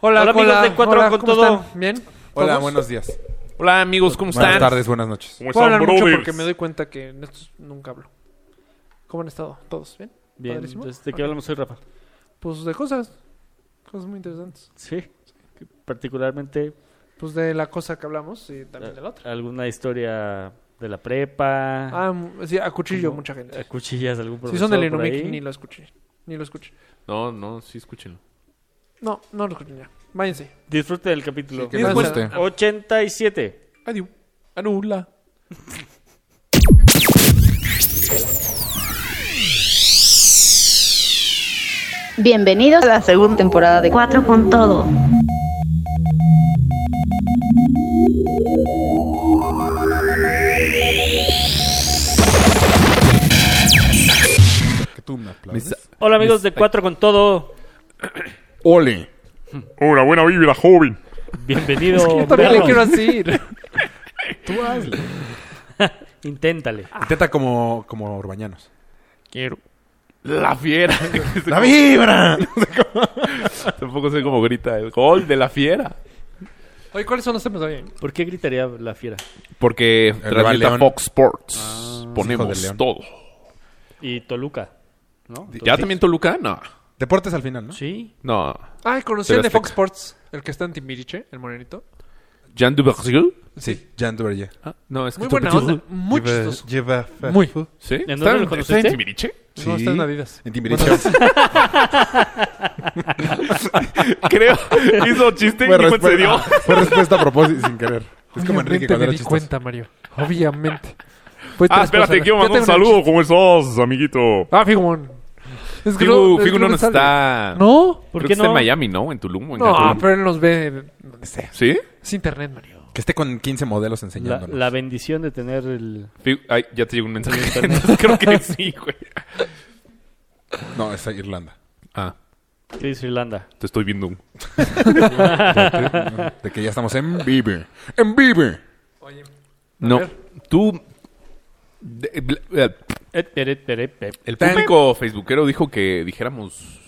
Hola, Hola, amigos de Cuatro hola, con ¿cómo Todo. están? ¿Bien? Hola, ¿Todos? buenos días. Hola amigos, ¿cómo están? Buenas tardes, buenas noches. ¿Cómo Puedo están, hablar mucho brothers? porque me doy cuenta que en estos nunca hablo. ¿Cómo han estado? ¿Todos bien? Bien, Padrísimo. ¿desde Ok. qué hablamos hoy, Rafa? Pues de cosas. Cosas muy interesantes. Sí. que Particularmente Pues de la cosa que hablamos y también de la otra. alguna historia de la prepa. Ah, mm, sí, a cuchillo ¿Cómo? mucha gente. eh, Cuchillas de algún Si profesor son del por Inumic, ahí. ni lo escuché. Ni lo escuché. No, no, sí, escúchenlo. No, no lo escuché ya. Váyanse. Disfruten el capítulo. Sí, que les Disculpa. guste. 87. Adiós. Anula. Bienvenidos a la segunda temporada de Cuatro con Todo. Que tú me aplaudes. Hola amigos de Cuatro con Todo. Ole. Hola, buena vibra, joven. Bienvenido. Yo también le perro. quiero decir. Tú hazle. Inténtale. Ah. Intenta como, como urbañanos. Quiero. La fiera. ¡La vibra! Tampoco sé cómo grita. El gol de la fiera. Oye, ¿cuáles son los temas de hoy? ¿Por qué gritaría la fiera? Porque rival transmite a León. Ah, Fox Sports. hijo de Ponemos León. todo. Y Toluca. ¿No? ¿Ya Toluca. también Toluca? No. Deportes al final, ¿no? Sí. No. Ah, conocí el Pero de Fox Azteca. Sports. El que está en Timbiriche, el morenito. Jean Dubergil. Sí, Jan Duverger. Ah, no, es que Muy tú- buena tú- onda. Muy chistoso. Lleva. lleva- Muy. ¿Sí? dónde ¿Está lo en- conociste? ¿Está en Timbiriche? No, Sí. está en Adidas. En Timbiriche. Creo. Hizo chiste y Fue, ni cuenta se respuesta- Ah. dio. fue respuesta a propósito y sin querer. Es como Enrique Obviamente cuando me era di chistoso. cuenta, Mario. Obviamente. Fue Ah, tres espérate, personas. quiero mandar Yo tengo un saludo. ¿Cómo estás, amiguito? chiste. Ah, Figumon. Es que Figu, es Figu que no nos sale. está... ¿No? Creo ¿Por qué que está en no? Miami, ¿no? En Tulum. o en No, Cancún. pero él nos ve. en- ¿Sí? Es internet, Mario. Que esté con 15 modelos La, enseñándonos. la bendición de tener el... Figu- Ay, ya te llegó un mensaje. Entonces, creo que sí, güey. No, es a Irlanda. Ah, ¿Qué dice Irlanda? te estoy viendo. un- De que ya estamos en vivo. ¡En vivo! Oye. No, ver. tú... de- bl- eh, Et, pere, pere, pe. El público facebookero dijo que dijéramos...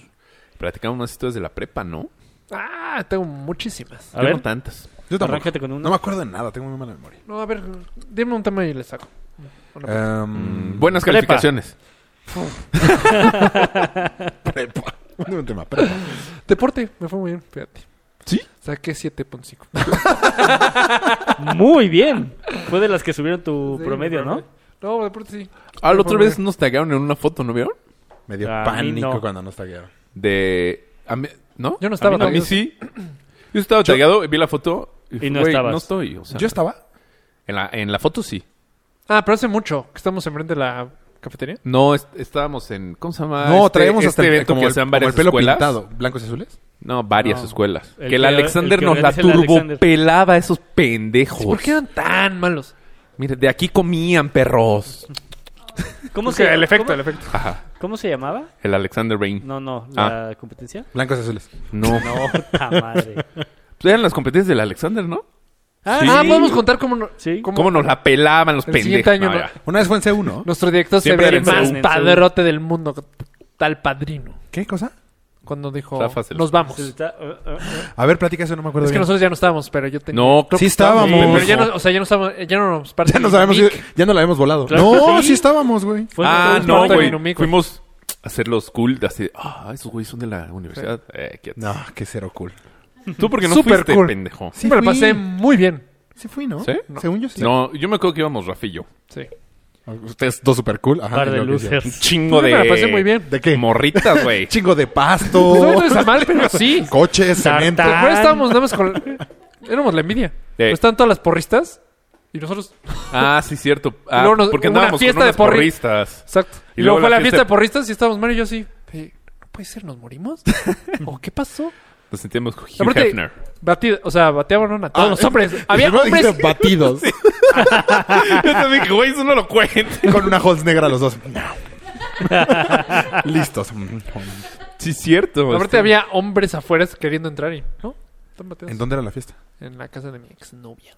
Platicamos más historias de la prepa, ¿no? Ah, tengo muchísimas. A Yo no ver, tantas. Yo tampoco. arráncate con No una. me acuerdo de nada, tengo muy mala memoria. No, a ver, dime un tema y le saco. Eh. Una pregunta. Em, Buenas Prepa. calificaciones. prepa. Un tema, prepa. Deporte, me fue muy bien, fíjate. ¿Sí? Saqué 7.5. Muy bien. Fue de las que subieron tu Sí, promedio, ¿no? No, deporte sí. Ah, la otra Muy vez nos tagaron en una foto, ¿no vieron? Me dio A mí pánico no. cuando no está guiado. De... a mí- ¿No? Yo no estaba A mí, a también. mí sí. Yo estaba tagueado, vi la foto... Y fue, no "Güey, estabas". No estoy, o sea... Yo estaba. En la, en la foto sí. Ah, pero hace mucho que estamos enfrente de la cafetería. No, est- estábamos en... ¿Cómo se llama? No, este- traemos este hasta el, evento como, que el, se dan como varias el pelo escuelas. pintado. ¿Blancos y azules? No, varias No. escuelas. El que el que- Alexander el que nos la organiza el Alexander. turbopelaba a esos pendejos. Sí, ¿Por qué eran tan malos? Pues Mira, de aquí comían perros. ¿Cómo Es que el efecto, cómo- el efecto. Ajá. ¿Cómo se llamaba? El Alexander Rain. No, no, la competencia. Blancos y azules. No. No, ta madre. Pues eran las competencias del Alexander, ¿no? Ah, Ah, podemos contar cómo, no- Sí. cómo- ¿Cómo, nos la pelaban los El pendejos? Ah, siguiente año No, no. ya. Una vez fue en C1. nuestro director se Siempre ve el era en más Seúl. padrote del mundo. Tal padrino. ¿Qué cosa? Cuando dijo, Rafa se nos los- vamos. Se Es está- eh, eh, eh. A ver, platica eso, no me acuerdo que bien. nosotros ya no estábamos, pero yo tenía... No, creo Sí que estábamos. Pero pero ya no, o sea, ya no estábamos, ya no nos parte Ya no ni sabemos, mic. si- ya no la hemos volado. Claro no, que sí. sí. estábamos, güey. Fue Ah, un no, parte- güey. Inumic, güey. Fuimos a hacer los cool. Así, de, ah, esos güeyes son de la universidad. Eh, qué- No, qué cero cool. Tú porque no Súper fuiste, cool. pendejo. Sí, me la fui. pasé muy bien. Sí fui, ¿no? ¿Sí? Según yo sí. No, yo me acuerdo que íbamos Rafillo. Sí. Ustedes dos super cool. Ajá, Par y de lo que hicieron. Un losers. chingo Yo de... me la pasé muy bien. ¿De qué? Morritas, güey. Chingo de No, pasto. no está mal, pero sí. coches, cemento. Tarta. Pero estábamos nada más con... Éramos la envidia. Pero Estaban todas las porristas y nosotros... Ah, sí, cierto. Ah, luego nos- porque una andábamos fiesta con de unas porri- porristas. Exacto. Y Y luego luego fue la la fiesta fiesta- de porristas y estábamos Mario y yo así. eh, No puede ser, ¿nos morimos? ¿O qué pasó? Nos sentíamos Hugh Aparte, Hefner. Batid- o sea, bateaban a todos Ah, los hombres. Y Había primero dijiste hombres. batidos. Ah. Yo también dije, güey, eso no lo cuente. Con una Holz negra los dos. Listos. Mm, ¿En Pues Sí, cierto. este, Aparte, había hombres afuera queriendo entrar y. ¿No? Están bateados. dónde era la fiesta? En la casa de mi exnovia.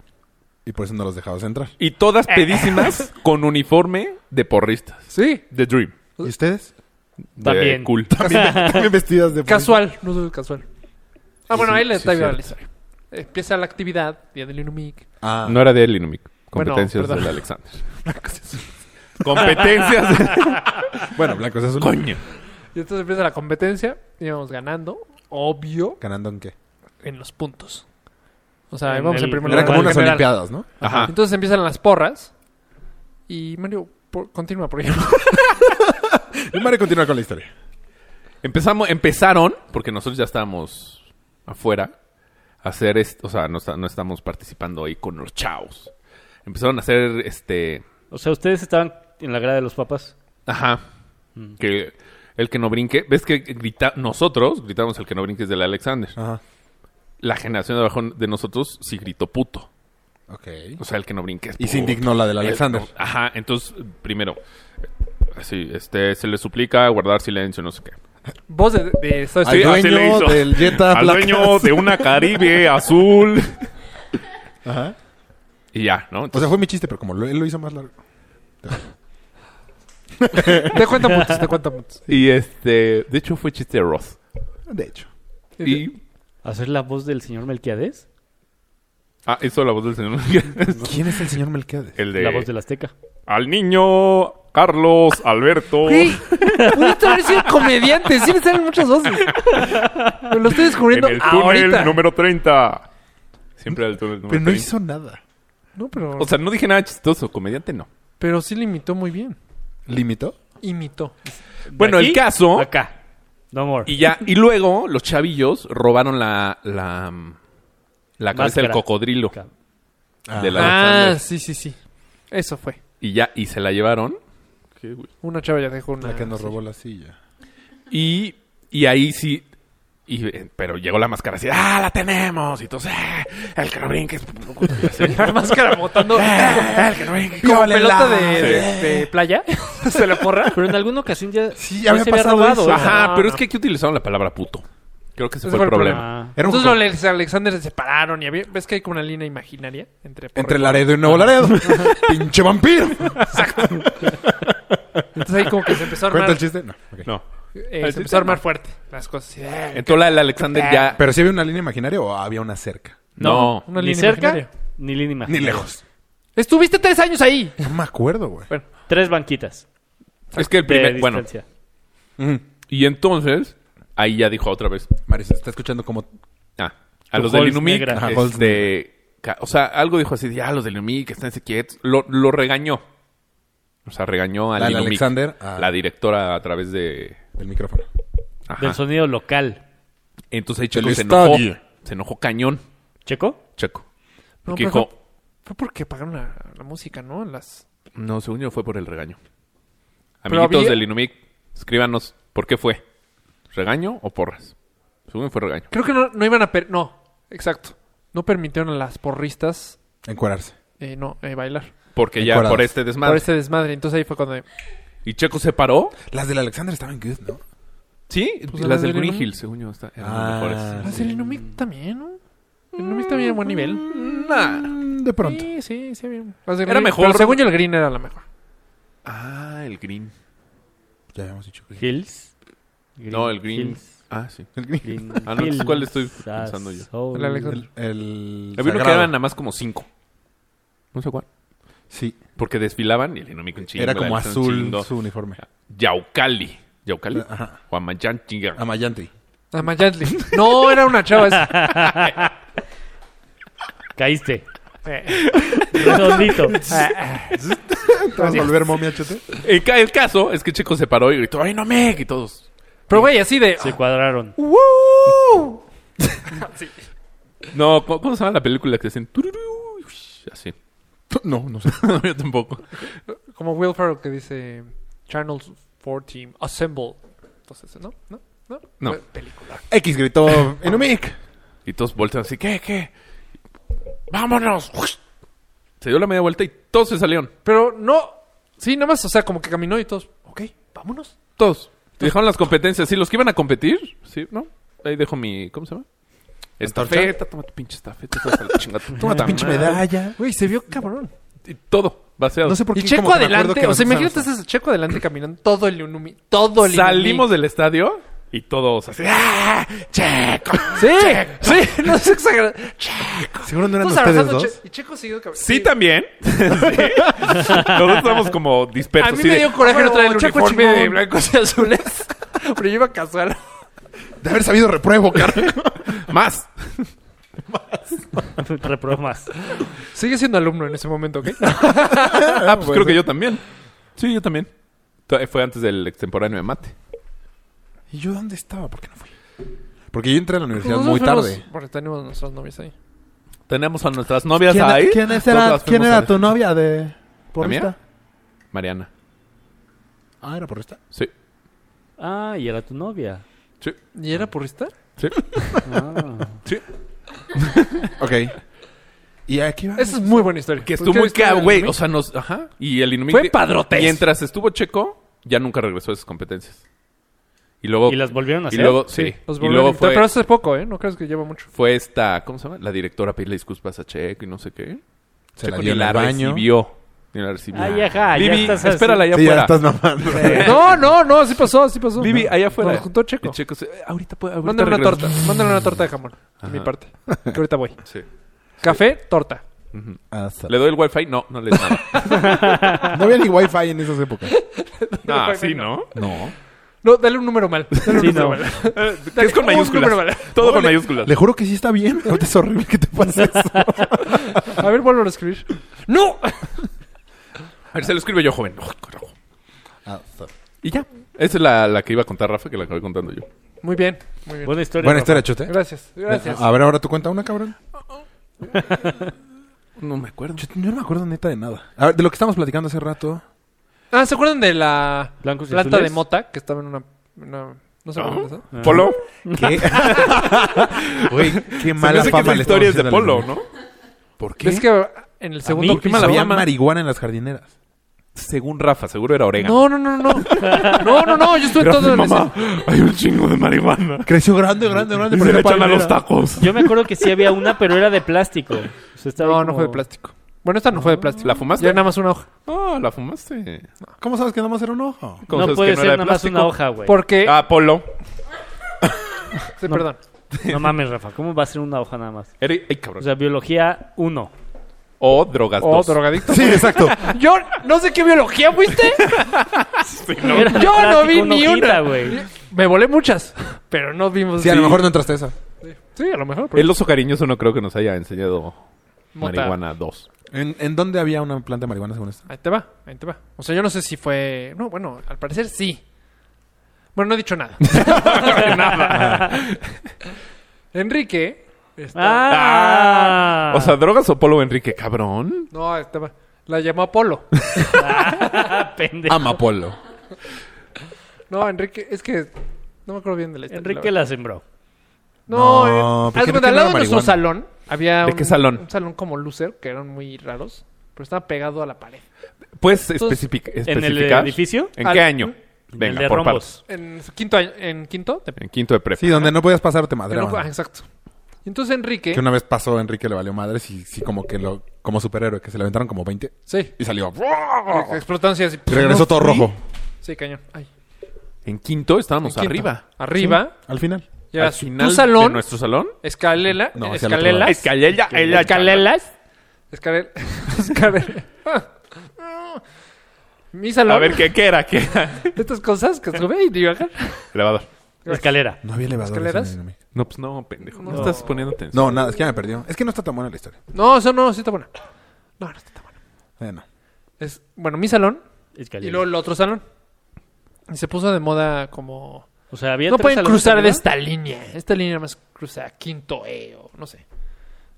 Y por eso no los dejabas entrar. Y todas Eh. pedísimas con uniforme de porristas. Sí. The Dream. ¿Y ustedes? De También. Cool. También, también vestidas de Casual. No soy casual. Ah, bueno, Sí, ahí le sí, está bien cierto. la historia. Empieza la actividad, Día del Inumic. Ah, No era de Inumic. Bueno, Competencias perdón. del Alexander. Competencias. bueno, blancos es un Coño. Y entonces empieza la competencia, íbamos ganando, obvio, ¿Ganando en qué? en los puntos. O sea, En íbamos en el- primer Bueno, Era como en unas general. olimpiadas, ¿no? Ajá. Entonces empiezan las porras. Y Mario, por- continúa por ejemplo. Y Mario continúa con la historia. Empezamos, empezaron, porque nosotros ya estábamos afuera, a hacer esto, o sea, no, está- no estamos participando ahí con los chavos. Empezaron a hacer este, O sea, ustedes estaban en la grada de los papas. ajá, Mm. que el que no brinque, ves que grita, nosotros gritamos el que no brinque es del Alexander. Ajá. La generación de abajo de nosotros sí gritó puto. Ok. O sea, el que no brinque es Y se puto. indignó la del El- Alexander. ajá, entonces, primero, así, este, se le suplica guardar silencio, no sé qué. Voz de, de- soy- Al soy- Pues así le dueño hizo. del Jetta Al Black dueño Cats. de una Caribe azul. Ajá. Y ya, ¿no? O Entonces, sea, fue mi chiste, pero como lo- él lo hizo más largo. Te cuenta puntos, te cuenta puntos. y este, de hecho fue chiste de Roth. De hecho. Y ¿Hacer la voz del señor Melquiades? ah, hizo la voz del señor. Melquiades. ¿Quién es el señor Melquiades? El de La voz del Azteca. al niño Carlos Alberto. Güey, pudiste haber sido comediante, sí me salen muchas voces. Pero lo estoy En descubriendo el túnel ahorita. número 30. Siempre al túnel número Pero no 30. hizo nada. No, pero, O sea, no dije nada chistoso, comediante no. pero sí le imitó muy bien. ¿Limitó? Imitó. Bueno, el aquí, caso. Acá. No more. Y ya, y luego los chavillos robaron la la, la cabeza Máscara. del cocodrilo Acá. Ah. del Ah, Alexander. sí, sí, sí. Eso fue. Y ya, y se la llevaron. ¿Qué, güey? Una chava ya dejó una. La que nos robó la silla. Y, y ahí sí. y, eh, pero llegó la máscara así, ¡ah, la tenemos! Y entonces, ¡eh! el que no brinque es... y así, La máscara botando. ¡eh, el que no brinque! como Pícale pelota la- de, de- de playa. Se la porra. Pero en alguna ocasión ya. Sí, ya había se había pasado robado. eso. Ajá, No, Ah, pero no. es que aquí utilizaron la palabra puto. Creo que ese Ese fue el problema. Ah. Era un Entonces juego- los Alexander se separaron y había, ves que hay como una línea imaginaria entre, porra y Entre Laredo y Nuevo Laredo. ¡Pinche vampiro! Entonces ahí como que se empezó a armar, ¿Cuenta el chiste? No. ok. No. eh, El se chiste empezó a armar no. fuerte las cosas. Eh, Entonces el Alexander Ah, ya... ¿Pero si había una línea imaginaria o había una cerca? No. una ni línea cerca, imaginaria. ni línea Ah. imaginaria. Ni lejos. Estuviste tres años ahí. No me acuerdo, güey. Bueno, Tres banquitas. Es que el De primer... Bueno, distancia. y entonces, ahí ya dijo otra vez, Maris, está escuchando como... Ah, a Tu los del Halls Inumic. negra. Ajá, este, Halls ca- o sea, algo dijo así, ya, los del Inumic, esténse quietos. Lo, lo regañó. O sea, regañó al Al Inumic, Alexander, Ah. a- La directora a través de... El micrófono. Ajá. Del sonido local. Entonces ahí Checo del se enojó. estadio. Se enojó cañón, ¿Checo? Checo. no, Porque pero dijo, fue, fue porque pagaron la, la música, ¿no? Las... no, según yo fue por el regaño. Pero Amiguitos había- del Inumic, escríbanos, ¿por qué fue? ¿Regaño o porras? Según yo fue regaño. Creo que no, no iban a... per- No, exacto. No permitieron a las porristas Encuerarse. eh, no, eh, bailar. Porque ya Encuerados. por este desmadre. Por ese desmadre. Entonces ahí fue cuando... eh, Ah, Y Checo se paró. Las del Alexander estaban good, ¿no? Sí, Pues las del Inumic. Green Hill, según yo, está- eran Ah. mejores. Las del Inumic también, ¿no? El Inumic también era buen nivel. Nah. Mm, De pronto. Sí, sí, sí. Bien. Las del Era Green- mejor. Pero según yo el Green era la mejor. Ah, el green. Ya habíamos dicho que... Hills. no, el green. Hills. Ah, sí. El green. Green Ah, no, Hills. ¿cuál estoy pensando yo? Sazón. El Alexander. El... el Había uno que sagrado. eran nada más como cinco. No sé cuál. Sí. Porque desfilaban y el enemigo en chingo. Era la como Alexander azul chingo. su uniforme. Yaucali. ¿Yaucali? Ajá. Ah. O Amayán chinga. Amayanti. Amayatli. No, era una chava esa. Caíste. Redondito. Eh. ¿Te vas a volver momia, chete? El, ca- el caso es que Checo se paró y gritó, ¡Ay, no me! Y todos. Pero güey, así de... Se cuadraron. ¡Woo! No, ¿cómo, cómo se llama la película que hacen? tururú? Ush, Así. No, no sé. Yo tampoco. Como Will Ferrell que dice Channel 4 Team Assemble. Entonces, ¿no? ¿No? ¿No? Pues, No. Fue Película. X gritó Enumic. Y todos voltean así, ¿qué? ¿Qué? ¡Vámonos! Ush. Se dio la media vuelta y todos se salieron. Pero no. Sí, nada más, o sea, como que caminó y todos. Ok, vámonos. Todos. Dejaron las competencias. Sí, los que iban a competir, sí, ¿no? Ahí dejo mi. ¿Cómo se llama? ¿Antorcha? Estafeta, toma tu pinche estafeta, todos a la chingada. Toma toma tu pinche medalla. Güey, se vio cabrón. Y todo, vaciado. No sé por qué. Y Checo como que me acuerdo adelante. que O sea, nos imagínate ese Checo adelante caminando todo el Unumi. Todo el Salimos de. del estadio Y todos así, ¡ah! ¡Checo! Sí, sí, no es exagerado. Seguro no eran Todos ustedes abrazando dos. Che- y Checo siguió cab- Sí, también. Sí. Nosotros estamos como A dispersos. mí así me de, "Ah, dio coraje no "Bueno, traer el Checo uniforme chingón". de blancos y azules. Pero yo iba casual. De haber sabido repruebo, carajo. Más. Repromas. Sigue siendo alumno en ese momento, ¿ok? Ah, pues creo que yo también. Sí, yo también. T- Fue antes del extemporáneo de mate. ¿Y yo dónde estaba? ¿Por qué no fui? Porque yo entré a la universidad Nosotros muy fuimos- tarde. Porque tenemos nuestras novias ahí. Tenemos a nuestras novias e- ahí. es- Todas las fuimos a- novia de ¿La mía? porrista? Mariana. Ah, era por esta. Sí. Ah, y era tu novia. ¿Y era purista? Ah. Ok. ¿Y aquí va? Esa es muy buena historia. Que estuvo muy caro, güey. O sea, nos. Ajá. Y el Inumic. Fue padrotes. Mientras estuvo Checo, ya nunca regresó a esas competencias. Y luego. ¿Y las volvieron a y hacer? luego, Sí, sí. los Y volvieron a luego invitar, fue, Pero hace poco, ¿eh? No crees que lleva mucho. fue esta. ¿Cómo se llama? La directora a pedirle disculpas a Checo y no sé qué. Se la Checo dio ni en el baño. recibió. Ni la recibió. Ay, ajá, ya Vivi, estás así. espérala allá Sí, ya afuera. estás mamando. No, no, no, sí pasó, sí pasó. Vivi, allá afuera. Nos juntó Checo. Y Checo se- eh, ahorita puede. ahorita Mándale una regreso. torta. Mándale una torta de jamón. De mi Ajá. parte. Que ahorita voy. Sí. Café, torta. Hasta- ¿Le doy el wifi? No, no le doy nada. Ah, No había ni wifi en esas épocas. ah, sí, ¿no? No. No, dale un número mal. Dale un Sí, número no. mal. Que es Un número con mayúsculas. mal. Todo con Órale. mayúsculas. Le juro que sí está bien. Ahorita es horrible que te pase eso. A ver, vuelvo a escribir. ¡No! A ver, se lo escribe yo, joven. Oh, carajo. Ah, Hasta- Y ya. Esa es la, la que iba a contar Rafa, que la acabé contando yo. Muy bien, muy bien. Buena historia. Buena Rafa. historia, chute. Gracias, gracias. A ver, ahora tú cuenta una, cabrón. No me acuerdo. Yo, yo no me acuerdo neta de nada. A ver, de lo que estábamos platicando hace rato. Ah, ¿se acuerdan de la Blancos y planta azules. de mota que estaba en una... una- no sé cómo se llama? Ah. Polo. ¿Qué? Güey, qué Se me mala hace que fama esa le historia es estamos de haciendo a Polo, la ¿no? ¿Por qué? ¿Ves que en el segundo ¿Por qué piso... mala llama? marihuana en las jardineras? Según Rafa, seguro era orégano. No, no, no, no. No, no, no, yo estuve Rafa, todo en ese... mamá, hay un chingo de marihuana. Creció grande, grande, grande. Y pero se le era echan a palmera. los tacos. Yo me acuerdo que sí había una, pero era de plástico. O sea, estaba No, ahí no como- fue de plástico. Bueno, esta no fue de plástico. ¿La fumaste? Ya era nada más una hoja. Ah, la fumaste. ¿Cómo sabes que nada más era un ojo? ¿Cómo No sabes puede que ser era de nada más una plástico? hoja, güey. Porque... Ah, Polo. sí, no. perdón. No mames, Rafa. ¿Cómo va a ser una hoja nada más? Era- Ay, O cabrón. sea, biología 1. O drogas Oh, dos. drogadicto. Sí, exacto. Yo no sé qué biología fuiste. Yo no vi ni una. güey. Me volé muchas, pero no vimos... Sí, a lo mejor no entraste a esa. Sí, a lo mejor. pero- El oso cariñoso no creo que nos haya enseñado Mota. marihuana 2. ¿En, en dónde había una planta de marihuana según esta? Ahí te va, ahí te va. O sea, yo no sé si fue. No, bueno, al parecer sí. Bueno, no he dicho nada. Enrique. está- Ah. O sea, drogas o Polo Enrique, cabrón. No, ahí te va. La llamó Apolo. ah. pendejo. Amapolo. No, Enrique, es que. No me acuerdo bien de la historia. Enrique la. la sembró. No, No, eh, porque haz cuenta, Enrique al no lado de era nuestro marihuana. salón había. ¿De un- qué salón? Un salón como lucer, que eran muy raros, pero estaba pegado a la pared. ¿Puedes Entonces, especific- ¿En el Pues especificar? edificio? ¿En Al- qué año? el Venga, de por partes. rombos. En quinto año- En quinto. de- En quinto de prepa. Sí, donde no podías pasarte que no- madre. ah, exacto. Y entonces Enrique. Que una vez pasó, Enrique le valió madres y sí, como que lo, como superhéroe, que se le aventaron como 20 Sí. y salió. Explotaron así. Y regresó todo rojo. Sí, cañón. Ay, En quinto estábamos quinto. arriba. Arriba. Al final. Y era Al final tu salón, de nuestro salón. escalela, No, hacia el otro escalelas, lado. Escalella, ella- escalelas, escalel, escalel- mi salón, A ver, ¿qué, qué era? ¿Qué era? estas cosas que sube y divagan. Elevador. Escalera. No había elevadores. ¿Escaleras? en el Inumic. No, pues no, pendejo. No, No. estás poniendo atención. No, nada, es que ya me perdió. Es que no está tan buena la historia. No, eso no, sí está buena. No, no está tan buena. Eh, no. Es, bueno, mi salón Escalera. y luego el otro salón. Y se puso de moda como... O sea, había No tres pueden salones cruzar de arriba. esta línea. Esta línea más cruza quinto E o no sé.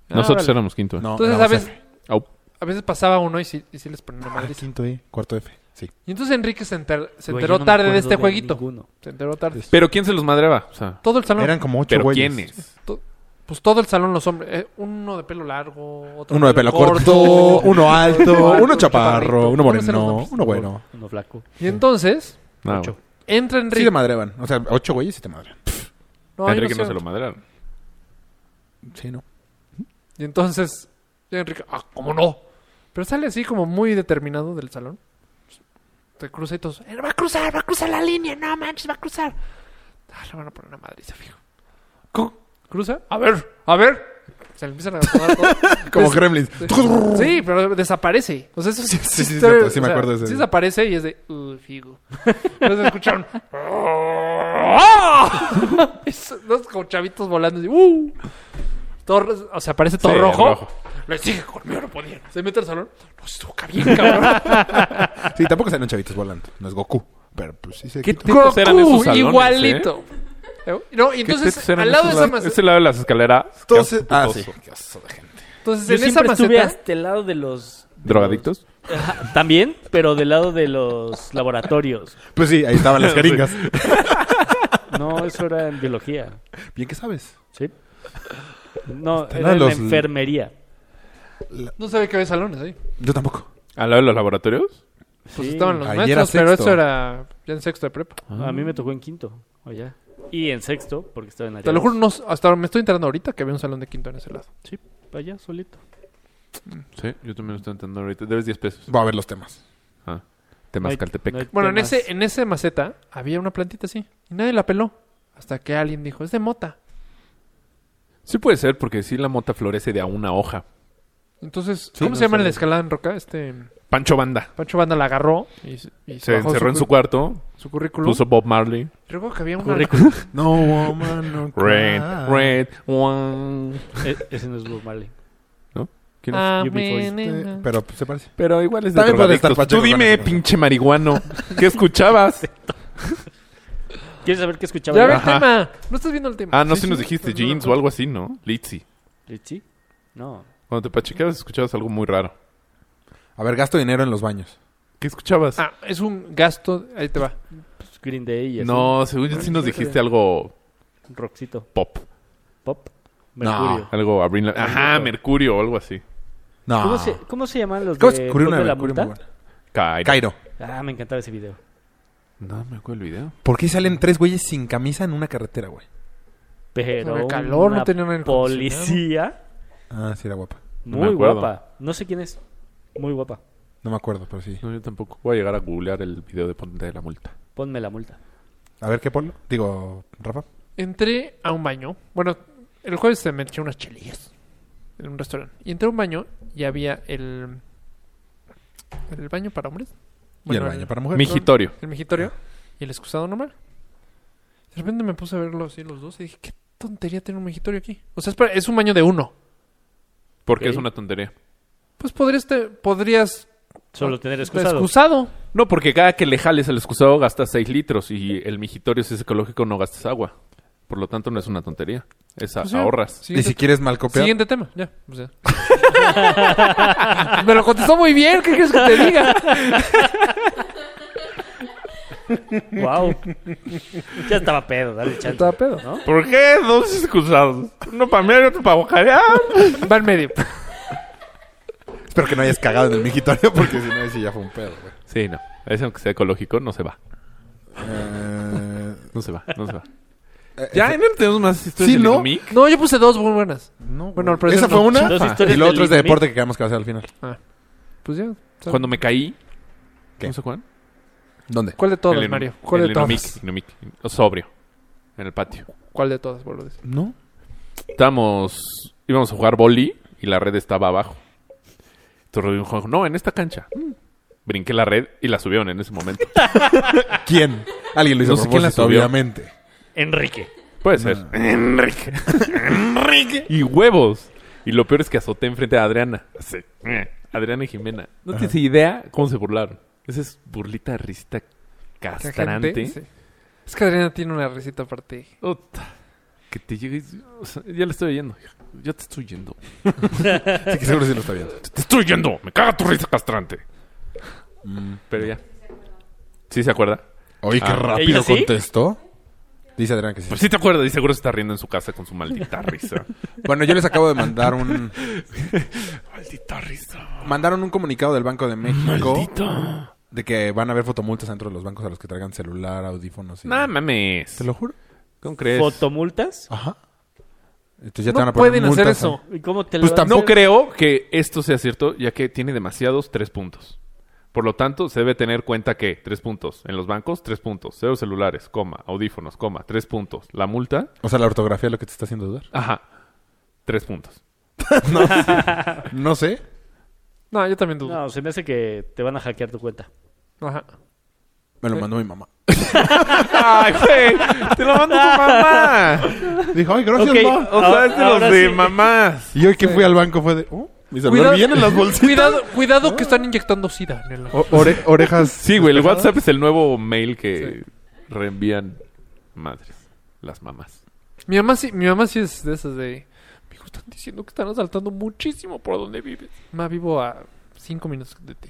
Ah, Nosotros órale. éramos quinto. No, Entonces, era a, veces, Au. a veces pasaba uno y sí, y sí les ponían una Ah, madriza. quinto E, cuarto F. Sí. Y entonces Enrique se, enter- se Güey, enteró yo no me tarde de acuerdo este jueguito. ninguno. Pues, Se enteró tarde. Pero ¿quién se los madreaba? O sea, Todo el salón. Eran como ocho ¿pero güeyes. quiénes? Pues todo el salón, los hombres. eh, uno de pelo largo, otro Uno de pelo corto, uno alto, uno chaparro, uno moreno, uno bueno. Uno flaco. Y entonces, No, Ocho. entra Sí te Enrique. madreban. O sea, ocho güeyes sí te madrean. no, yo Enrique no no sé. se lo madrearon. Sí, ¿no? Y entonces, ya Enrique, ah, ¿cómo no? Pero sale así como muy determinado del salón. Te cruza y todos, "Eh, va a cruzar, va a cruzar la línea, no manches, va a cruzar. Ah, le van a poner una madriza, fijo. Cu- Cruza. A ver, a ver. Se le empiezan a tomar todo. Como Pues- Gremlins. Sí, pero desaparece. O sea, eso sí Sí, sí, existe, cierto, sí o me sea, acuerdo de ese. Sí desaparece y es de... Uh, figo. Entonces escucharon... ¡Ah! Es- Dos como chavitos volando. así, ¡uh! Todo ro- o sea, aparece todo Sí, rojo. rojo. Le sigue conmigo, no podían. Se mete al salón. No, estuvo bien, cabrón. Sí, tampoco salen chavitos volando. No es Goku. Pero pues sí se ¿Qué quita. tetos eran esos salones, eh? igualito. ¿eh? No, y entonces, al lado de esa mas- Ese lado de las escaleras. Entonces, ah, sí. Asqueroso. Qué oso de gente. Entonces, Yo en esa siempre estuve maceta... hasta el lado de los... de ¿Drogadictos? los- Ajá, También, pero del lado de los laboratorios. Pues sí, ahí estaban las jeringas. No, eso era en biología. Bien que sabes. ¿Sí? No, la era de en la los- enfermería. No sabía que había salones ahí. Yo tampoco. ¿Al lado de los laboratorios? Pues Sí. estaban los Ahí era maestros, pero sexto. eso era ya en sexto de prepa. A mí me tocó en quinto, allá. Y en sexto, porque estaba en área Te lo dos. juro, no, hasta me estoy enterando ahorita que había un salón de quinto en ese lado. Sí, allá solito. Sí, yo también lo estoy entendiendo ahorita. Debes 10 pesos. Va a ver los temas. Ah. No hay- Temascaltepec. no hay Bueno, en temas. ese, en ese maceta había una plantita así y nadie la peló. Hasta que alguien dijo, es de mota. Sí puede ser, porque sí la mota florece de a una hoja. Entonces, Sí, ¿cómo no se llama el sabía. de escalada en roca? Este Pancho Banda. Pancho Banda la agarró y, se- y Se bajó encerró en su cu- cuarto, su currículum. puso Bob Marley. Creo que había una... Currículum. No, woman, no. Red, cry. red, one. E- ese no es Bob Marley. ¿Quién es? Ah, Yo vi voice. menena. Eh, Pero pues, se parece. Este, Pero igual es de También puede estar drogadictos. Pacheco Tú con dime, eso. pinche marihuano, ¿qué escuchabas? ¿Quieres saber qué escuchaba Ya yo? ve el Ajá. tema. No estás viendo el tema. Ah, no, Sí, si sí, nos sí, dijiste pero no jeans me o algo así, ¿no? Litzy. ¿Litzy? Eh, No. Cuando te pachequeabas escuchabas algo muy raro. A ver, gasto dinero en los baños. ¿Qué escuchabas? acuerdo. Ah, es un gasto... Ahí te va. pues Green Day y así. no, según yo sí nos dijiste algo Roxito. pop. Pop. Mercurio. Algo Abril. Ajá, Mercurio. Mercurio o algo así. No. ¿Cómo, se, ¿Cómo se llaman los Ah. ¿Cómo de se ocurrió una Pop de la Mercurio muy Multa? buena? Cairo. Cairo. Ah, me encantaba ese video. No me acuerdo el video. ¿Por qué salen tres güeyes sin camisa en una carretera, güey? Pero Sobre calor, no una tenían aire policía Ah, sí, era guapa. No muy me acuerdo. guapa. No sé quién es. Muy guapa. No me acuerdo, pero sí. No, yo tampoco. Voy a llegar a googlear el video de Ponte de la Multa. Ponme la multa. A ver, ¿qué polo? Digo, Rafa. Entré a un baño. Bueno, el jueves se me eché unas chelillas en un restaurante. Y entré a un baño y había el. El baño para hombres. y el baño para Pues, mujeres. Mijitorio. El migitorio y el excusado normal. De repente me puse a verlo así los dos y dije, qué tontería tener un migitorio aquí. O sea, es, para- es un baño de uno. Porque Ok. es una tontería. Pues podrías, te- podrías Solo tener Pues, excusado. excusado. No, porque cada que le jales al excusado gastas 6 litros y el mijitorio, si es ecológico, no gastas agua. Por lo tanto, no es una tontería. Es a- Pues ya. ahorras. Y Siguiente, si quieres mal copiar. siguiente tema, ya. o sea. me lo contestó muy bien, ¿qué quieres que te diga? Wow. ya estaba pedo, dale chance. Estaba pedo. ¿No? ¿Por qué dos excusados? Uno para mear y otro para bocarear. Va en medio. Espero que no hayas cagado en el mijitorio porque si no, ese ya fue un pedo, güey. Sí, no. Eso aunque sea ecológico, no se va. Eh, No se va, no se va. eh, Ya, ese- ¿no tenemos más historias Sí, del ¿no? Inomic? No, yo puse dos muy buenas. No, Bueno, al güey. parecer Esa no. fue una. Dos Ajá. historias Y lo del otro es de Limit. deporte que quedamos que va a ser al final. Pues ya. ¿sabes? Cuando me caí. ¿Qué? ¿No sé cuál? ¿Dónde? ¿Cuál de todas, El Inom- Mario? ¿Cuál el de Inomic, todas? Inomic, o sobrio. En el patio. ¿Cuál de todas, boludo? No. Estábamos... Íbamos a jugar boli y la red estaba abajo. Entonces Rodrigo dijo, no, en esta cancha. Mm. Brinqué la red y la subieron en ese momento. ¿Quién? Alguien lo hizo No sé a quién la propósito, subió. obviamente. Enrique. Puede ser. Enrique. Enrique. Y huevos. Y lo peor es que azoté enfrente a Adriana. Así. Adriana y Jimena. No tienes idea cómo se burlaron. Esa es burlita, risita ¿Qué castrante. gente? Sí. Es que Adriana tiene una receta aparte. Ota. Que te llegues. o sea, ya le estoy oyendo. hija. Ya te estoy yendo. Sí, que seguro sí lo está viendo. Te estoy yendo. Me caga tu risa castrante. Mm, Pero ya. ¿Sí se acuerda? Oye, qué Ah. rápido ¿Ella sí? contestó. Dice Adrián que sí. Pues sí te acuerdas. Y seguro se está riendo en su casa con su maldita risa. Bueno, yo les acabo de mandar un maldita risa. mandaron un comunicado del Banco de México Maldita. de que van a haber fotomultas dentro de los bancos a los que traigan celular, audífonos y No mames. Te lo juro. ¿Cómo crees? ¿Fotomultas? Ajá. Entonces ya te van No a poner pueden hacer multas, eso. ¿eh? ¿Y cómo te Pues lo van a No hacer? creo que esto sea cierto, ya que tiene demasiados tres puntos. Por lo tanto, se debe tener cuenta que, tres puntos, en los bancos, tres puntos, cero celulares, coma, audífonos, coma, tres puntos, la multa, O sea, la ortografía es lo que te está haciendo dudar. ajá, tres puntos. No sé. No, yo también dudo. No, se me hace que te van a hackear tu cuenta. Ajá. Me lo mandó mi mamá. ¡Ay, güey! ¡Te lo mando tu mamá! Dijo, ay, gracias, Ok. ma. O sea, es de los Ahora de sí. mamás. Y hoy que fui al banco fue de, oh, mi celular Cuidado- viene en las bolsitas. Cuidado, cuidado que están inyectando sida en el- O- ore- orejas. Sí, güey, el despejadas. WhatsApp es el nuevo mail que reenvían madres, las mamás. Mi mamá sí, mi mamá sí es de esas de. Me están diciendo que están asaltando muchísimo por donde vives. Ma, vivo a cinco minutos de ti.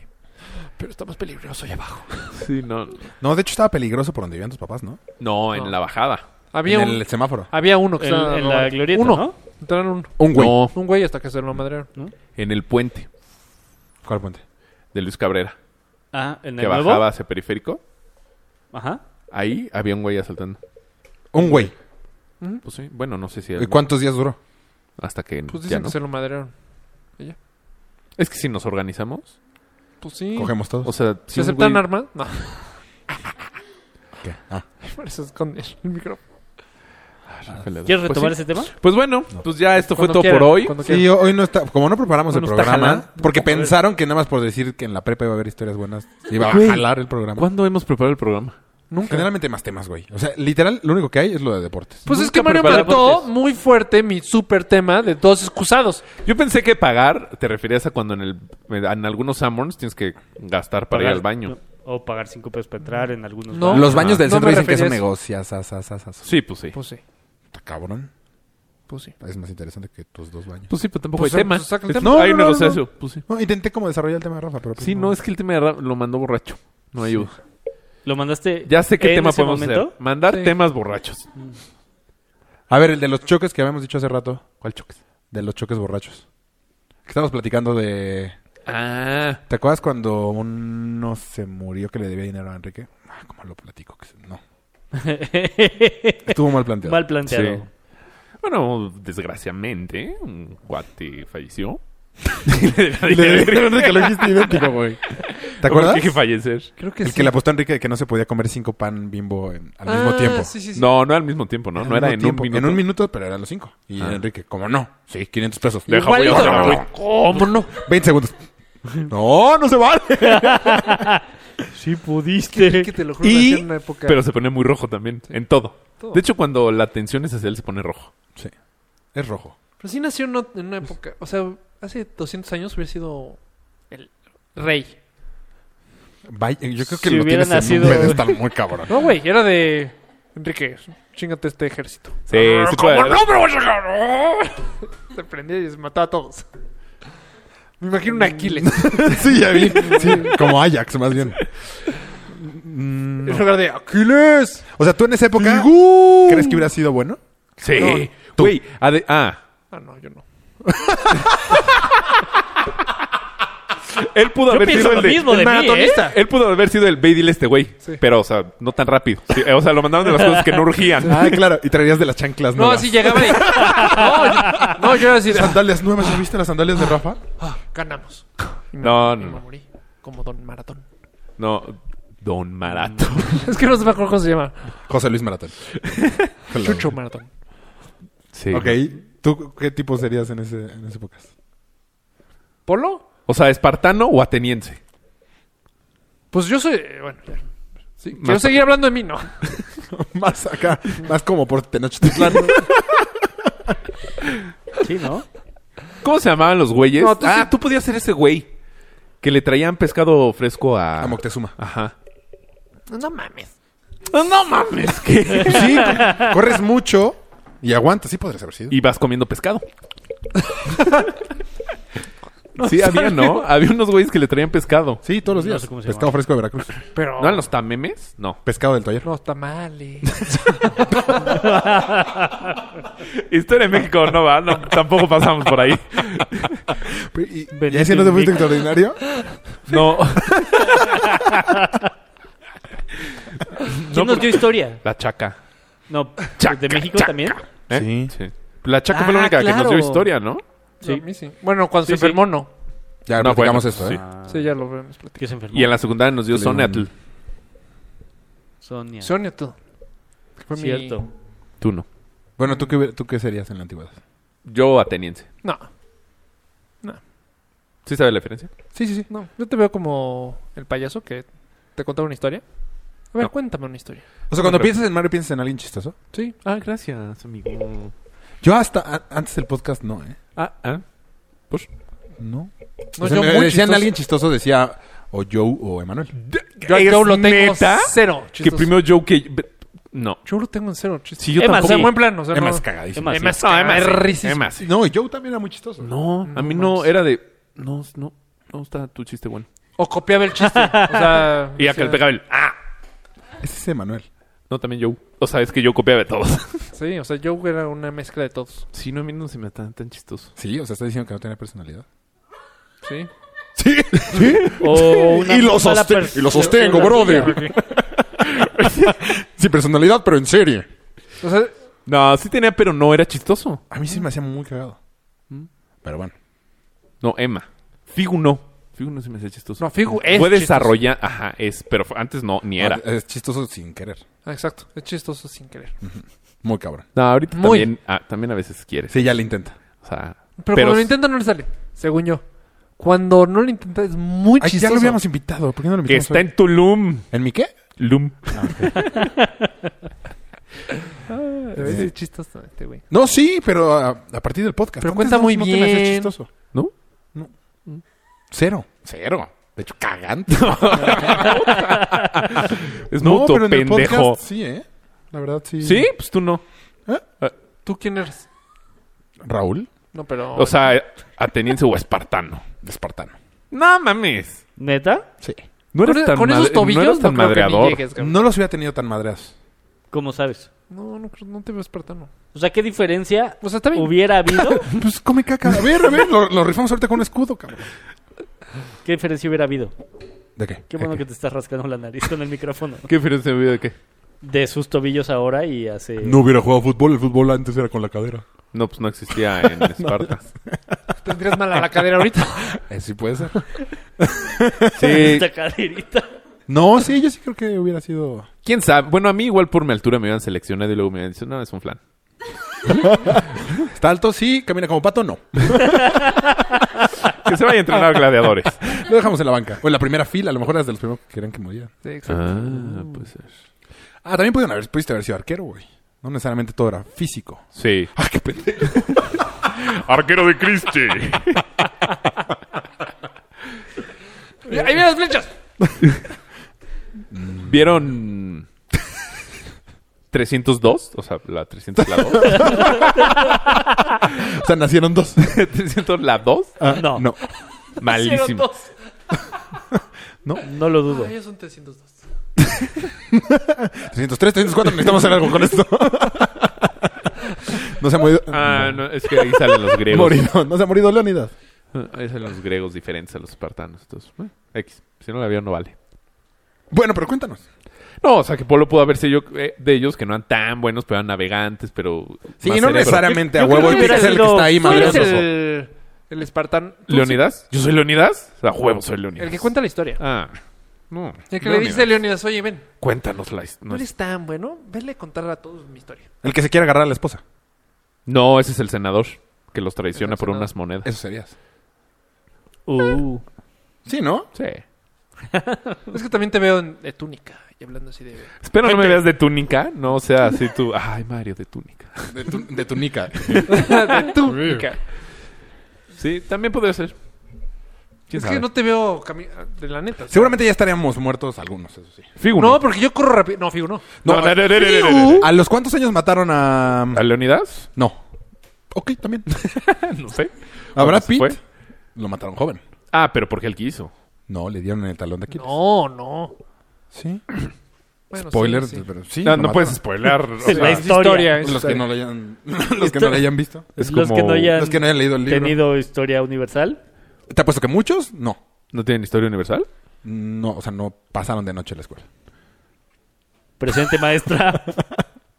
Pero está más peligroso allá abajo. Sí, no. No, de hecho estaba peligroso por donde vivían tus papás, ¿no? No, en No. la bajada. Había en un- el semáforo. había uno que En- estaba en la robando. glorieta, uno. ¿no? Entraron un, Un güey. No, un güey hasta que se lo madrearon. en el puente ¿Cuál puente? de Luis Cabrera, Ah, en que el nuevo. bajaba hacia periférico. Ajá. Ahí había un güey asaltando. Un güey. Pues sí, bueno, no sé si... ¿Y cuántos días duró? Hasta que Pues ya dicen no. que se lo madrearon. Es que si nos organizamos, Pues sí. Cogemos todos. o sea... Si ¿Se un aceptan güey- armas? No. ¿Qué? Ah, Por eso esconde el micrófono. ¿Quieres Pues retomar sí. ese tema? Pues bueno, pues ya esto fue Cuando todo quieran, por hoy. cuando sí, quieran. hoy no está. Como no preparamos el Uno está programa, jalando. porque pensaron que nada más por decir que en la prepa iba a haber historias buenas, iba a Güey. jalar el programa. ¿Cuándo hemos preparado el programa? Nunca. Generalmente más temas, güey. O sea, literal, lo único que hay es lo de deportes. Pues es Nunca que Mario preparé mató deportes. muy fuerte mi super tema de dos excusados. Yo pensé que pagar te referías a cuando en el en algunos Summers tienes que gastar para ir al baño. O pagar cinco pesos para entrar en algunos. Ah. No. bares. Los baños del No centro me dicen que es un refería a negocio. as, as, as, as, as. Sí, pues sí. Pues sí, Está Cabrón. pues sí. Es más interesante que tus dos baños. Pues sí, pero tampoco Pues hay sí, tema. pues saca el Es- tema. hay No, no, no, negocio. no. Pues sí. No, intenté como desarrollar el tema de Rafa, pero... pues Sí, no, es que el tema de Ra- lo mandó borracho. No ayuda. ¿Lo mandaste? Ya sé qué en tema ese podemos momento? hacer. Mandar Sí. temas borrachos. A ver, el de los choques que habíamos dicho hace rato. ¿Cuál choques? De los choques borrachos. Que estábamos platicando de... Ah, ¿Te acuerdas cuando uno se murió que le debía dinero a Enrique? Ah, ¿cómo lo platico? Que se- No. Estuvo mal planteado. Mal planteado. Sí. bueno, desgraciadamente, un cuate falleció. Y le debía dinero a Enrique, lo dijiste idéntico, güey. ¿Te acuerdas? Tiene que fallecer. Creo que El sí. que le apostó a Enrique de que no se podía comer cinco pan bimbo en- al mismo Ah, tiempo. Sí, sí, sí. No, no al mismo tiempo, ¿no? Al No era mismo en tiempo. un minuto. En un minuto, pero eran los cinco. Y Ah. Enrique, como no? Sí, 500 pesos. Deja, Igual voy hizo- ahora, güey. ¿Cómo no? 20 segundos. No, no se vale. Sí pudiste. Que te lo juro, Y- lo hacía en una época. Pero se pone muy rojo también, en todo. Todo. De hecho, cuando la tensión es hacia él, se pone rojo. Sí. Es rojo. Pero sí nació en ot- en una época. O sea, hace 200 años hubiera sido el rey. Vaya, yo creo que Si lo hubiera tienes nacido- en un pedestal muy cabrón. No, güey, era de. Enrique, chingate este ejército. Sí, Ah, sí ¿cómo puede. no me voy a sacar? Se prendía y se mataba a todos. Me imagino un Aquiles sí, ya vi. Sí, como Ajax, más bien. Mm, en lugar de Aquiles. O sea, tú en esa época, ¿crees que hubiera sido bueno? Sí. No, Güey, ade- ah, Ah, no, yo no. él pudo Yo haber pienso sido lo el de... mismo de el mí, ¿eh? maratonista. Él pudo haber sido el ve y dile a este güey. Sí. Pero, o sea, no tan rápido. Sí, eh, o sea, lo mandaron de las cosas que no urgían. Ah, claro. Y traerías de las chanclas No, nuevas. así llegaba y. No, yo- no, yo era así de. "Ah, Sandalias nuevas. ¿Ya viste las sandalias de Rafa? Ganamos. Y me- No, y no, me no. morí. Como Don Maratón. No, Don Marato. Es que no se me acuerdo cómo se llama. José Luis Maratón. Hello. Chucho Maratón. Sí. Ok. ¿Tú qué tipo serías en ese, en ese podcast? ¿Polo? O sea, espartano o ateniense. Pues yo soy. Bueno, ya. Quiero Más- seguir hablando de mí, ¿no? más acá. Más como por Tenochtitlán. Sí, ¿no? ¿Cómo se llamaban los güeyes? No, tú ah, sí- tú podías ser ese güey. Que le traían pescado fresco a... A Moctezuma. Ajá. No mames. No mames, que... Sí, corres mucho y aguantas. Sí podrías haber sido. Y vas comiendo pescado. sí, había, ¿no? Había unos güeyes que le traían pescado. Sí, todos los No días. sé cómo se Pescado fresco de Veracruz. Pero. ¿No eran los tamemes? No. Pescado del taller. Los tamales. Historia de México no va, no, tampoco pasamos por ahí. ¿Y, Benito ¿y ese no te fuiste Invic. extraordinario? No. ¿Quién nos dio historia? La chaca. No, Chaca, ¿de México chaca. también? ¿eh? Sí. La chaca Ah, fue la única que nos claro. dio historia, ¿no? Sí. Bueno, cuando Sí, se sí. enfermó, no. Ya No, platicamos bueno, esto, ¿eh? Sí, ya lo vemos platicado. Que se enfermó. Y en la secundaria nos dio Le dio un- Sonatl. Sonia. Sonia, tú. Fue mi- Cierto. Tú no. Bueno, ¿tú qué, ¿tú qué serías en la antigüedad? Yo ateniense. No, ¿Sí sabes la diferencia? sí, sí, sí. No. Yo te veo como el payaso que te contaba una historia. A ver, No. cuéntame una historia. O sea, cuando Pero- piensas en Mario, piensas en alguien chistoso. Sí. Ah, gracias, amigo. Yo hasta a- antes del podcast no, ¿eh? Ah, ah. No. No, O sea, yo me- muy decían chistoso. alguien chistoso, decía o Joe o Emanuel. Yo, yo lo tengo cero. Que chistoso. primero Joe que... No. Yo lo tengo en cero. chistoso. Sí, yo Emma, O tampoco. sea, en buen plan. O sea, Emma no- es cagadísima. Emma, sí. Emma es- Emma es risísima. Emma, sí. No, y Joe también era muy chistoso. No, a mí no, manches. era de... No, no, no está tu chiste bueno. O copiaba el chiste. O sea. Y o acá sea, el pegaba el... Ah. Ese es Emanuel. No, también Joe. O sea, es que yo copiaba de todos. Sí, o sea, yo era una mezcla de todos. Sí, no, a mí no se me tan, tan chistoso. Sí, o sea, está diciendo que no tenía personalidad. Sí. Sí. O una Y lo mala soste- pers- y lo sostengo, una- brother. Sí, personalidad, pero en serie. O sea, No, sí tenía, pero no era chistoso. A mí sí me hacía muy cagado. Pero bueno. No, Emma. Figu no. Figu no se me hacía chistoso. No, Figu es Fue chistoso. desarrollado. Ajá, es. Pero fue- antes no, ni era. Ah, Es chistoso sin querer. exacto. Es chistoso sin querer. Muy cabrón. No, ahorita Muy. también, ah, también a veces quieres. Sí, ya le intenta. O sea. Pero, cuando lo intenta no le sale, según yo. Cuando no lo intenta es muy Ay, chistoso. ya lo habíamos invitado. ¿Por qué no lo Que invitamos? está hoy? en Tulum. ¿En mi qué? Lum. Pero es chistoso este güey. No, sí, pero a, a partir del podcast. Pero Antes cuenta no- muy no te me hacías bien. chistoso. ¿No? Cero. Cero. De hecho, cagante. es mutuo, pero en el pendejo. podcast sí, ¿eh? La verdad sí. Sí, pues tú no. ¿Tú quién eres? Raúl, No, pero... O sea, ateniense o espartano. espartano. No mames. ¿Neta? Sí. No con, e-, eres tan con esos madre- tobillos no eres tan creo que ni madreador. llegues, cabrón. No los hubiera tenido tan madreados. ¿Cómo sabes? No, no, creo- no te veo espartano. O sea, ¿qué diferencia O sea, está bien. hubiera habido? Pues come caca. A ver, a ver, lo, lo rifamos ahorita con un escudo, cabrón. ¿Qué diferencia hubiera habido? ¿De qué? Qué bueno que te estás rascando la nariz con el micrófono. ¿Qué diferencia había de qué? De sus tobillos ahora y hace... hubiera jugado fútbol, el fútbol antes era con la cadera. No, pues no existía en Esparta. Tendrías mala la cadera ahorita. Eh, sí puede ser. eh, Sí, Esta caderita. No, sí, yo sí creo que hubiera sido. ¿Quién sabe? Bueno, a mí igual por mi altura me habían seleccionado y luego me habían dicho, no, es un flan. Está alto, sí, camina como pato, no. Que se vaya a entrenar gladiadores. Lo dejamos en la banca. O en la primera fila, a lo mejor eras de los primeros que querían que murieran. Sí, exacto. ah, pues ser. Ah, también pudieron haber, pudiste haber sido arquero, güey. No necesariamente todo era físico. Sí. Ah, qué pendejo. Arquero de Cristi. Mira, ¡Ahí vienen las flechas! ¿Vieron 302? O sea, la 300 la 2. O sea, nacieron dos. 300 la 2. no, no, No, Malísimo. lo dudo. Ahí son 302. 303, 304, necesitamos hacer algo con esto. no se ha morido. Ah, no, es que ahí salen los griegos. Morido, no se ha morido Leonidas. Ah, Ahí salen los griegos diferentes a los espartanos. Entonces, bueno, X. Si no la vieron, no vale. Bueno, pero cuéntanos. No, o sea, que Polo pudo haberse yo eh, de ellos que no eran tan buenos, pero eran navegantes, pero. Sí, más no cerebro. necesariamente a Yo creo huevo que el que hubiera es el que sido- está ahí ¿Tú eres madreando. el, el espartano? ¿Tú ¿Leonidas? ¿Yo soy Leonidas? A huevo soy sí- Leonidas. El que cuenta la historia. Ah, no. El que le Leonidas. dice a Leonidas, oye, ven, Cuéntanos la his- no no, es- eres tan bueno, vele a contar a todos mi historia. El que se quiere agarrar a la esposa. no, ese es el senador que los traiciona Es el por senador. unas monedas. Eso serías. Uh, Sí, ¿no? Sí. Es que también te veo en, de túnica y hablando así de... Espero no me veas de túnica, no o sea así tú. Ay, Mario, de túnica. De tu, de tu nica. de túnica. Sí, también podría ser. ¿Quién Es sabe? que no te veo cami- de la neta. o sea. Seguramente ya estaríamos muertos algunos, eso sí. Figu, No, porque yo corro rápido. No, Figu, no. No, No, no, no, no, no, no, no, no, no. ¿A los cuántos años mataron a. ¿A Leonidas? No. Ok, también. No sé. A Brad se Pitt. fue? Lo mataron joven. Ah, pero porque él quiso. No, le dieron en el talón de Aquiles. No, no. Sí. Bueno, Spoilers, sí, sí. pero sí. no, lo no mataron. puedes spoiler. o Es la sea, historia. es Los que historia. no lo hayan, los que no lo hayan visto. es Los como- que no hayan Los que no hayan leído el libro. tenido historia universal. ¿Te apuesto que muchos? No. ¿No tienen historia universal? No, o sea, no pasaron de noche a la escuela. Presente, maestra.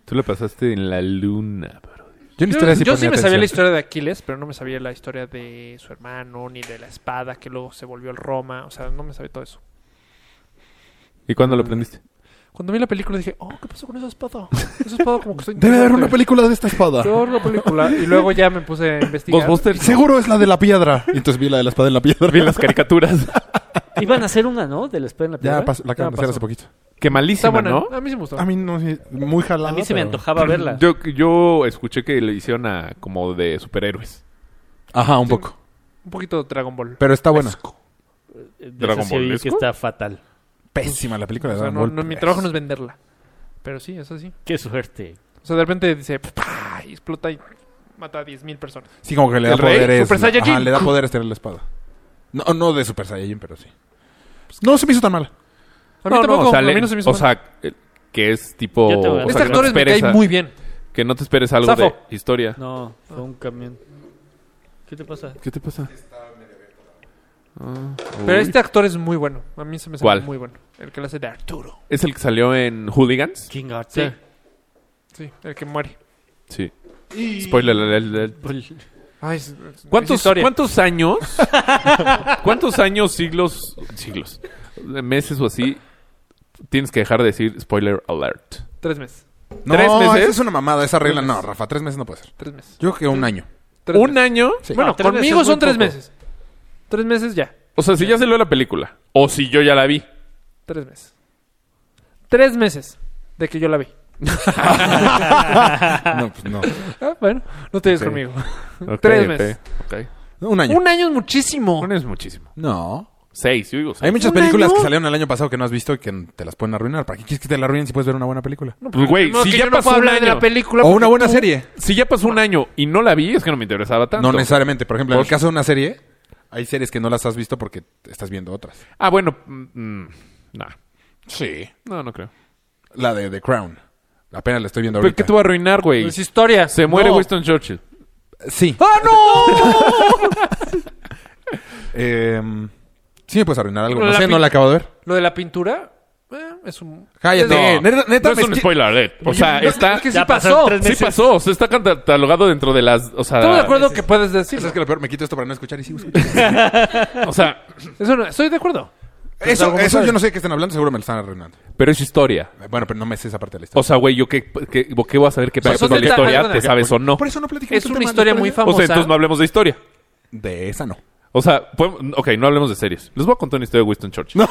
Tú la pasaste en la luna, bro. Yo en historia sí yo sí ponía me sabía la atención. historia de Aquiles, pero no me sabía la historia de su hermano, ni de la espada que luego se volvió el Roma. O sea, no me sabía todo eso. ¿Y cuándo lo aprendiste? Cuando vi la película dije, oh, ¿qué pasó con esa espada? Esa espada como que está Debe haber una interesante". película de esta espada. Debe haber una película. Y luego ya me puse a investigar. Ghostbusters. Seguro es la de la piedra. Y entonces vi la de la espada en la piedra. Vi las caricaturas. Iban a hacer una, ¿no? De la espada en la piedra. Ya pasó, la acaban de hacer pasó. hace poquito. Qué Está malísima, buena. ¿no? A mí sí me gustó. A mí no sé, muy jalada. A mí se me pero- antojaba verla. Yo, yo escuché que le hicieron a como de superhéroes. Ajá, un poco. Un poquito de Dragon Ball. Pero está buena. Eh, De esa Dragon sí vi Ballesco. que está fatal. Pésima la O película de sea, Dragon no, Ball. no- mi Pés- trabajo no es venderla. Pero sí, es así. Qué suerte. O sea, de repente dice, "Pa", y explota y mata a 10.000 personas. Sí, como que le da ¿El rey? poderes. ¿Super Saiyajin? Ajá, le da poderes tener la espada. No, no de Super Saiyajin, pero sí. No se me hizo tan mal. A mí No, no, tampoco, o sea, a mí le- no se me hizo o mal. sea, eh, que es tipo... Yo te voy a- o sea, Este que no actor te es- me esperes cae a- muy bien. Que no te esperes algo de Safo. historia. No, fue un camión. Ah. ¿Qué te pasa? ¿Qué te pasa? Ah, Pero uy. este actor es muy bueno. A mí se me ¿Cuál? hace muy bueno. El que lo hace de Arturo. ¿Es el que salió en Hooligans? King Sí. Arthur. Sí, el que muere. Sí. Spoiler alert. Ay, es- es- es ¿Cuántos, historia. ¿Cuántos años? ¿Cuántos años, siglos, siglos, meses o así tienes que dejar de decir spoiler alert? Tres meses. No, ¿Tres meses? esa es una mamada, esa regla. No, Rafa, tres meses no puede ser. Tres meses. Yo creo que un año. Tres ¿Un meses. año? Sí. Bueno, No, tres meses conmigo es son muy tres poco. meses. Tres meses ya. O sea, si ya se lo la película. O si yo ya la vi. Tres meses. Tres meses de que yo la vi. No, pues no. Ah, bueno, no te des Ok. conmigo. Ok, Tres ok, meses. ok. Un año. Un año es muchísimo. Un año es muchísimo. No. Seis, yo digo seis. Hay muchas ¿Un películas año? que salieron el año pasado que no has visto y que te las pueden arruinar. ¿Para qué quieres que te la arruinen si puedes ver una buena película? No, Pues, güey, no, si que ya yo no pasó puedo un hablar de año. la película. O una porque buena tú- serie. Si ya pasó un año y no la vi, es que no me interesaba tanto. No necesariamente. Por ejemplo, en el Por- caso de una serie, hay series que no las has visto porque estás viendo otras. Ah, bueno. mm, mm, nah. Sí. No, no creo. La de The Crown. Apenas la estoy viendo ¿Pero ahorita. qué te va a arruinar, güey? Es historia. Se muere No. Winston Churchill. Sí. ¡Ah, no! Em, sí me puedes arruinar algo. No La sé, pi- no la acabo de ver. Lo de la pintura eh, es un. Cállate. No, Neta- neta, no es me un esqui- spoiler alert. O sea, No, está... Es que sí Ya pasaron pasó. tres Sí meses. pasó, o sea, está catalogado dentro de las, o sea, Estamos de acuerdo que puedes decir. ¿Sabes qué es lo peor? Me quito esto para no escuchar y sigo escuchando. o sea, Eso no- estoy de acuerdo. eso eso yo no sé de qué están hablando. Seguro me lo están arruinando. pero es historia. Eh, Bueno, pero no me sé esa parte de la historia. O sea, güey, yo qué, qué, qué voy a saber qué sea, pasa son con la detalles, historia, bueno, te ok, sabes o no. Por eso no platicamos Es del una tema de historia spoiler. muy O famosa. sea, entonces no hablemos de historia. De esa no. O sea, podemos- ok, no hablemos de series. Les voy a contar una historia de Winston Churchill. No.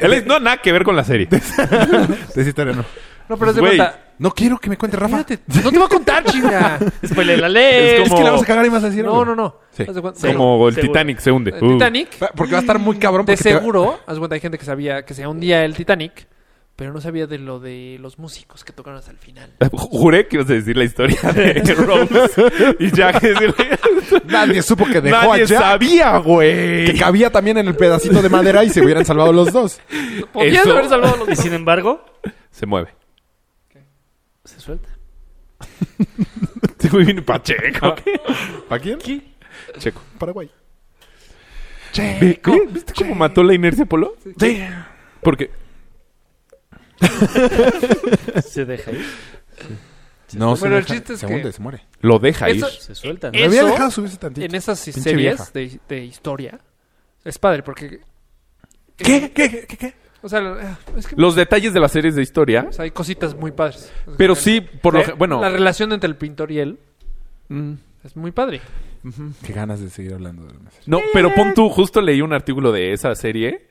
Él es- no nada que ver con la serie. De esa historia no. No, pero es de Güey. cuenta. No quiero que me cuente Rafa. Fíjate, no te voy a contar, chinga. Spoiler la ley. Es Es que la vas a cagar y vas a decir No, algo. no, no. Sí. Haz de cuenta- Como el Seguro. Titanic se hunde. El Uh. Titanic, Pa- Porque va a estar muy cabrón. de porque te va- seguro, haz de cuenta, hay gente que sabía que se hundía el Titanic, pero no sabía de lo de los músicos que tocaron hasta el final. Juré que ibas a decir la historia de Rose y Jack. Nadie supo que dejó Nadie allá. sabía, güey. Que cabía también en el pedacito de madera y se hubieran salvado los dos. Podías Eso- haber salvado a los Y sin embargo, Se mueve. se suelta. Se mueve bien Ah. Pacheco. ¿Para quién? Checo. Paraguay. Ve- ve- ¿Viste cómo mató la inercia Polo? Eh, Sí. Porque Se deja ir. No, Bueno, el deja- chiste es se que- hunde, se muere. lo deja ir. Eso- Se suelta. ¿no? Eh, Me había Eso- dejado subirse tantito. en este esas vieja. series de, de historia. Es padre, porque. ¿Qué? ¿Qué? ¿Qué? ¿Qué? O sea, la- es que. Los detalles de las series de historia. o sea, hay cositas muy padres. O sea, Pero que- sí, por lo la- ge- bueno. La relación entre el pintor y él mm, es muy padre. Qué ganas de seguir hablando de la mesa. No, pero pon tú, justo leí un artículo de esa serie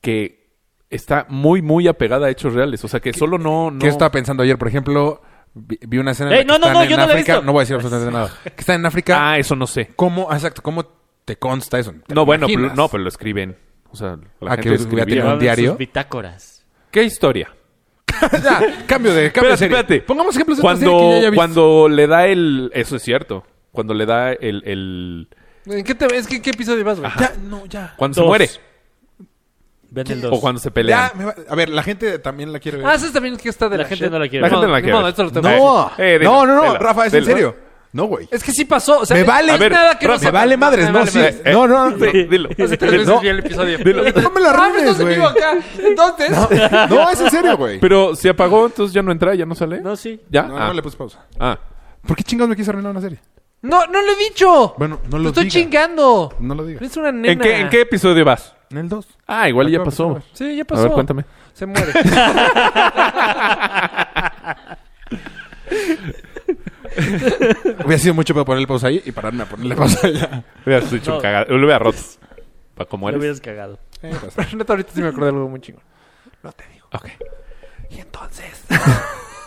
que está muy, muy apegada a hechos reales. O sea, que solo no... no... ¿Qué estaba pensando ayer? Por ejemplo, vi, vi una escena en la Ey, que no, no, están no, en yo no la he África. visto. No voy a decir absolutamente nada. Que están en África. Ah, eso no sé. ¿Cómo? ah, Exacto. ¿Cómo te consta eso? ¿Te No, bueno, imaginas? pero, no, pero lo escriben. O sea, la Ah, que gente hubiera tenido escribía. un diario. sus bitácoras. ¿Qué historia? Ya, cambio de, cambio de Espérate, serie. espérate. Pongamos ejemplos de otra serie que Cuando, ya haya visto. cuando le da el... Eso es cierto. Cuando le da el... el- ¿En qué te- es que, ¿en qué episodio vas, güey? Ya, no, ya. Cuando se Dos. muere. Ven el 2. O cuando se Ya, pelean. me va- a ver, la gente también la quiere ver. Ah, esa también que está de La la, gente no la quiere La Ni modo, gente no la ni quiere modo, ver. esto lo tengo que no, Eh, dila, no, no, no, dila, Rafa, es en dila. serio. No, güey. Es que sí pasó. O sea, Me vale. no A es ver, nada que no Rafa, Me sepa. vale madres, Me no, vale sí. madres. No, no, no. Sí. Eh, Dilo. Hace tres veces No. vi el episodio. No me la Ah, pero arruines, entonces güey. vivo acá. Entonces, No, es en serio, güey. Pero se apagó, entonces ya no entra, ya no sale. No, sí. ¿Ya? No, ah. no le puse pausa. ah. ¿Por qué chingados me quise arruinar una serie? Pues no, no lo he dicho. Bueno, no Te lo estoy diga. chingando. No lo digas. Es una nena. ¿En, qué, ¿En qué episodio vas? En el 2. Ah, igual ya Acabo de pasó. empezar. Sí, ya pasó. A ver, cuéntame. Se muere. Hubiera sido mucho para ponerle pausa ahí y pararme a ponerle pausa allá. Hubieras dicho No. cagada. Lo hubiera roto. Para como Lo eres. hubieras cagado. Eh, Neta, ahorita sí me acordé de algo muy chingón. No te digo. Ok. Y entonces.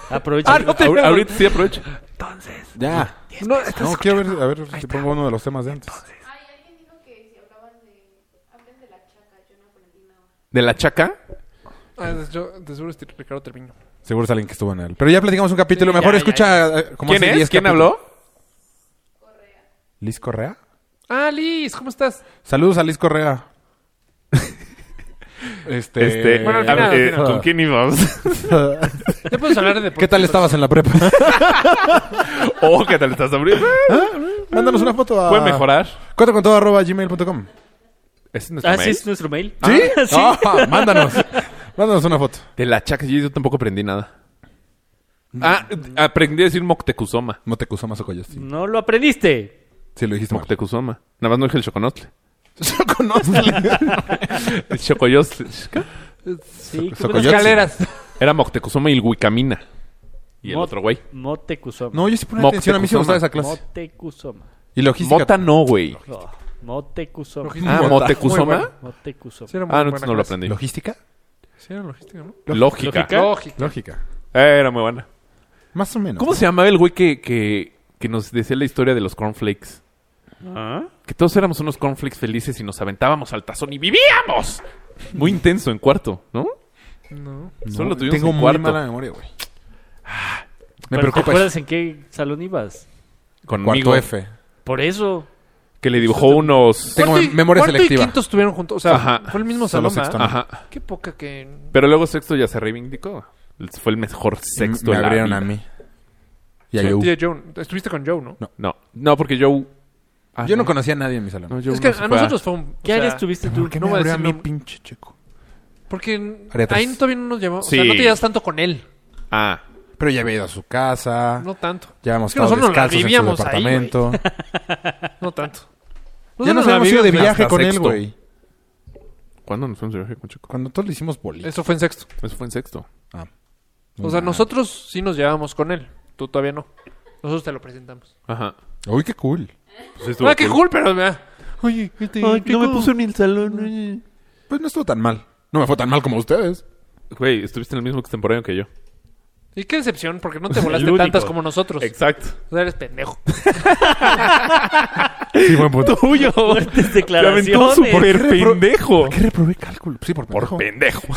Aprovecha. Ah, no te Ahor- digo. Ahorita sí aprovecha. Entonces. Ya. No, estás- No, quiero ver, a ver si pongo uno de los temas de antes. Ay, alguien dijo que si hablabas de. Hablen de la chaca, yo no aprendí nada. ¿De la chaca? Ah, de- yo, de seguro es Ricardo Termiño. Seguro es alguien que estuvo en él. Pero ya platicamos un capítulo. Mejor ya, escucha eh, como ¿Quién hace es? 10 ¿Quién capítulos. habló? ¿Liz Correa? Ah, Liz, ¿cómo estás? Saludos a Liz Correa. este. Este, Bueno, al a final, ver, al eh, final. ¿Con quién íbamos? ¿Ya puedes hablar de ¿Qué tal estabas en la prepa? oh, ¿qué tal estás abriendo? Mándanos una foto a. ¿Puede mejorar? Cuatro con todo arroba gmail.com. Ese es ¿eh? nuestro Ah, mail. sí, es nuestro mail. ¿Sí? Ah, sí. Ah, mándanos. Mándanos una foto. De la chaca, yo, yo tampoco aprendí nada. Ah, aprendí a decir Moctecuzoma. Motecuzoma Socoyosti. No lo aprendiste. Sí, lo dijiste. Mocte. Moctecuzoma. Nada más no dije el choconostle. Soconostli. El chocoyostle. Sí. Soco- Las escaleras. Era Moctecuzoma y el Wicamina. Y el Mot- otro güey. Motecuzoma. No, yo sí ponía Moctecuzoma. atención. A mí sí me gustaba esa clase. Motecuzoma. Y logística. Mota no, güey. Oh, Motecuzoma. Logística. Ah, Mota. Motecuzoma. Muy bueno. Motecuzoma. Sí, era muy Ah, no, buena entonces no lo clase. aprendí. ¿Logística? Sí, era logística, ¿no? Lógica. Lógica. Lógico. Lógica. Eh, era muy buena. Más o menos. ¿Cómo se llamaba el güey que, que, que nos decía la historia de los cornflakes? Ah. Que todos éramos unos cornflakes felices y nos aventábamos al tazón y vivíamos. Muy intenso en cuarto, ¿no? No. No, Solo tuvimos Tengo un muy cuarto. Ah, mala memoria, güey. Me Pero ¿Te preocupa. acuerdas en qué salón ibas? Conmigo. Cuarto F. Por eso. Que le dibujó unos... Tengo Cuarto y- memoria cuarto selectiva. y quinto estuvieron juntos. O sea, Ajá. fue el mismo Solo salón. ¿verdad? sexto, Ajá. Qué poca que... Pero luego sexto ya se reivindicó. Fue el mejor sexto. Me en la abrieron vida. a mí. Y a Sí, Joe. tía Joe. Estuviste con Joe, ¿no? No. No, no, porque yo... Ah, Yo no conocía a nadie en mi salón. No, yo Es que no se a fue nosotros fue un... o ¿Qué área sea, estuviste tú? no voy a decir nom- pinche checo? Porque Área tres. ahí todavía no nos llevamos. O Sí. sea, no te llevas tanto con él. Ah, Pero ya había ido a su casa. No tanto. Ya hemos Es que estado nosotros la descalzos en su vivíamos ahí, güey. departamento. No tanto. ya nos la habíamos ido de vivíamos. viaje hasta con él, sexto. güey. ¿cuándo nos fuimos de viaje con Chico? Cuando todos le hicimos bolita. Ah. Eso fue en sexto. Eso fue en sexto. O sea, nosotros sí nos llevábamos con él. Tú todavía no. Nosotros te lo presentamos. Ajá. Uy, qué cool. Pues estuvo Ah, qué cool, pero... vea. Oye, este, qué cool. en el salón. Pues no estuvo tan mal. No me fue tan mal como ustedes. Güey, estuviste en el mismo extemporáneo que yo. Y qué decepción, porque no te volaste único. tantas como nosotros. Exacto. O sea, eres pendejo. Sí, buen punto. Tuyo. Fuertes Te aventó declaraciones. súper repro- pendejo. ¿Qué reprobé cálculo? Sí, por Por pendejo. pendejo.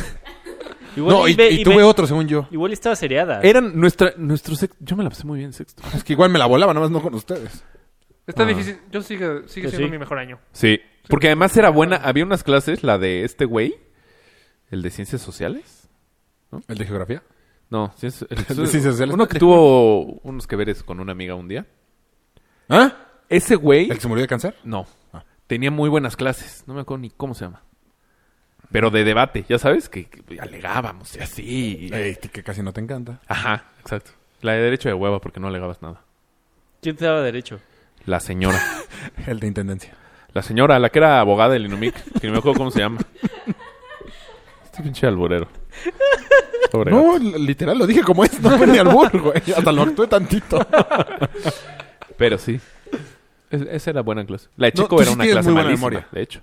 Igual No, y, ve- y y tuve ve- otro, según yo. Igual estaba seriada. Eran nuestra, nuestro sexto. Yo me la pasé muy bien en sexto. Es que igual me la volaba, nada más no con ustedes. Está difícil. Yo sigue, sigue Ah. Pues siendo sí. mi mejor año. Sí. Porque además era buena. Había unas clases, la de este güey. El de ciencias sociales. ¿El de geografía? No, ciencias, el- de ciencias sociales. Uno que tuvo unos que veres con una amiga un día. ¿Ah? Ese güey. ¿El que se murió de cáncer? No. Tenía muy buenas clases. No me acuerdo ni cómo se llama. Pero de debate, ya sabes, que, que alegábamos y así. Ey, que casi no te encanta. Ajá, exacto. La de derecho de hueva, porque no alegabas nada. ¿Quién te daba derecho? La señora. El de intendencia. La señora, la que era abogada del Inumic, que no me acuerdo cómo se llama. Este pinche alborero. Pobre gato. No, l- literal, lo dije como es. No fue ni albur, güey. Hasta lo actué tantito. Pero sí. Es- esa era buena clase. La de No, Chico tú era sí una tienes clase muy buena malísima, memoria. de hecho.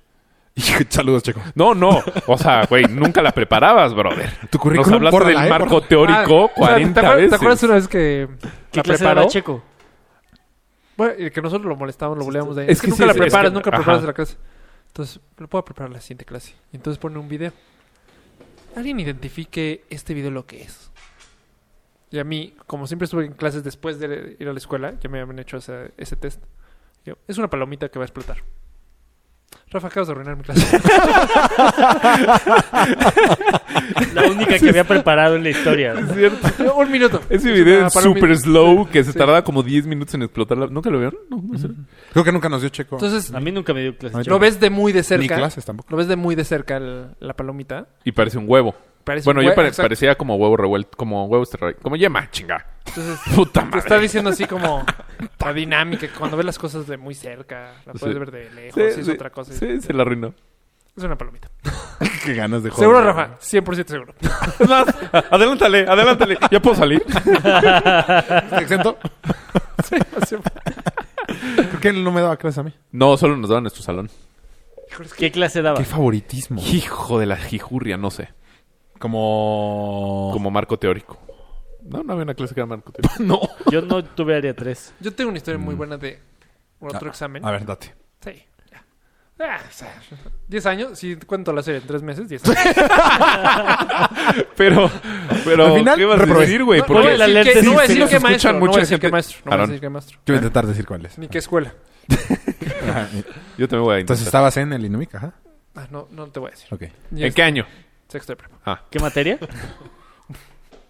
Hijo, Saludos, Checo. No, no. O sea, güey, nunca la preparabas, brother. Tu Nos currículum, hablaste del bórrala, ¿eh? marco Bórrala. teórico Ah, o sea, 40 ¿te acuerdas- veces. ¿Te acuerdas una vez que ¿Qué la clase preparó? daba Checo? Bueno, y que nosotros lo molestábamos, lo boleamos de ahí. Es Es, que que, sí, nunca la sí, preparas, es que- nunca preparas ajá. la clase. Entonces, lo puedo preparar la siguiente clase. Y entonces pone un video. Alguien identifique este video lo que es. Y a mí, como siempre estuve en clases después de ir a la escuela, ya me habían hecho ese, ese test. Yo, es una palomita que va a explotar. Rafa, acabas de arruinar mi clase. La única que había preparado en la historia. un minuto. Ese Es video una- es para un súper minuto. slow que se Sí. tardaba como 10 minutos en explotarla. ¿Nunca lo vieron? No, no sé. Creo que nunca nos dio checo. Entonces, A mí nunca me dio clase. Ay, lo ves de muy de Ni cerca. clases tampoco. Lo ves de muy de cerca el- la palomita. Y parece un huevo. Parece bueno, un yo hue- pare- exacto. parecía como huevo revuelto, como huevo terroristas. Como yema, chinga. Entonces, Puta te madre. está diciendo así como la dinámica. que Cuando ves las cosas de muy cerca, la puedes Sí. ver de lejos, Sí, y es sí, otra cosa. sí, se la arruinó. Es una palomita. Qué ganas de joder. Seguro, Rafa. 100% seguro. Es más, adelántale, adelántale. ¿Ya puedo salir? ¿Estás exento? Sí, así- Creo que él no me daba clases a mí. No, solo nos daban nuestro salón. Híjole, es que- ¿Qué clase daba? Qué favoritismo. Hijo de la jijurria, no sé. Como... Como marco teórico. No, no había una clase que era marco teórico. no. Yo no tuve área 3. Yo tengo una historia Mm. muy buena de otro Ah, examen. Ah, A ver, date. Sí. ya. Ah, o sea, 10 años, si cuento la serie en 3 meses, 10 años. Pero, pero... Al final, ¿Qué vas a reprobé. decir, güey? No, Porque- no voy a la decir que, alerta no voy a sí, sí decir nos qué escuchan maestro, no voy mucha a decir qué gente. maestro, no voy a Aarón. decir qué maestro. Yo voy a intentar decir cuál es. ¿Eh? Ni qué escuela. Ajá. Yo también voy a intentar. Entonces estabas en el Inumic, ajá. Ah, no, no te voy a decir. Ok. Ni ¿En es- qué año? Sexto de prepa. ¿Qué materia?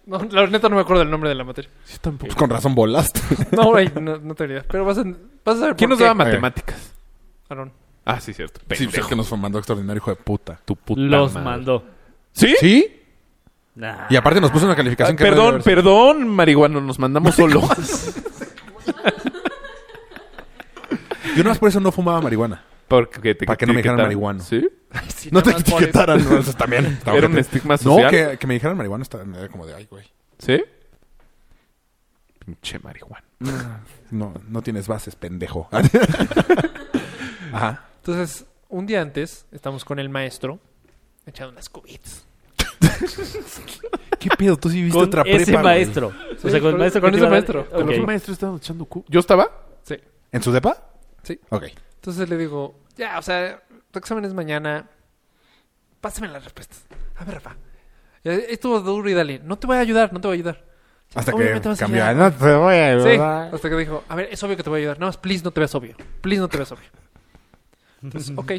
No, la neta no me acuerdo el nombre de la materia. Yo tampoco. Pues con razón volaste. No, güey, no, no tengo idea. Pero vas a, vas a saber ¿Quién por nos qué. daba matemáticas? Aarón. Ah, sí, cierto. Sí, pues es Pendejo. que nos mandó extraordinario, hijo de puta. Tu puta Los madre. mandó. ¿Sí? ¿Sí? Nah. Y aparte nos puso una Ah, calificación que... no perdón, debe haber perdón, marihuano. Nos mandamos solo. sido. Yo no más por eso no fumaba marihuana. Porque te Para que no me dijeran etiquetaran. marihuano. ¿Sí? Ay, sí, No te nada más por eso. etiquetaran, no, eso también. está Era ojete. un estigma No, social. que, que me dijeran marihuana está, me da como de, ay, güey. ¿Sí? Pinche marihuana. No, no tienes bases, pendejo. Ajá. Entonces, un día antes, estamos con el maestro echando unas cubitas. ¿Qué pedo? Tú sí viste Con otra ese prepa. güey. maestro. o sea, con el maestro Con que te ese iba a dar- maestro. Ok. Los maestros estaban echando cu- ¿Yo estaba? Sí. ¿En su depa? Sí. Ok. Entonces le digo, ya, o sea, tu examen es mañana. Pásame las respuestas. A ver, Rafa. Y ahí Estuvo duro y dale. No te voy a ayudar, no te voy a ayudar. Hasta Obviamente que vas a cambió. llegar. "Ah, No te voy a Sí, ayudar". hasta que dijo, a ver, es obvio que te voy a ayudar. No, please no te veas obvio. Please no te veas obvio. Entonces, ok.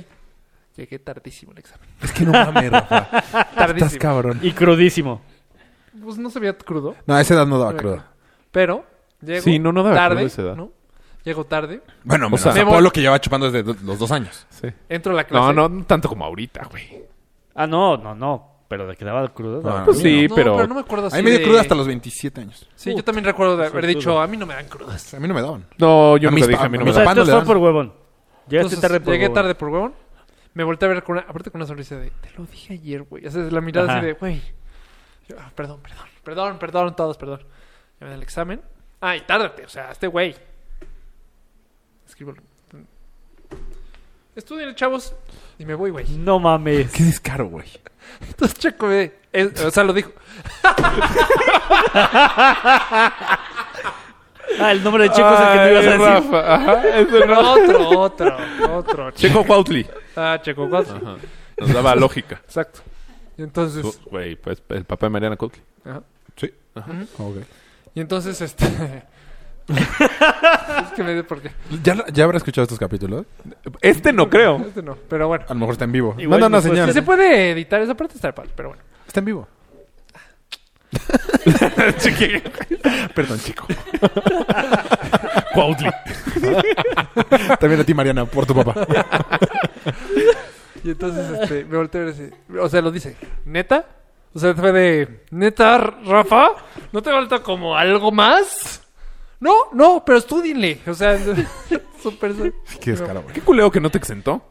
Llegué tardísimo al examen. Es que no mames, Rafa. Estás Tardísimo. cabrón. Y crudísimo. Pues no se veía crudo, No, a esa edad no daba crudo. pero llego Sí, no, no daba tarde, crudo a esa edad. ¿no? Llego tarde, Bueno, menos sea, a me voy- Polo que llevaba chupando desde do- los dos años. Sí. entro a la clase. No, no, no tanto como ahorita, güey. Ah, no, no, no. Pero de que daba crudo. No, daba no. crudo. Pues sí, No, pero... no me acuerdo así A mí me dio de- crudo hasta los 27 años. Sí, yo también recuerdo de haber suertudo. dicho, a mí no me dan crudas. A mí no me daban. No, yo A mis nunca dije, pa- a mí no me a O mis da. sea, Tapando esto le fue dan. por huevón. Llegaste Entonces, tarde por llegué huevón. tarde por huevón. Me volteé a ver con una, aparte con una sonrisa de, te lo dije ayer, güey. O sea, la mirada Ajá. así de, güey. Yo, "Ah, perdón, perdón, perdón, perdón, todos, perdón. Ya me da el examen. Ay, tárdate, o sea, este güey. Escribo. Estudien, chavos. Y me voy, güey. No mames. Qué descaro, güey. Entonces Checo me... eh, o sea, lo dijo. Ah, el nombre de Checo es el que te ibas a decir. Rafa, ajá, es el Rafa. Otro, otro, otro. Checo Huautli. Ah, Checo, cuatro. Nos daba lógica. Exacto. Y entonces... Su- Güey, pues el papá de Mariana Cuautli. ajá. Sí. Ok. Y entonces, este... es que me dio por qué. ¿Ya, lo- ya habrá escuchado estos capítulos. Este no creo. Este no, pero bueno. A lo mejor está en vivo. Igual Manda una después- señal. Si pues, se puede editar, esa parte está padre, pero bueno. Está en vivo. Perdón, chico. Cuautli. También a ti, Mariana, por tu papá. Y entonces, este, me volteé a ver así. O sea, lo dice, ¿neta? O sea, fue de, ¿neta, Rafa? ¿No te falta como algo más? No, no, pero estudienle. O sea, súper... Qué descaro, güey. Qué culeo que no te exentó.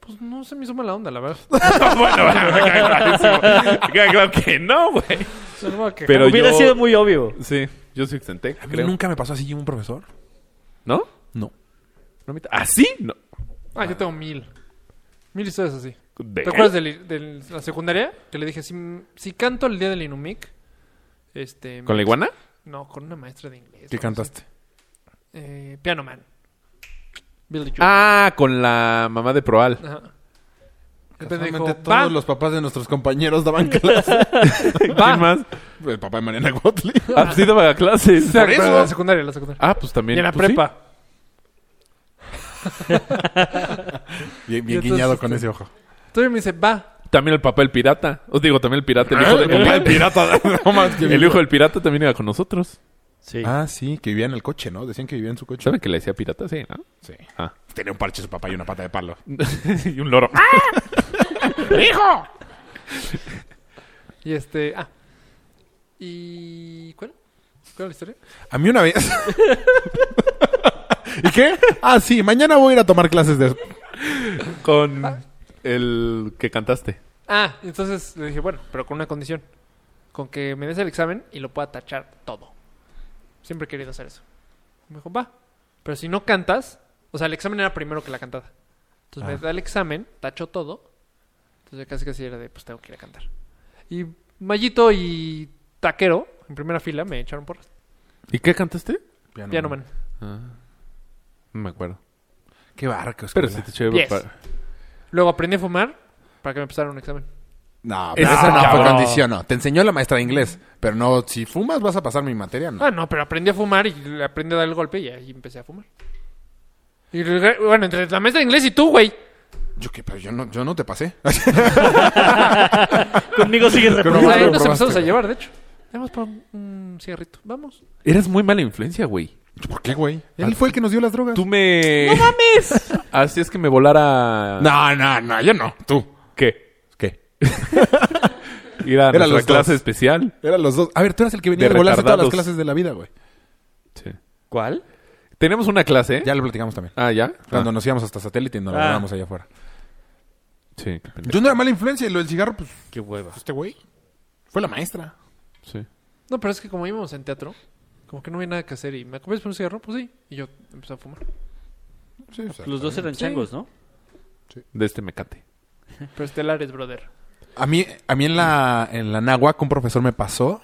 Pues no se me hizo mala onda, la verdad. bueno, bueno, me cae clarísimo. Me cae claro que no, güey. O sea, no me voy a quejar. Pero Hubiera yo... sido muy obvio. Sí, yo sí exenté, A mí creo. nunca me pasó así un profesor. ¿No? No. ¿No me- ¿Ah, sí? No. Ah, yo tengo mil. Mil historias así. ¿De ¿Te acuerdas de, la secundaria? Que le dije, si, si canto el día del Inumic, este... ¿Con la iguana? No, con una maestra de inglés. o ¿Qué algo así. cantaste? Eh, Piano Man. Billy Joel. Ah, con la mamá de Proal. Ajá. Después me dijo, Casualmente va, todos los papás de nuestros compañeros daban clases. ¿Quién va. más? El papá de Mariana Gottlieb. Ah, sí daba clases. Por Por eso. eso. Ah, pues La secundaria, la secundaria. Ah, pues también. y en la pues sí. prepa. Bien, Y bien entonces, guiñado con este, ese ojo. Entonces me dice, va. También el papá del pirata. Os digo, también el pirata. Ah, El hijo, de- el, Ah, El pirata. No más que el hijo del pirata también iba con nosotros. Sí. Ah, sí, que vivía en el coche, ¿no? Decían que vivía en su coche. ¿Saben que le decía pirata? Sí, ¿no? Sí. Ah. Tenía un parche su papá y una pata de palo. y un loro. Y este, ah. ¿Y cuál? ¿Cuál es la historia? A mí una vez. ¿Y qué? Ah, sí, mañana voy a ir a tomar clases de... Con el que cantaste. Ah, entonces le dije, bueno, pero con una condición. Con que me des el examen y lo pueda tachar todo. Siempre he querido hacer eso. Me dijo, va. Pero si no cantas, o sea, el examen era primero que la cantada. Entonces me da el examen, tacho todo. Entonces casi casi era de, pues tengo que ir a cantar. Y Mayito y Taquero, en primera fila, me echaron porras. ¿Y qué cantaste? Ah, Piano Man. No me acuerdo. Qué barcos. Pero sí te eché Yes. para- Luego aprendí a fumar para que me pasaran un examen. No, Ese esa es no fue cabrón. condición, no. Te enseñó la maestra de inglés. Pero no, si fumas vas a pasar mi materia, no. Ah, no, pero aprendí a fumar y le aprendí a dar el golpe y ahí empecé a fumar. Y regre- bueno, entre la maestra de inglés y tú, güey. Yo qué, pero yo no, yo no te pasé. Conmigo sigue O sea, No, no ahí lo nos probaste, empezamos a güey. llevar, de hecho. Vamos por un, un cigarrito. Vamos. Eras muy mala influencia, güey. ¿Por qué, güey? Él fue el que nos dio las drogas. Tú me... ¡No mames! Así es que me volara... No, no, no, yo no. Tú. ¿Qué? ¿Qué? Ir a Eran nuestra los dos. clase especial. Eran los dos. A ver, tú eras el que venía De de volarse todas las retardados. clases de la vida, güey. Sí. ¿Cuál? Tenemos una clase. Ya lo platicamos también. Ah, ¿ya? Cuando nos íbamos hasta satélite y nos Ah. la volábamos allá afuera. Ah, Sí. qué pendejo. Yo no era mala influencia y lo del cigarro, pues, Qué hueva. este güey. Fue la maestra. Sí. No, pero es que como íbamos en teatro, como que no había nada que hacer y me acompañas por un cigarro, pues sí. Y yo empecé a fumar. Sí, o sea, Los dos eran changos, ¿no? De este mecate. Pero estelares, brother. A mí, a mí en la, en la náhuac un profesor me pasó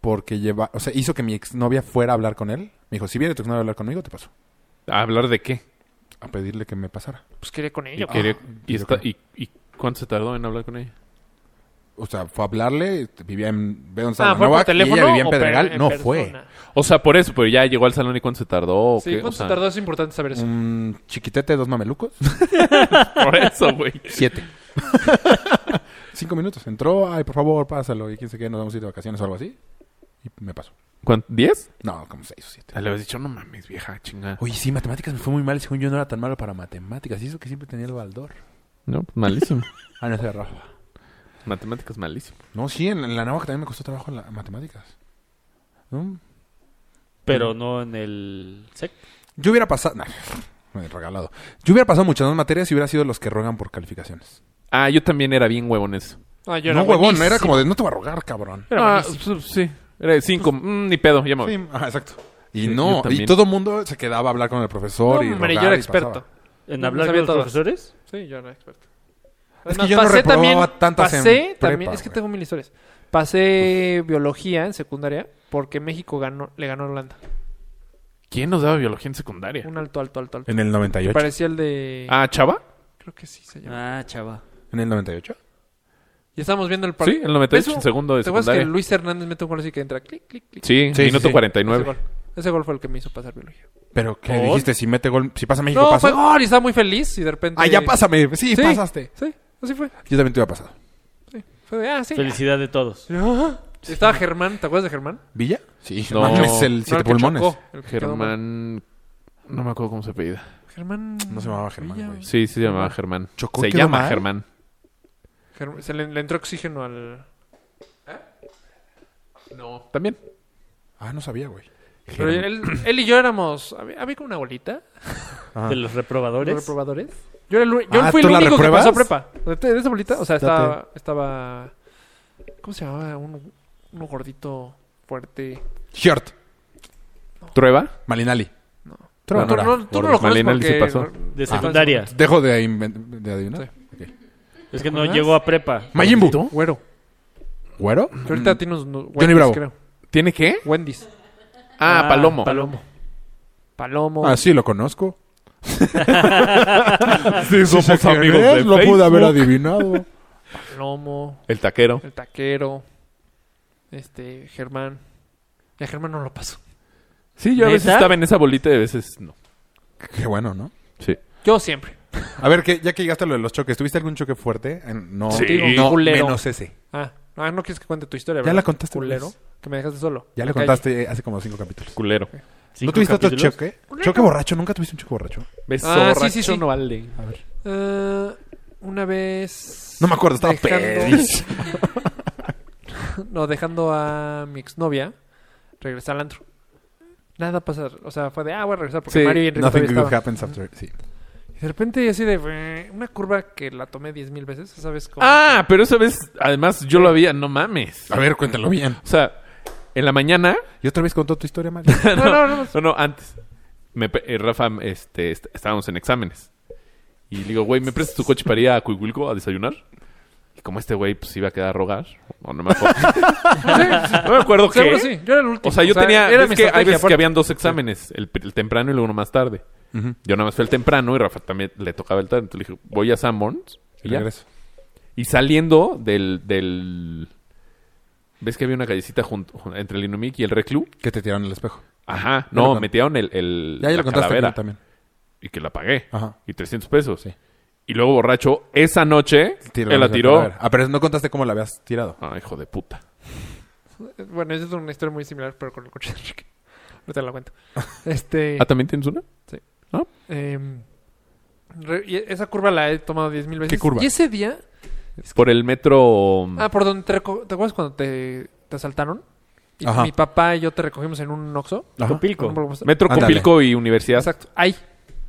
porque lleva, o sea, hizo que mi exnovia fuera a hablar con él. Me dijo, si viene tu exnovia a hablar conmigo, te paso. ¿A hablar de qué? A pedirle que me pasara. Pues quería con Y, ella. quería- Ah, y, yo esta- creo. y- y cuánto se tardó en hablar con ella? O sea, fue a hablarle, vivía en, ve dónde Ah, estaba la ¿fue por náhuac, y teléfono ella vivía en o per- Pedregal. en no, persona? O sea, por eso, pero ya llegó al salón y cuánto se tardó. o Sí, qué? O ¿cuánto se sea, tardó? Es importante saber fue eso. un chiquitete de dos mamelucos. Por eso, güey. Siete. Cinco minutos. Entró, ay, por favor, pásalo. Y quién se quede, nos vamos a ir de vacaciones o algo así. Y me pasó. ¿Cuán- ¿Diez? No, como seis o siete. Le habías dicho, no mames, vieja, chingada. Oye, sí, matemáticas me fue muy mal. Según yo no era tan malo para matemáticas. Y eso que siempre tenía el baldor. No, pues, malísimo. Ah, no, ese era Rafa. Matemáticas malísimo. No, sí, en, en la náhuatl también me costó trabajo la matemáticas. ¿No? Pero no en el SEC. Yo hubiera pasado... Nah, me he regalado. Yo hubiera pasado muchas más materias y hubiera sido los que rogan por calificaciones. Ah, yo también era bien huevón en eso. Ah, yo No, era huevón, buenísimo. era como de no te voy a rogar, cabrón. Era ah, pues, sí. Era de cinco. pues, mm, ni pedo, ya me voy. Sí, ajá, exacto. Y Sí, yo no, también. y todo el mundo se quedaba a hablar con el profesor y Hombre, yo rogar era y experto. pasaba. ¿En No hablar con sabía los todas. profesores? Sí, yo era experto. Es que yo no reprobaba tantas en pasé prepa, también, es que güey. tengo mil historias. Pasé biología en secundaria porque México ganó, le ganó a Holanda. ¿Quién nos daba biología en secundaria? Un alto, alto, alto, alto. En el 98. Parecía el de... Ah, Chava. Creo que sí se llama. Ah, chava. ¿En el 98? Y estábamos viendo el Sí, el 98 en Eso- segundo de ¿Te acuerdas que secundaria. Luis Hernández mete un gol así que entra clic, clic, clic? Sí, Sí, minuto sí, sí. Ese 49. gol. Ese gol fue el que me hizo pasar biología. ¿Pero qué ¿Gol? dijiste? Si mete gol, si pasa México, No, paso. fue gol y estaba muy feliz y de repente... Ah, ya pásame. Sí, Sí. pasaste. Sí, así fue. Yo también te hubiera pasado. Sí. Fue de, ah, sí. Felicidad de todos. Ah. Estaba Germán, ¿te acuerdas de Germán? ¿Villa? Sí. No. No, es el No, siete el que pulmones. chocó, el que quedó mal. Germán. No me acuerdo cómo se pedía. Germán. No se llamaba Germán, Villa. güey. Sí, sí se Ah. llamaba Germán. Chocó y se quedó llama mal. Germán. Germ- Se le, le entró oxígeno al. No. También. Ah, no sabía, güey. Pero él, él y yo éramos. Había, había como una bolita. De los ¿Los reprobadores. reprobadores? Yo, era el u- yo Ah, fui el ¿tú la único que repruebas? pasó prepa. De, de esa bolita. O sea, estaba, Date. estaba. ¿Cómo se llamaba? Un, uno gordito fuerte. Short. ¿Trueba? Malinali. No. Trueba tú, no era. no, tú no Gordo. lo conoces Malena, él sí porque... pasó. de secundaria. Dejo de, inven- de adivinar. Es que no ¿Acuerdas? llegó a prepa. Majin Buu. Güero. ¿Güero? Que ahorita tiene unos. unos Mm. Johnny Bravo. creo. ¿Tiene qué? Wendy's. Ah, Ah, Palomo. Palomo. Palomo. Ah, sí, lo conozco. sí, somos sé quién amigos es, de Lo pude haber Facebook. adivinado. Palomo. El taquero. El taquero. Este. Germán. Y a Germán no lo pasó. Sí, yo a veces ¿Neta? estaba en esa bolita y a veces no. Qué bueno, ¿no? Sí. Yo siempre. A ver, que, ya que llegaste a lo de los choques, ¿tuviste algún choque fuerte? Eh, No, Sí. no Culero. menos ese. Ah, ah, no quieres que cuente tu historia, Ya ¿verdad? la contaste, Culero. pues. Que me dejaste solo. Ya la le contaste eh, hace como cinco capítulos. Culero. ¿No tuviste otro capítulos? choque? ¿Choque borracho? ¿Nunca tuviste un choque borracho? Beso Ah, sí, borracho sí, sí. no vale. A ver. Eh, una vez. No me acuerdo, estaba pedísimo. No, dejando a mi exnovia regresar al antro. Nada pasar. O sea, fue de, ah, voy a regresar porque Sí, Mario y Enrique Nothing todavía good estaban. happens after. Sí. Y de repente, así de, eh, una curva que la tomé diez mil veces, ¿sabes? Como- Ah, pero esa vez, además, yo lo había, no mames. A ver, cuéntalo bien. O sea, en la mañana. Y otra vez contó tu historia, Mario. No, no, no. No, no, antes. Me pe- eh, Rafa, este, est- estábamos en exámenes. Y le digo, güey, ¿me prestas tu coche para ir a Cuicuilco a desayunar? Y como este güey, pues iba a quedar a rogar. O no me acuerdo. no me acuerdo qué. Seguro sí, yo era el último. O sea, yo tenía. Era ves mi que hay estrategia, veces que aparte. habían dos exámenes, el, pr- el temprano y luego uno más tarde. Yo nada más fui el temprano y Rafa también le tocaba el tarde. Entonces le dije, voy a Sanborns. Y, ya. Regreso. Y saliendo del, del. ¿Ves que había una callecita junto, jun- entre el Inumic y el Reclu? Que te tiraron el espejo. Ajá. Ya lo No, con- metieron el. el Ya, ya la lo contaste calavera. aquí también. Y que la pagué. Ajá. Y 300 pesos. Sí. Y luego borracho, esa noche, Tiraron él la esa tiró. calavera. Ah, pero no contaste cómo la habías tirado. Ah, hijo de puta. Bueno, esa es una historia muy similar, pero con el coche de Enrique. Ahorita la cuento. Este. Ah, ¿también tienes una? em, re- y esa curva la he tomado diez mil veces. ¿Qué curva? Y ese día. Por el metro. Ah, por donde te reco- ¿Te acuerdas cuando te, te asaltaron? Y Ajá. mi papá y yo te recogimos en un Oxxo. No Ajá. Copilco. me acuerdo. metro Ándale. Copilco y Universidad. Exacto. Ahí.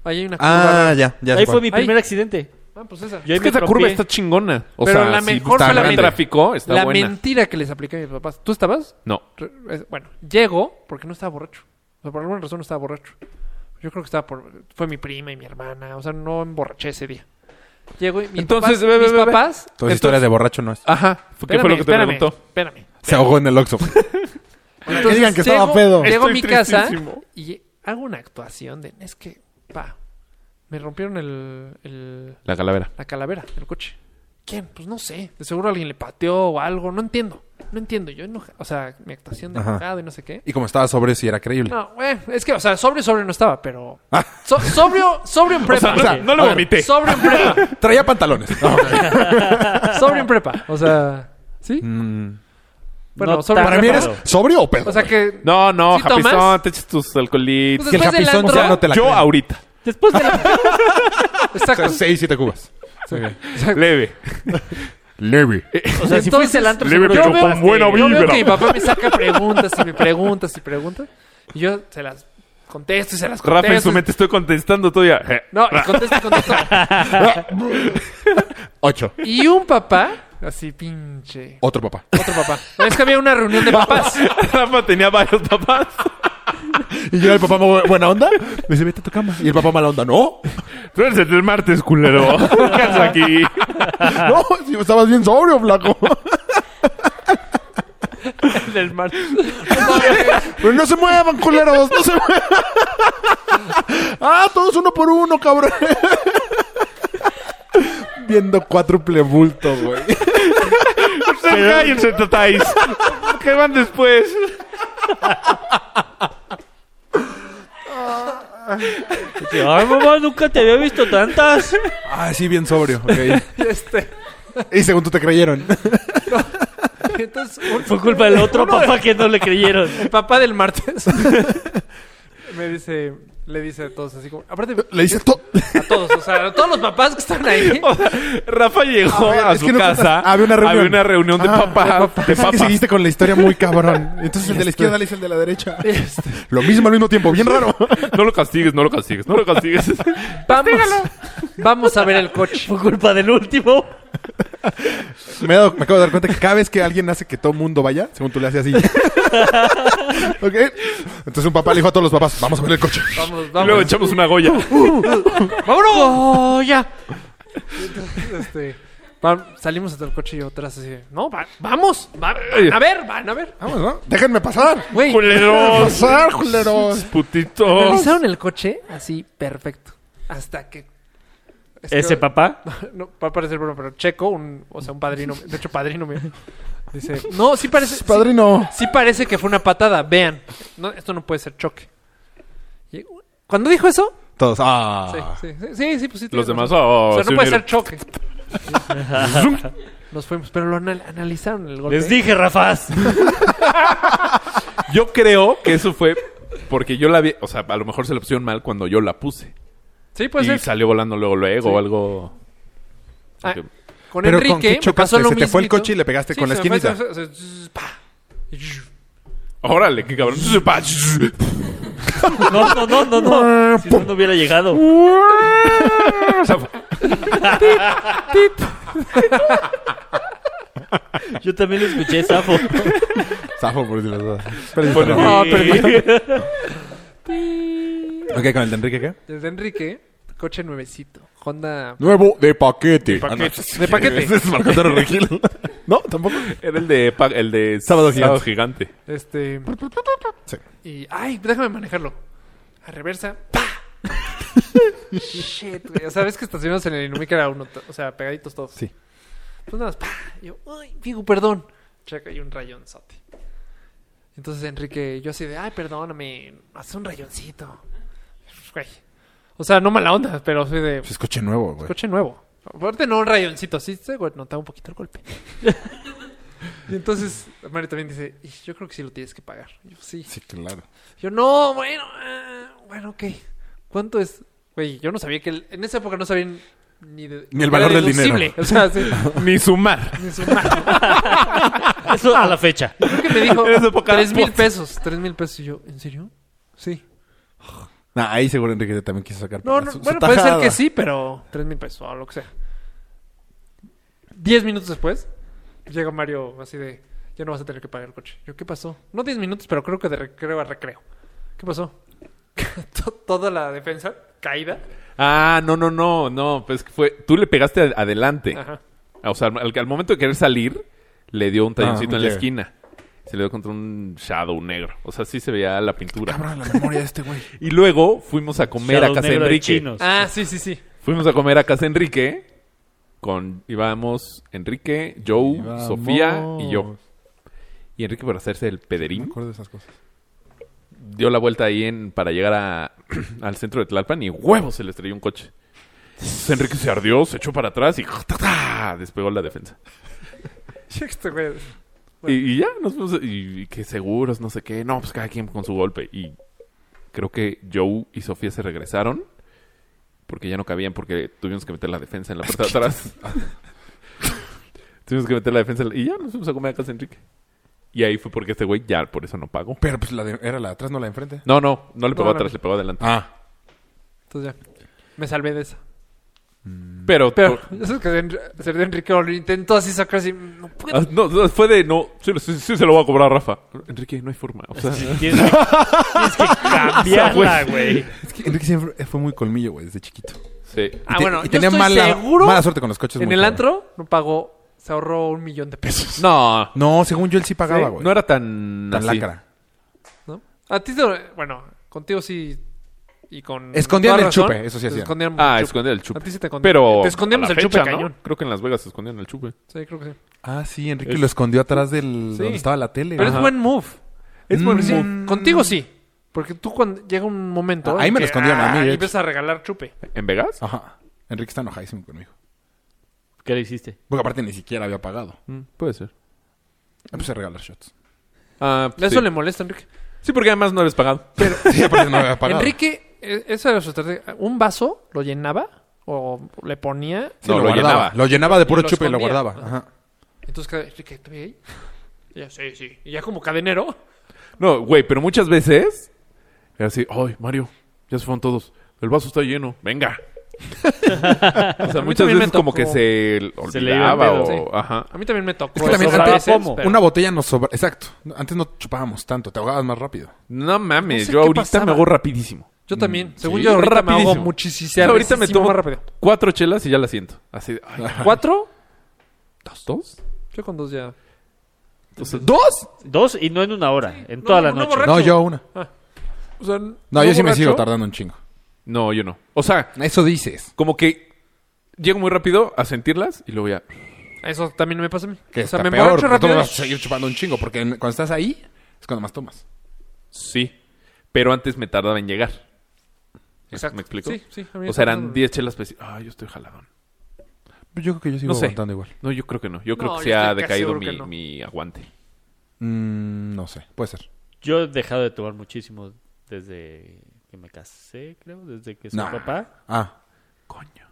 Ahí hay una curva. Ah, ya, ya. sé Ahí fue cuál. mi Ahí. primer accidente. Ah, pues esa. Yo ahí Es que me esa curva tropié. está chingona. O Pero sea, la si mejor está fue la grande. mentira. tráfico, está la buena. mentira que les apliqué a mis papás. ¿Tú estabas? No. Re- es- Bueno, llego porque no estaba borracho. O sea, por alguna razón no estaba borracho. Yo creo que estaba por... Fue mi prima y mi hermana. O sea, no emborraché ese día. Llego y mis Entonces, papás... ve, ve, mis ve, ve. papás... Tu historia de borracho no es. Ajá. ¿Qué fue lo que te espérame, preguntó? Espérame. Se ahogó en el Oxxo. Entonces, digan que llego- estaba pedo. Llego a Estoy mi casa tristísimo. y hago una actuación de... Es que, pa, me rompieron el- el La calavera. La calavera, el coche. ¿Quién? Pues no sé. De seguro alguien le pateó o algo. No entiendo. No entiendo. Yo enoja- O sea, mi actuación de Ajá. enojado y no sé qué. Y como estaba sobre si era creíble. No, güey. Es que, o sea, sobrio, sobrio no estaba, pero... Ah. So- sobrio, sobrio en prepa. O sea, no lo A ver, vomité. Sobrio en prepa. Traía pantalones. sobrio en prepa. O sea... ¿Sí? Mm. Bueno, No sobrio en tan- Para mí prepa. eres sobrio o pedo. O sea que... No, no, ¿Sí Japizón, tomas? te echas tus alcoholitos. Pues, que el después del japizón antro- ya no te la Yo creen. ahorita. Después de la... O sea, Exacto. seis, siete cubas. Leve. Levy. O sea, si Entonces, fuiste al antro, leve, seguro pero con chupaste. buena Yo veo vibra. que mi papá me saca preguntas y me preguntas y preguntas. Y yo se las contesto y se las contesto. Rafa, en su mente estoy contestando todavía. No, y contesto y contesto. Ocho. Y un papá, así pinche. Otro papá. Otro papá. Es que había una reunión de papás. Rafa tenía varios papás. Y yo el papá bu- buena onda. Me dice, vete a tu cama. Y el papá mala onda. No, Tú eres el del martes, culero. ¿Qué haces aquí? no, si estabas bien sobrio, flaco. del mar. Pero no se muevan, culeros, no se muevan. Ah, todos uno por uno, cabrón. Viendo cuádruple bulto, güey. Ustedes cállense, tatáis. ¿Qué van después? Ay, mamá, nunca te había visto tantas. Ah, sí, bien sobrio. Y este. Y según tú te creyeron. Entonces, un- Fue culpa del otro papá que no le creyeron. el papá del martes me dice, le dice a todos así como. Aparte, Le dices todo. a todos, o sea, a todos los papás que están ahí. Rafa llegó A a, ver, es su que no casa. contaste. Había una reunión. Había una reunión de Ah, papás. De Es que papas. seguiste con la historia muy cabrón. Entonces el de la izquierda le dice el de la derecha. este, Lo mismo al mismo tiempo, bien raro. No lo castigues, no lo castigues, no lo castigues. Pues Vamos, vamos a ver el coche. Fue culpa del último. Me, he dado- me acabo de dar cuenta que cada vez que alguien hace que todo mundo vaya, según tú le haces así. ¿Ok? Entonces un papá le dijo a todos los papás, vamos a ver el coche. Vamos, Y luego vamos. echamos una Goya. ¡Vámonos! ya! Entonces, este. va- salimos hasta el coche y yo atrás así. de, No, va- vamos. va- van a ver, van a ver. Vamos, ¿no? Déjenme pasar. Güey, ¡Culeros! Pasar, culeros. ¡Putitos! analizaron el coche así perfecto. Hasta que Es que- Ese papá. No, va a parecer broma, pero Checo, un, o sea, un padrino, de hecho padrino mío, dice, no, sí parece, sí- Padrino. sí, parece que fue una patada, vean, No, esto no puede ser choque. Y, cuando dijo eso, Todos, ah. Sí, sí, sí, sí, pues sí. Los tienes demás, razón. oh, o sea, se no puede unieron. ser choque. Nos fuimos, pero lo anal- analizaron el golpe. Les dije, Rafaz. Yo creo que eso fue porque yo la vi, o sea, a lo mejor se la pusieron mal cuando yo la puse. Sí, puede y ser. salió volando luego, luego, Sí. o algo. Ah, Porque- Con Pero Enrique ¿con qué me chocaste? pasó lo Se te fue el mismito. coche y le pegaste Sí, con la se me fue, esquinita. se- se- se- pa. Órale, qué cabrón. No, no, no, no, no. Si no, no hubiera llegado. Uh. O sea, fue- Yo también lo escuché, Safo. Zafo, por decirlo así. fue en el- Ah, perdí. Ok, con el de Enrique, ¿qué? Desde Enrique, coche nuevecito. Honda. Nuevo de paquete. Ah, no. De paquete. Ese es Marco Antonio Regil. no, tampoco. Era el de, pa- el de Sábado gigante. Este. Sí. Y. ¡Ay! Déjame manejarlo. A reversa. ¡Pa! Shit, güey. O sea, ves que estacionamos en el Inumica era uno. to- O sea, pegaditos todos. Sí. Pues nada más. ¡Pa! Yo, ¡ay! Figu, perdón. Checa, hay un rayón, Sati. Entonces Enrique, yo así de, ay, perdóname, hace un rayoncito. Güey. O sea, no mala onda, pero soy de, Pues es coche nuevo, güey. Coche nuevo. Aparte no un rayoncito, sí se güey, notaba un poquito el golpe. y entonces Mario también dice, "Ish, yo creo que sí lo tienes que pagar. Y yo, sí. Sí, claro. Yo, no, bueno, ah, bueno, ok. ¿Cuánto es? Güey, yo no sabía que... el- en esa época no sabían ni... de- Ni el era valor del dinero. deducible. O sea, sí, Ni sumar. ni sumar. Eso a la fecha. Creo que me dijo En esa época tres era mil post. pesos, tres mil pesos. Y yo, ¿en serio? Sí. Nah, ahí seguro Enrique también quiso sacar. No, Ah, su- no, su bueno, puede ser tajada. que sí, pero tres mil pesos o lo que sea. Diez minutos después, llega Mario así de, ya no vas a tener que pagar el coche. Yo, ¿qué pasó? No diez minutos, pero creo que de recreo a recreo. ¿Qué pasó? To- Toda la defensa caída. Ah, no, no, no, no. Pues que fue. Tú le pegaste ad- adelante. Ajá. O sea, al, al momento de querer salir, le dio un talloncito Ah, en la ok. esquina. Se le dio contra un shadow negro. O sea, sí se veía la pintura. Cabrón, la memoria de este güey. Y luego fuimos a comer Shadow a casa de negro de Enrique. chinos. Ah, sí, sí, sí. Fuimos a comer a casa de Enrique. Con íbamos Enrique, Joe, Íbamos. Sofía y yo. Y Enrique por hacerse el Me pederín acuerdo de esas cosas. dio la vuelta ahí en, para llegar a- al centro de Tlalpan y huevos se le estrelló un coche. Entonces, Enrique se ardió, se echó para atrás y ¡ta, ta! despegó la defensa. Este güey. Y, y ya, nos fuimos, y, y que seguros, no sé qué. No, pues cada quien con su golpe. Y creo que Joe y Sofía se regresaron porque ya no cabían, porque tuvimos que meter la defensa en la parte de atrás. tuvimos que meter la defensa en la- y ya nos fuimos a comer a casa de Enrique. Y ahí fue porque este güey ya por eso no pagó. Pero pues la de- era la de atrás, no la de enfrente. No, no, no le pegó No, no. atrás, le pegó adelante. Ah. Entonces ya, me salvé de esa. Pero, Pero eso es que Enri- se dio Enrique o lo intentó así sacar así. No puedo. Ah, No, no, fue de no, sí, sí, sí se lo voy a cobrar a Rafa. Enrique, no hay forma. O sea, Tienes que, tienes que cambiarla, güey. Es que Enrique siempre fue muy colmillo, güey, desde chiquito. sí. Ah, Y te- bueno, y yo tenía estoy mala, seguro mala suerte con los coches. En muy el cabrón. antro no pagó, se ahorró un millón de pesos. No, No, según yo él sí pagaba, güey. no era tan, tan así. lacra. ¿no? A ti, te- bueno, contigo sí. Y con. Escondían toda el razón, chupe, eso sí te hacían. Escondían Ah, el chupe. esconder el chupe. A ti sí te escondían. eh, Pero Te escondíamos a el la chupe fecha, ¿no? cañón. Creo que en Las Vegas se escondían el chupe. Sí, creo que sí. Ah, sí, Enrique Es- lo escondió atrás del Sí. donde estaba la tele. Pero güey. es buen move. Es Mm, buen move. Contigo sí. Porque tú cuando llega un momento. Ah, ahí en me lo que, escondieron a mí, ah, de Y hecho. empiezas a regalar chupe. ¿En Vegas? Ajá. Enrique está enojadísimo conmigo. ¿Qué le hiciste? Porque aparte ni siquiera había pagado. Mm, puede ser. Me puse a regalar shots. Ah, pues Eso sí. le molesta a Enrique. Sí, porque además no habías pagado. Sí, aparte no había pagado. Enrique, eh, esa era su estrategia. Un vaso lo llenaba o le ponía. Sí, No, lo, lo guardaba. llenaba. Lo llenaba de puro lo chupe y lo escondía. guardaba. Ajá. Entonces, cada- Enrique, ¿te ahí? Y ya, sí, sí. Y ya como cadenero. No, güey, pero muchas veces era así, ay, Mario, ya se fueron todos. El vaso está lleno, venga. o sea, mí muchas también me veces como que tocó. se Se le iba el olvidaba pedo, o... sí. Ajá. A mí también me tocó. Es que también eso varias antes- veces, pero- Una botella nos sobra. Exacto. Antes no chupábamos tanto, te ahogabas más rápido. No mames, No sé yo qué ahorita pasaba. me hago rapidísimo. Yo también. Según Sí, yo, Mm, ahorita me rapidísimo. hago muchísimo. O sea, ahorita me tomo más rápido. cuatro chelas y ya la siento. Así de, ay, ¿Cuatro? ¿dos? ¿Dos? Yo con dos ya. O sea, ¿Dos? Dos y no en una hora, en no, toda la no, no noche. borracho. No, yo una. O sea, No, yo sí me borracho. sigo tardando un chingo. No, yo no. O sea, Eso dices. como que llego muy rápido a sentirlas y luego ya... Eso también me pasa a mí. Que o sea, está me peor. emborracho porque tú rápido. vas a seguir chupando un chingo. Porque en- cuando estás ahí, es cuando más tomas. Sí. Pero antes me tardaba en llegar. Exacto. ¿Me explico? Sí, sí. a mí O sea, no- eran 10 chelas para decir, ah, yo estoy jaladón. Pues Yo creo que yo No sigo sé. aguantando igual. No, yo creo que no. Yo creo No, que yo se ha estoy casi decaído seguro que mi, no. mi aguante. Mm, no sé, puede ser. Yo he dejado de tomar muchísimo desde que me casé, creo, desde que soy Nah. papá. Ah, Coño.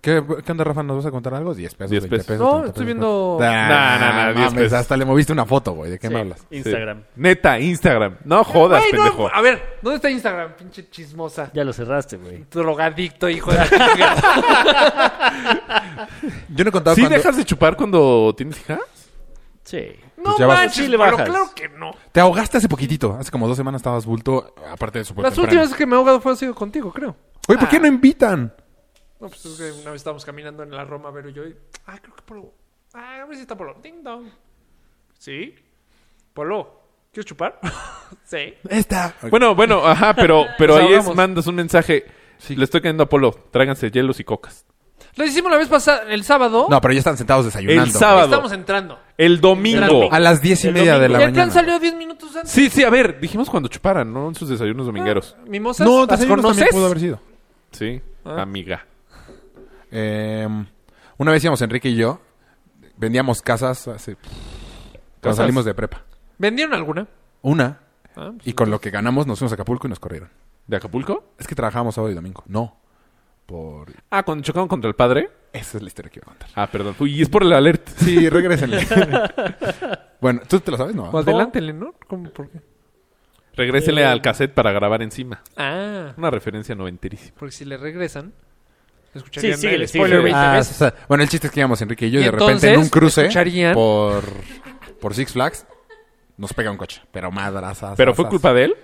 ¿qué, qué onda, Rafa? ¿Nos vas a contar algo? 10 pesos, 10 20 pesos. pesos. No, 30 estoy pesos, viendo- Ah, Nah, nah, nah, 10 mames, pesos. Hasta le moviste una foto, güey. ¿De qué Sí, me hablas? Instagram. Sí. Neta, Instagram. No jodas, Güey, no, Ah, pendejo. a ver, ¿dónde está Instagram? Pinche chismosa. Ya lo cerraste, güey. Drogadicto, hijo de la chingada. Yo no he contado ¿Sí cuando- dejas de chupar cuando tienes hijas? Sí. No ya vas. manches, Sí le Pablo, bajas. claro que no. Te ahogaste hace poquitito. Hace como dos semanas estabas bulto, aparte de su Las últimas que me he ahogado fue ha sido contigo, creo. Oye, ¿por qué no invitan? No, pues es que una vez estábamos caminando en la Roma, Vero y yo, y... Ah, creo que Polo... Ah, a ver si está Polo. Ding dong. ¿Sí? Polo, ¿quieres chupar? sí. Esta. Bueno, bueno, ajá, pero, pero Nos ahí es, ahogamos. mandas un mensaje. Le estoy cayendo a Polo, tráiganse hielos y cocas. Lo hicimos la vez pasada, el sábado. No, pero ya están sentados desayunando. El sábado. Estamos entrando. El domingo. güey. A las diez y El media de Y la el mañana. plan salió 10 minutos antes. Sí, sí, a ver, dijimos cuando chuparan, ¿no? En sus Ah. desayunos domingueros. Mimosas, No, ¿las desayunos conoces? también pudo haber sido. Sí, Ah. amiga. Eh, una vez íbamos Enrique y yo, vendíamos casas hace- cuando ¿Casas? salimos de prepa. ¿Vendieron alguna? Una. Ah, pues, Y con lo que ganamos nos fuimos a Acapulco y nos corrieron. ¿De Acapulco? Es que trabajábamos sábado y domingo. No. Por... Ah, cuando chocaron contra el padre. Esa es la historia que iba a contar. Ah, perdón. Uy, es por el alert. Sí, regrésenle. bueno, ¿tú te la sabes? No. Pues adelántele, ¿no? ¿Cómo, por qué? Regrésenle al cassette para grabar encima. Ah, Una referencia noventerísima. porque si le regresan, escucharían síguele, el síguele. spoiler 20 Ah, veces. o sea, bueno, el chiste es que íbamos Enrique y yo y, Y de repente en entonces, un cruce escucharían- por, por Six Flags nos pega un coche. Pero madrazas. Pero fue asas. culpa de él.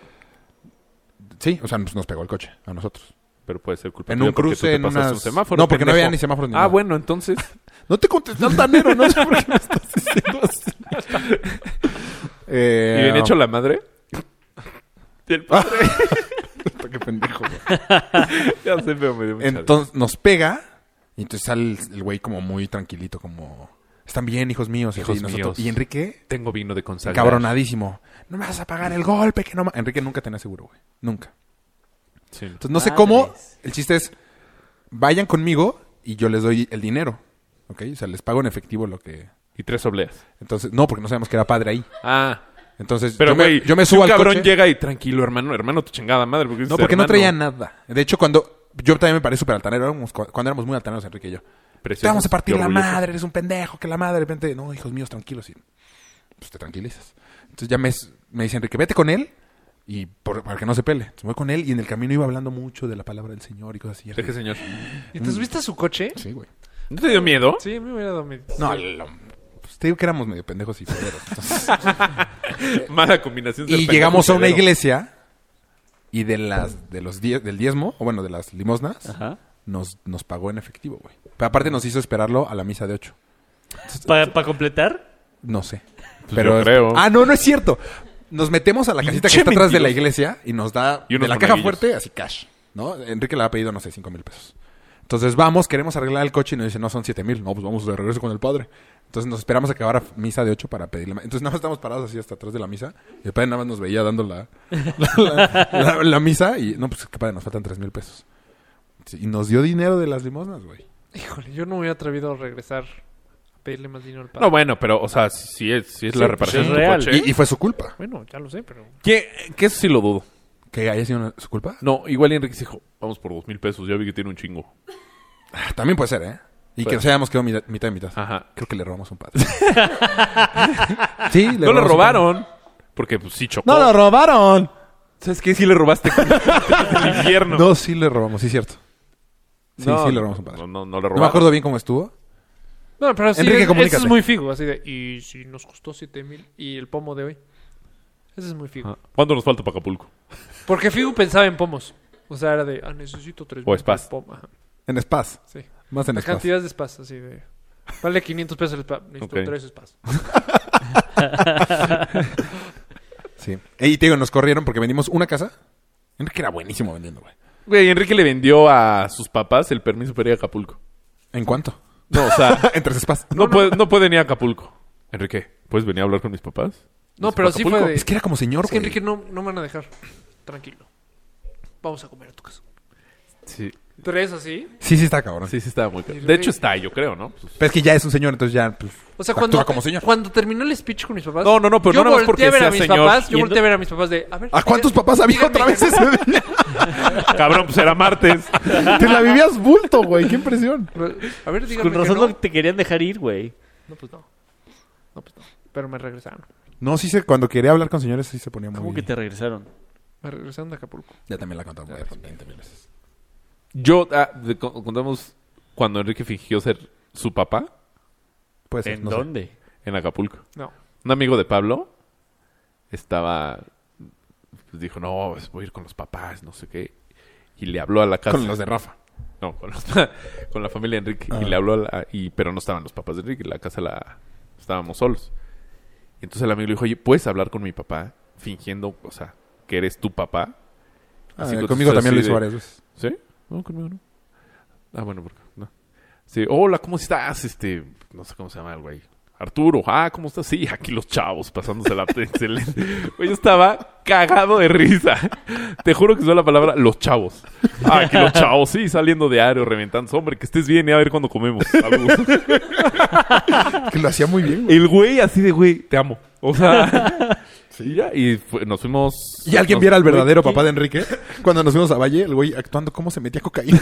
Sí, o sea, nos, nos pegó el coche a nosotros. Pero puede ser culpa En tuya un porque cruce, tú te en pasaste unas- un semáforo. No, porque no pendejo. había ni semáforos ni Ah, nada. bueno, entonces. No te contesté altanero, no sé por qué me estás diciendo así. ¿Y Eh, ah. bien hecho la madre? Y el- Qué pendejo, güey. ya sé, pero me dio mucha Entonces nos pega y entonces sale el- el güey como muy tranquilito, como... Están bien, hijos míos. así, Hijos y nosotros- míos. Y Enrique, risa. Tengo vino de consagrar. cabronadísimo. No me vas a pagar el golpe, que no... ma-". Enrique nunca tenía seguro, güey. Nunca. Sí, no. Entonces, no sé cómo. El chiste es, vayan conmigo y yo les doy el dinero. ¿Ok? O sea, les pago en efectivo lo que... Y tres obleas. Entonces, no, porque no sabíamos que era padre ahí. Ah. Entonces, Pero, yo, me- güey, yo me, si subo un al cabrón coche. llega y tranquilo, hermano, hermano, tu chingada madre. Porque No, dices, porque no hermano, traía nada. De hecho, cuando... Yo también me parecí súper altanero. éramos cu- cuando éramos muy altaneros, Enrique y yo. preciosos Te vamos a y partir la orgullosos. madre, eres un pendejo, que la madre. De repente, no, hijos míos, tranquilos. Y, pues te tranquilizas. Entonces ya me, me dice Enrique, vete con él y por- para que no se pele. Entonces voy con él y en el camino iba hablando mucho de la palabra del Señor y cosas así. Deje, señor. ¿Y te subiste a su coche? Sí, güey. ¿No te dio miedo? Sí, a mí me hubiera dado miedo. No, lo- pues, te digo que éramos medio pendejos y pederos. entonces. Mala combinación. y llegamos a una iglesia y de las de los die- del diezmo, o bueno, de las limosnas, Ajá. nos, nos pagó en efectivo, güey. Pero aparte nos hizo esperarlo a la misa de ocho. ¿Para completar? No sé. Pues yo creo. Ah, no, no es cierto. Nos metemos a la casita que Pinche está atrás de la mentiroso. iglesia y nos da Y unos de la caja monaguillos. fuerte así cash, ¿no? Enrique le ha pedido, no sé, cinco mil pesos. Entonces vamos, queremos arreglar el coche y nos dice, no, son siete mil. No, pues vamos de regreso con el padre. Entonces nos esperamos a que ahora misa de ocho para pedirle. ma- Entonces nada más estamos parados así hasta atrás de la misa y el padre nada más nos veía dando la, la, la- la- la misa y, no, pues qué padre, nos faltan tres mil pesos. Sí, Y nos dio dinero de las limosnas, güey. Híjole, yo no me hubiera atrevido a regresar a pedirle más dinero al padre. No, bueno, pero, o sea, si es, si es la Sí, reparación pues de es tu real. coche. Y, y fue su culpa. Bueno, ya lo sé, pero... ¿Qué, que eso sí lo dudo. ¿Que haya sido una- su culpa? No, igual Enrique se dijo, vamos por dos mil pesos, ya vi que tiene un chingo. Ah, También puede ser, ¿eh? Y Puede que se hayamos quedado mitad, mitad y mitad. Ajá. Creo que le robamos un padre. sí, no le robamos lo un robaron, porque pues sí chocó. padre. No lo robaron. ¿Sabes qué? Sí le robaste el infierno. No, sí le robamos, sí, cierto. Sí, sí le robamos un padre. No, no, no le No, robaron. me acuerdo bien cómo estuvo. No, pero sí, Enrique, es- eso es comunícate. muy figo, así de... Y si nos costó 7 mil y el pomo de hoy. Eso es muy figo. Ajá. ¿Cuánto nos falta para Acapulco? Porque figo pensaba en pomos. O sea, era de, ah, necesito 3 O spas. pomo. Ajá, En Spaz. sí. Más en Las Spaz. cantidades de spas, así de... Vale 500 pesos el spa. Necesito Ok. 3 spas. Sí. Y te digo, nos corrieron porque vendimos una casa. Enrique era buenísimo vendiendo, güey. Güey, Enrique le vendió a sus papás el permiso para ir a Acapulco. ¿En cuánto? No, o sea, Entre Spaz. no, puede, no puede ni a Acapulco. Enrique, ¿puedes venir a hablar con mis papás? No, pero sí fue Acapulco. de... Es que era como señor, Es que güey. Enrique no, no me van a dejar. Tranquilo. Vamos a comer a tu casa. Sí. Tres así. Sí, sí está cabrón. Sí, sí, estaba muy Sí, caro. De güey. hecho, está, yo creo, ¿no? Pues- Pero es que ya es un señor, entonces ya pues, O sea, actúa cuando, como señor. cuando terminó el speech con mis papás. No, no, no, pero yo no nada más volteé a porque ver a sea mis señor. papás. Yo Y volteé a ver a mis papás de. A ver, ¿A cuántos papás había dígame. otra vez ese día? Cabrón, pues era martes. Te la vivías bulto, güey. Qué impresión. A ver, díganme. Con razón que no. no te querían dejar ir, güey. No, pues no. No, pues no. Pero me regresaron. No, sí, se, cuando quería hablar con señores, sí se ponía muy... ¿Cómo que te regresaron? Me regresaron de Acapulco. Ya también la contamos 20 mil veces. Yo, ah, de- con- contamos cuando Enrique fingió ser su papá Pues, ¿En no sé. dónde? en Acapulco. No. Un amigo de Pablo estaba. pues, dijo, no, pues, voy a ir con los papás, no sé qué. Y le habló a la casa. Con los de Rafa. No, con, los- con la familia de Enrique. Ah. Y le habló a la- y Pero no estaban los papás de Enrique. La casa la... Estábamos solos. Y entonces el amigo le dijo, oye, ¿puedes hablar con mi papá fingiendo, o sea, que eres tu papá? Así Ah, con conmigo sus también lo así hizo de- varias veces. ¿Sí? No, conmigo no. Ah, bueno, porque no. Sí, hola, ¿cómo estás? Este, no sé cómo se llama el güey. Arturo, ah, ¿cómo estás? Sí, aquí los chavos pasándose la excelente. Güey, yo estaba cagado de risa. Te juro que usó la palabra los chavos. Ah, aquí los chavos, sí, saliendo de aéreo, reventando. Hombre, que estés bien y a ver cuándo comemos. Saludos. Que lo hacía muy bien, güey. El güey así de güey, te amo. O sea, y ya, y fue- nos fuimos. Y alguien nos- viera al güey, verdadero papá de Enrique. Cuando nos fuimos a Valle, el güey actuando cómo se metía cocaína.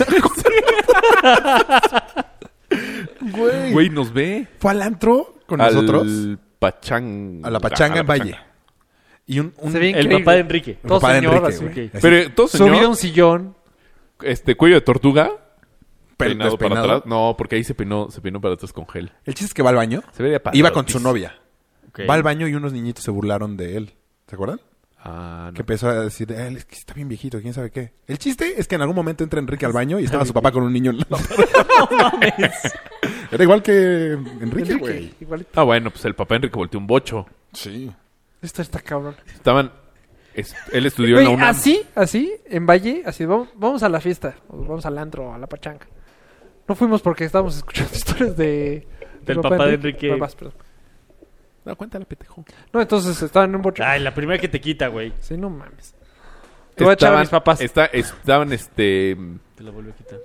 güey. Güey, nos ve. Fue al antro con al nosotros. pachang- A la Ajá, pachanga en la Valle. Y un... un Se ve El Increíble. papá de Enrique. un todo papá de señor, Enrique, así, güey. ok. Así. Pero todo señor, Subido a un sillón. este cuello de tortuga, Pero peinado para despeinado. atrás. No, porque ahí se peinó, se peinó para atrás con gel. El chiste es que va al baño. Se vería padre. Iba con su novia. Ok. Va al baño y unos niñitos se burlaron de él. ¿Se acuerdan? Ah, Que no. empezó a decir, él es que está bien viejito, quién sabe qué. El chiste es que en algún momento entra Enrique al baño y estaba su papá con un niño en la Era igual que Enrique, güey. Igualito. Ah, bueno, pues el papá Enrique volteó un bocho. Sí. Esto está cabrón. Estaban es- él estudió en la Güey, UNAM. así, así, en Valle, así, vamos, vamos a la fiesta, o vamos al antro, a la pachanga. No fuimos porque estábamos escuchando historias de... Del papá de Enrique. Papás, perdón. No, cuéntale, petejo. No, entonces estaban en un bocho. Ay, la primera que te quita, güey. Sí, no mames. Te voy a echar a mis papás. está- estaban este Te la vuelve a quitar.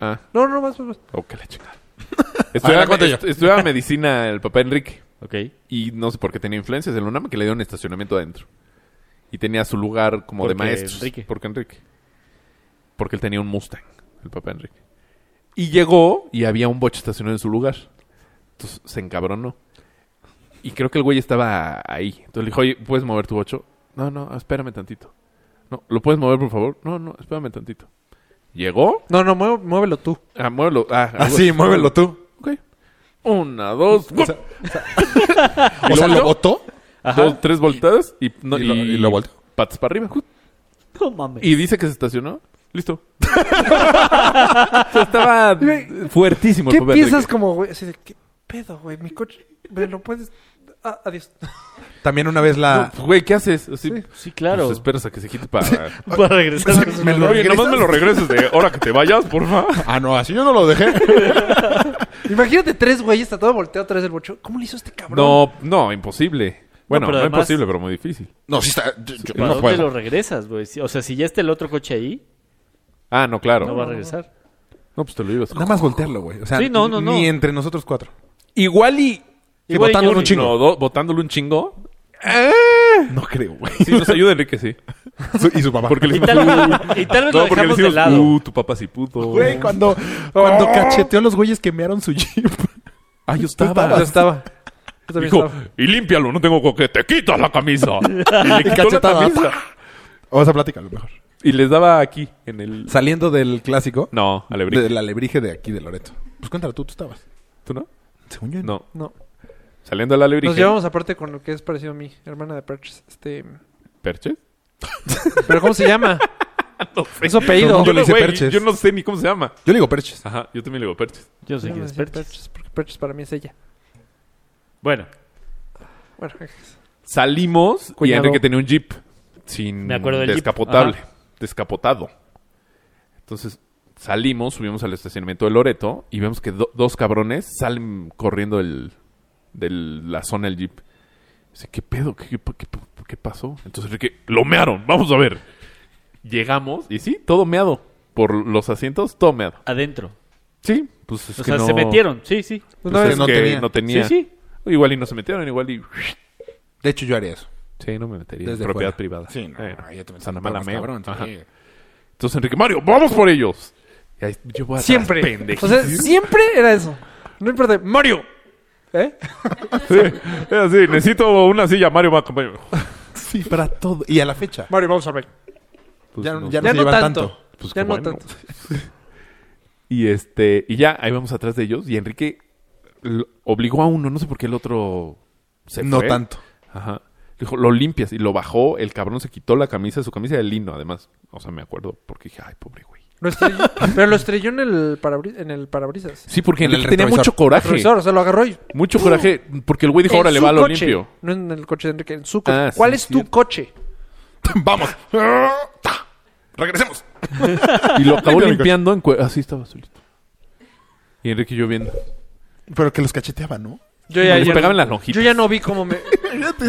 ah, No, no, vas, vas, vas. oh, que la chingada. Estudiaba, la cuento yo. est- estudiaba medicina el papá Enrique Ok. y no sé por qué tenía influencias en la UNAM que le dieron estacionamiento adentro. Y tenía su lugar como de Porque maestros. Enrique. Porque Enrique. Porque él tenía un Mustang, el papá de Enrique. Y llegó y había un boche estacionado en su lugar. Entonces se encabronó. Y creo que el güey estaba ahí. Entonces le dijo, oye, ¿puedes mover tu bocho? No, no, espérame tantito. No, ¿lo puedes mover, por favor? No, no, espérame tantito. Llegó. No, no, mueve- muévelo tú. Ah, muévelo. Ah, algo Así, así. muévelo tú. Ok. Una, dos, O sea, o sea, lo votó dos, tres voltadas y, no, y, lo, y lo volteó. patas para arriba. No mames. Y dice que se estacionó. Listo. O sea, estaba fuertísimo. el ¿Qué papá de piensas Enrique. como, güey? Así de, ¿qué pedo, güey? Mi coche, me lo puedes... Ah, adiós. También una vez la... No, "Ah, güey, ¿qué haces? Así, Sí, claro. pues, esperas a que se quite para... Para regresar. Pues, Me lo Oye, regresas. nomás me lo regreses de ahora que te vayas, porfa. Ah, no, así yo no lo dejé. Imagínate tres güeyes, está todo volteado atrás del bocho. ¿cómo le hizo este cabrón? No, no, imposible. Bueno, no, pero además- imposible, pero muy difícil. No, sí está... yo- yo ¿Para no dónde puedo. lo regresas, güey? Si- O sea, si ya está el otro coche ahí, Ah, no, claro. no va a regresar. No, pues te lo ibas. Nada más voltearlo, güey. O sea, Sí, no, no, ni no. entre nosotros cuatro. Igual y... Sí, Igual votándolo yo- un chingo. No, do- botándole un chingo. No creo, güey. Sí, nos ayuda Enrique, sí. Su- Y su papá. Porque le Y hicimos... tal, y tal vez lo No, porque le dejamos de hicimos... lado. Uh, tu papá sí puto. Güey, cuando, cuando cacheteó a los güeyes que mearon su jeep. Ah, yo Tú estaba. Yo estaba. Yo también Dijo, estaba. y límpialo, no tengo con qué. Te quitas la camisa. y le quitó la cachetada. camisa. Vamos a platicarlo mejor. Y les daba aquí, en el... Saliendo del clásico. No, Alebrije. Del alebrije de aquí de Loreto. Pues cuéntalo tú, tú estabas. ¿Tú no? Según yo. No. No. Saliendo del alebrije. Nos llevamos aparte con lo que es parecido a mí, hermana de Perches. Este. ¿Perches? ¿Pero cómo se llama? Es apellido. Todo Yo el mundo le no, dice güey, Perches. yo no sé ni cómo se llama. Yo le digo perches. Ajá, yo también le digo Perches. Yo sé Yo que no es sé, Perches. Perches, porque Perches para mí es ella. Bueno, Bueno, Salimos Cuñado. y Enrique tenía un jeep sin Me acuerdo del Jeep. descapotable, Ajá. descapotado. Entonces salimos, subimos al estacionamiento de Loreto y vemos que do- dos cabrones salen corriendo del, de la zona del jeep. Dice, ¿qué pedo? ¿Qué, qué, qué- qué pasó? Entonces Enrique, lo mearon, vamos a ver. Llegamos y sí, todo meado. por los asientos, todo meado. Adentro. Sí, pues es o que sea, no... se metieron. Sí, sí. Pues Pues no, es no que tenía. no tenía. Sí, sí. Igual y no se metieron, igual y... De hecho, yo haría eso. Sí, no me metería. Desde Propiedad fuera. privada. Sí, no, Eh, no, ya te metes Santa en problemas, Malamea. cabrón, Ajá. sí. Entonces, Enrique Mario, ¡vamos por ellos! Y ahí yo voy atrás, siempre. O pendejísimo. sea, siempre era eso. No importa. Mario. ¿Eh? Sí, es así, necesito una silla, Mario, más compañero. Sí, para todo. Y a la fecha. Mario, vamos a ver. Pues ya, no. ya no Ya se no llevan tanto. tanto. Pues ya qué no bueno. tanto. Y este, y ya, ahí vamos atrás de ellos. Y Enrique l- obligó a uno, no sé por qué el otro se No fue. tanto. Ajá. Le dijo, lo limpias. Y lo bajó, el cabrón se quitó la camisa, su camisa de lino, además. O sea, me acuerdo, porque dije, ay, pobre güey. Lo estrelló- pero lo estrelló en el, parabri- en el parabrisas. Sí, porque En el Enrique tenía retrovisor. mucho coraje. Retrovisor, o sea, lo agarró y... Mucho coraje, porque el güey dijo, en ahora le su va a lo coche. limpio. No en el coche de Enrique, en su coche. Ah, sí, ¿Cuál es tu cierto. coche? Vamos. Ta. Regresemos. Y lo acabó Limpia mi limpiando en cue- Así estaba solito. Y Enrique y yo viendo. Pero que los cacheteaba, ¿no? Yo No, les pegaban las lonjitas. Yo ya no vi cómo me...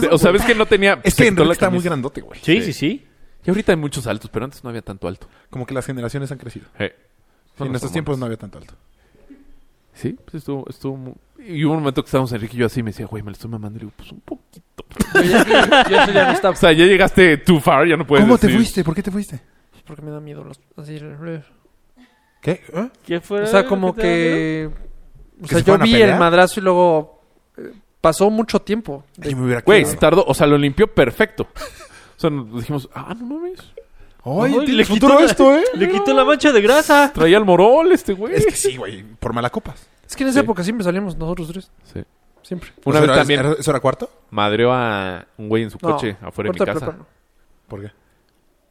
O sea, ves que no tenía. Es se que quitó Enrique la está muy camisa. grandote, güey. Sí, Sí. sí, sí. Y ahorita hay muchos altos, pero antes no había tanto alto. Como que las generaciones han crecido. Son en los nuestros tiempos hormonas. no había tanto alto. Sí, pues estuvo, estuvo mu- Y hubo un momento que estábamos Enrique y yo así y me decía, güey, me lo estoy mamando. Y le digo, pues un poquito. Yo ya, yo eso ya no O estaba. sea, ya llegaste too far, ya no puedes ¿Cómo te decir- fuiste? ¿Por qué te fuiste? Porque me da miedo los... así, ¿Qué? ¿Eh? ¿Qué fue? O sea, lo como te da miedo? que... O ¿Que sea, se yo fueron a vi pelear? el madrazo y luego... eh, Pasó mucho tiempo. Ay, yo me hubiera Güey, quedado. se tardó. O sea, lo limpió perfecto. O sea, nos dijimos, ah, no mames. Oye, Ay, tiene le futuro quitó la- esto, ¿eh? Le quitó la mancha de grasa. Traía el morol este güey. Es que sí, güey. Por malacopas. Es que en esa Sí. época siempre salíamos nosotros tres. Sí. Siempre. Una ¿Eso vez era- también era- ¿Eso era cuarto? madreó a un güey en su No, coche afuera de mi cuarto casa. prepa no. ¿Por qué? Mm.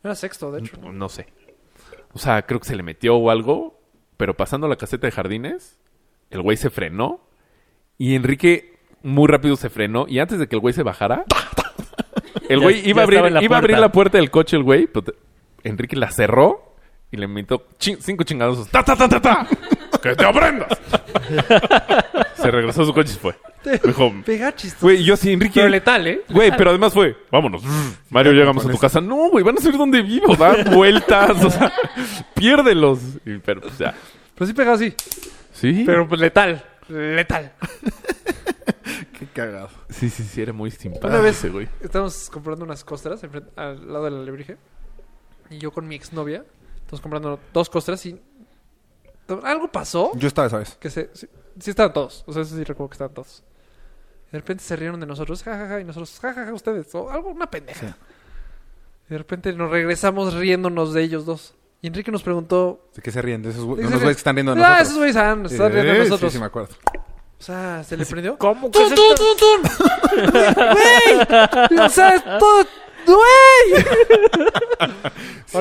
Era sexto, de hecho. No sé. O sea, creo que se le metió o algo, pero pasando la caseta de jardines, el güey se frenó y Enrique muy rápido se frenó y antes de que el güey se bajara, el Ya- güey ya iba, a abrir, estaba en la iba a abrir puerta. la puerta del coche el güey, pero te- Enrique la cerró y le metió chin- cinco chingadosos. ¡Ta, ta, ta, ta, ta! ¡Que te aprendas! se regresó a su coche y se fue. Dijo, Pega chistoso. güey, yo sí, Enrique... Pero letal, ¿eh? Güey, pero además fue, vámonos. Mario, llegamos a tu casa. No, güey, van a saber dónde vivo. Dan vueltas, o sea, piérdelos. Y, pero, o sea, Pero sí pegado así. sí. Pero pues letal. Letal. Qué cagado. Sí, sí, sí, era muy simpático. Una vez- ese güey. Estábamos comprando unas costras enfrente- al lado de la alebrije. Y yo con mi exnovia. Estamos comprando dos costras y... to- Algo pasó Yo estaba, ¿sabes? que se... Sí, sí estaban todos. O sea, eso sí recuerdo que estaban todos. De repente se rieron de nosotros. Ja, ja, ja. Y nosotros, ja, ja, ja, ustedes. O algo, una pendeja. Y de repente nos regresamos riéndonos de ellos dos. Y Enrique nos preguntó... ¿De qué se ríen? De esos güey- Sí, de sí, unos sí. güeyes que están riendo de Ah, nosotros. esos güeyes ah, nos están riendo de Eh, nosotros. Sí, sí, me acuerdo. O sea, ¿se le prendió? ¿Cómo que ¡Tun, se tun, tun, tun! ¡Güey! O sea, todo... ¡Güey!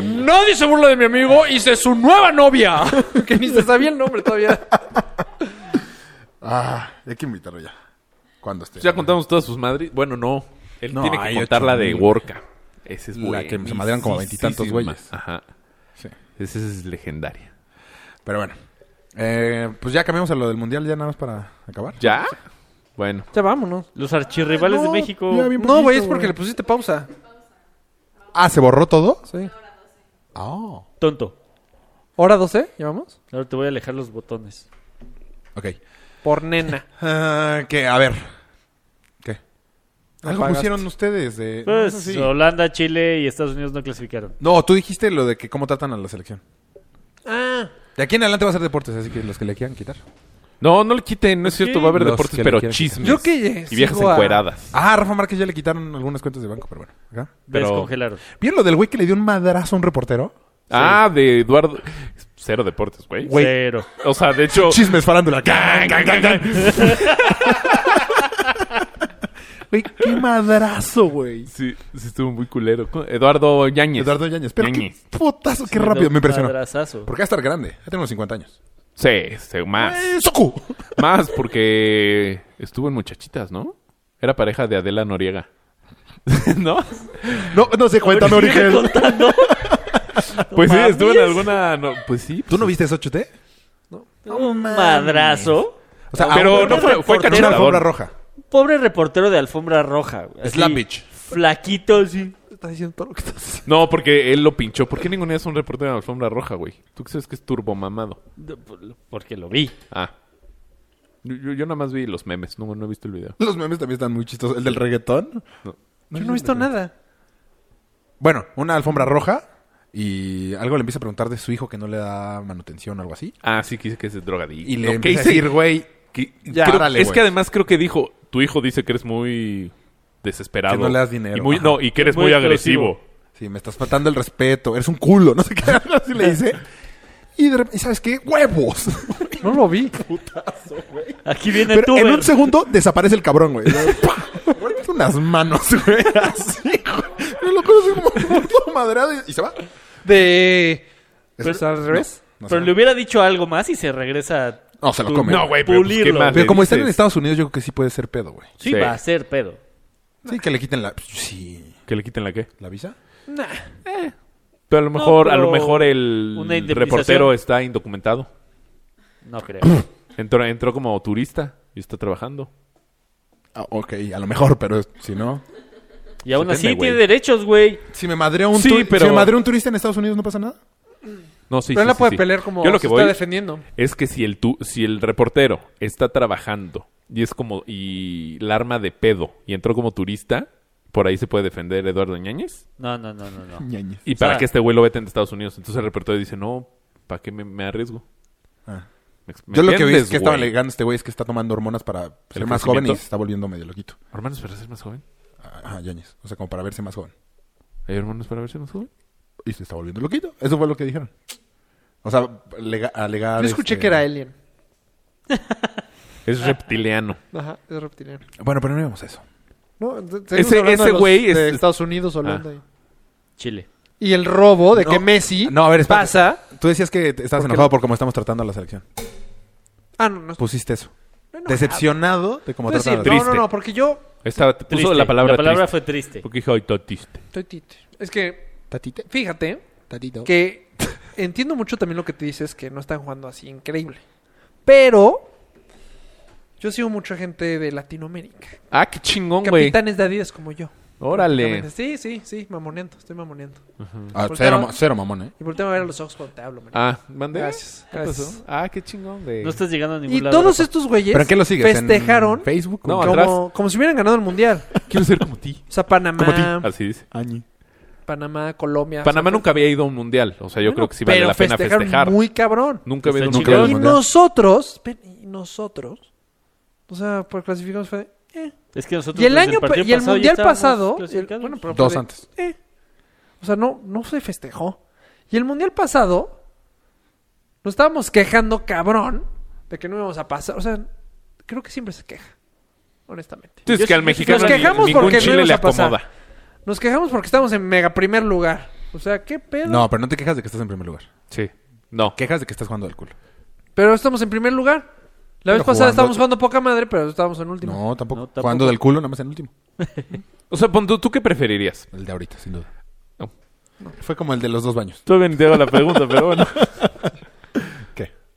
Nadie se burla de mi amigo y se su nueva novia. que ni se sabía el nombre todavía. Ah, hay que invitarlo ya. Cuando esté. pues, Ya contamos todas sus madres. Bueno, no. Él No, tiene hay que ocho contar la de mil. Worka. Ese es La bueno. que se madrean como veintitantos güeyes. Ajá. Sí. Esa es legendaria. Pero bueno. Eh, pues ya cambiamos a lo del mundial, ya nada más para acabar. ¿Ya? Bueno. Ya vámonos. Los archirrivales de No, México. ya bien No, güey, poquito, es porque le pusiste pausa. Ah, ¿se borró todo? Sí. Ah. Tonto. ¿Hora 12? ¿Llevamos? Ahora te voy a alejar los botones. Ok. Por nena. Ah, que, a ver. ¿Qué? Algo Apagaste. pusieron ustedes de. no, Pues eso sí. Holanda, Chile y Estados Unidos no clasificaron. No, tú dijiste lo de que cómo tratan a la selección. Ah. De aquí en adelante va a ser deportes, así que los que le quieran quitar. No, no le quiten. No es cierto. Va a haber Los deportes, que le pero quieran quitar. chismes. Yo que Y viejas sigo a- encueradas. Ah, a Rafa Márquez ya le quitaron algunas cuentas de banco, pero bueno. Ajá. Pero- Descongelaron. ¿Vieron lo del güey que le dio un madrazo a un reportero? Ah, de Eduardo. Cero deportes, güey. Cero. O sea, de hecho. Chismes farándula. Can, can, can, can. Güey, qué madrazo, güey. Sí, sí estuvo muy culero. ¿Cómo? Eduardo Yáñez. Eduardo Yáñez. Pero qué Yáñez. putazo, qué rápido. Me impresionó. Madrazazo. Porque va a estar grande. Ya tenemos 50 años. Sí, sí, más. ¡Eh, Soku! Más porque estuvo en Muchachitas, ¿no? Era pareja de Adela Noriega. ¿No? No, no sé, cuéntame, Origen. Pues sí, mames. estuvo en alguna... no- pues sí. ¿Tú no viste eso, Chute? Un madrazo. O sea, Pero aún- no fue- fue en cachondador. una alfombra roja. Pobre reportero de alfombra roja. güey. Así, Slam Beach. Flaquito, sí. estás diciendo todo lo que estás haciendo. No, porque él lo pinchó. ¿Por qué ninguno es un reportero de la alfombra roja, güey? Tú que sabes que es turbomamado. No, por- Porque lo vi. Ah. Yo, yo- yo nada más vi los memes. No, no he visto el video. Los memes también están muy chistosos. ¿El del reggaetón? Yo no he visto nada. Bueno, una alfombra roja y algo le empieza a preguntar de su hijo que no le da manutención o algo así. Ah, sí, que dice que es drogadicto. Y le ¿Qué empieza a hice? decir, güey, Que- Ya, creo- órale, es güey. que además creo que dijo, tu hijo dice que eres muy desesperado. Que no le das dinero, Y muy- ajá. no, y que eres muy, Muy explosivo. agresivo. si me estás faltando el respeto, eres un culo, no sé qué, algo así le dice. Y de repente, ¿sabes qué? ¡Huevos! No lo vi. Aquí viene Pero tú. en un segundo desaparece el cabrón, güey. ¡Pah! Muerde unas manos, güey. Así, güey. Yo lo conozco como todo madreado y, y se va. De. ¿Es al revés? No, se Pero va. le hubiera dicho algo más y se regresa. No, se lo tú- come. No, güey, pero pues, ¿qué Pulirlo. más Pero le como están en dices? Estados Unidos, yo creo que sí puede ser pedo, güey. Sí, Sí. va a ser pedo. Sí, que le quiten la... Sí. ¿Que le quiten la qué? ¿La visa? Pero a lo mejor, a pero lo mejor el una indemnización. reportero está indocumentado. No creo. Entró, entró como turista y está trabajando. Ah, ok, a lo mejor, pero si no... Y aún Depende, así güey. tiene derechos, güey. Si me madrea un, Sí, turi- pero- si me madrea un turista en Estados Unidos, ¿no pasa nada? No, sí, Pero sí, él la sí, puede sí. pelear como Yo lo se que voy está defendiendo. es que si el, tu- si el reportero está trabajando y es como... Y el arma de pedo y entró como turista, por ahí se puede defender Eduardo Ñañez. No, no, no, no, no. Ñañez. Y O para sea- que este güey lo veten de Estados Unidos. Entonces el reportero dice, no, ¿para qué me, me arriesgo? Ah. ¿Me ex- me Yo lo que vi es entiendes, que estaba güey? alegando este güey es que está tomando hormonas para ser ¿El más joven y crecimiento? se está volviendo medio loquito. ¿Hermanos para ser más joven? Ajá, Yañez. O sea, como para verse más joven. ¿Hay hermanos para verse más joven? Y se está volviendo loquito. Eso fue lo que dijeron. O sea, lega- alegar... Yo escuché este- que era alien. Es Ah. reptiliano. Ah. Ajá, es reptiliano. Bueno, pero no íbamos a eso. No, de- seguimos Ese- hablando de ese los- güey de es- Estados Unidos, Holanda. Chile. Y el robo de No, que Messi no, a ver, espérate. pasa. Tú decías que te- estabas ¿Por qué enojado no? por cómo estamos tratando a la selección. Ah, no, no. Pusiste eso. no, no, Decepcionado de no, cómo no, tratan a no, la no, Triste. no, porque yo Estaba, puso Triste. la palabra, La palabra triste. fue triste. Porque dijo, ay, totiste. estoy tit- Es que, Tatito. fíjate Tatito. que entiendo mucho también lo que te dices, que no están jugando así increíble. Pero yo sigo mucha gente de Latinoamérica. Ah, qué chingón, güey. Capitanes de Adidas como yo. Órale. Sí, sí, sí, mamoneando, estoy mamoneando. Ah, Porque cero, ahora- ma- cero mamón, ¿eh? Y volteame a ver a los ojos cuando te hablo, man. Ah, mandé. Gracias, ¿Qué gracias. pasó? Ah, qué chingón, güey. No estás llegando a ningún Y lado. todos Rafa. estos güeyes ¿Pero en qué lo sigues? ¿En festejaron Facebook? No, ¿Qué? atrás. como, como si hubieran ganado el mundial. Quiero ser como ti. O sea, Panamá, Así dice. Añi. Panamá, Colombia. Panamá o sea, nunca había ido a un mundial. O sea, yo Bueno, creo que sí vale pero la pena festejaron festejar. Muy cabrón. Nunca había ido a un Está chingón. mundial. Y mundial. nosotros, ven, y nosotros, o sea, por clasificamos fue. de, eh. Es que nosotros Y el desde año pa- partido y el pasado ya mundial estábamos pasado, el- clasificados. bueno, pero fue Dos de, antes. eh. O sea, no, no se festejó. Y el mundial pasado, nos estábamos quejando cabrón de que no íbamos a pasar. O sea, creo que siempre se queja, honestamente. Entonces, Yo que al sí- mexicano nos ni- quejamos ningún porque no chile íbamos le a pasar. acomoda. Nos quejamos porque estamos en mega primer lugar. O sea, qué pedo. No, pero no te quejas de que estás en primer lugar. Sí. No. Quejas de que estás jugando al culo. Pero estamos en primer lugar. La Pero vez pasada jugando- estábamos jugando poca madre, pero estábamos en último. No, tampoco. No, tampoco. Jugando del culo, nada más en último. O sea, pon tú, ¿tú qué preferirías? El de ahorita, sin duda. No. Fue como el de los dos baños. Todavía ni te hago la pregunta, pero bueno.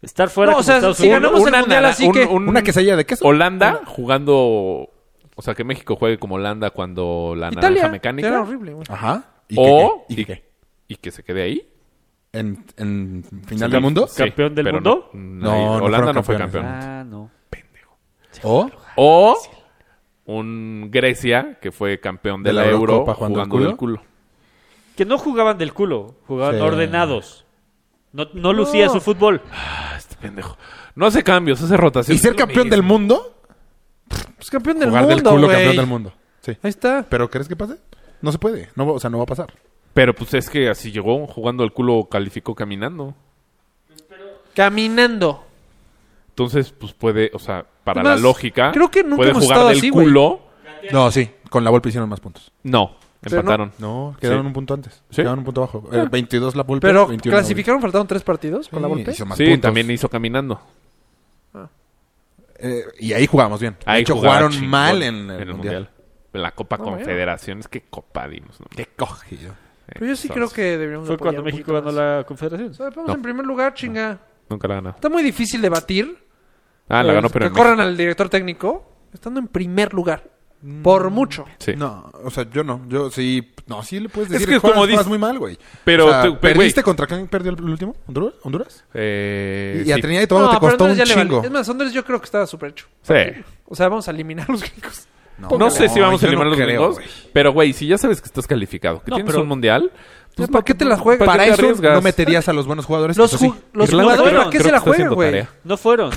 Estar fuera No, como o sea, Estados si Unidos. ganamos el mundial nada- así que- Una quesadilla de queso. Holanda jugando... O sea, que México juegue como Holanda cuando la Italia naranja mecánica. era horrible, güey. Ajá. ¿Y o... qué, qué? ¿Y qué, qué? y- y que se quede ahí. ¿En, en final del mundo? Sí, ¿Campeón del pero mundo? No, No, nadie- no Holanda fueron no fue campeones. campeón. Ah, no. ¿O? O un Grecia que fue campeón de, la, Euro jugando, del culo. Que no jugaban del culo. Jugaban Sí. ordenados. No, no lucía su fútbol. Ah, este pendejo. No hace cambios, hace rotación. ¿Y ser campeón del mundo? Pues campeón del Jugar mundo, del culo, güey. campeón del mundo. Sí. Ahí está. ¿Pero crees que pase? No se puede. No, va- o sea, no va a pasar. Pero pues es que así llegó, jugando al culo, calificó caminando. Caminando. Entonces, pues puede, o sea, para Además, la lógica, creo que nunca puede hemos jugar estado del así, güey. culo. No, sí. Con la Volpe hicieron más puntos. No, sea, empataron. No, quedaron Sí. un punto antes. Sí. Quedaron un punto abajo. Eh, 22 la Volpe. Pero 21 la Volpe. clasificaron, faltaron tres partidos con la Sí, Volpe. hizo más Sí, puntos. también hizo caminando. Eh, y ahí jugamos bien. Ahí de hecho, jugaba jugaron chingón mal en el, mundial. En la Copa No, bueno. Confederaciones, qué copa dimos. ¿no? Qué cogido. Pero yo sí Eso, creo que deberíamos Fue apoyar cuando un México poquito ganó más. la Confederación. O sea, vamos No. en primer lugar, chinga. Nunca la ganó. Está muy difícil debatir. Ah, la eh, ganó, pero Que en corran al director técnico estando en primer lugar. Por mucho. Sí. No, o sea, yo no. Yo sí. No, sí le puedes Es decir. que juegas- como juegas dices- muy mal, güey. Pero O sea, te- pe- ¿Perdiste güey. contra quién perdió el último? ¿Honduras? ¿Honduras? Eh, y a sí. Trinidad y Tobago te pero costó un Andrés ya le valió. chingo. Es más, Andrés yo creo que estaba súper hecho. Sí. O sea, vamos a eliminar a los gringos. No sé si vamos a yo eliminar a los creo, gringos, güey. pero güey, si ya sabes que estás calificado, que No, tienes pero- un mundial, pues ¿para qué te la juegas? ¿para qué Para te eso arriesgas? no meterías a los buenos jugadores. Los, eso sí. ju- los Irlanda jugadores, creo- ¿a qué creo se que la está juegan, haciendo güey? tarea. No fueron.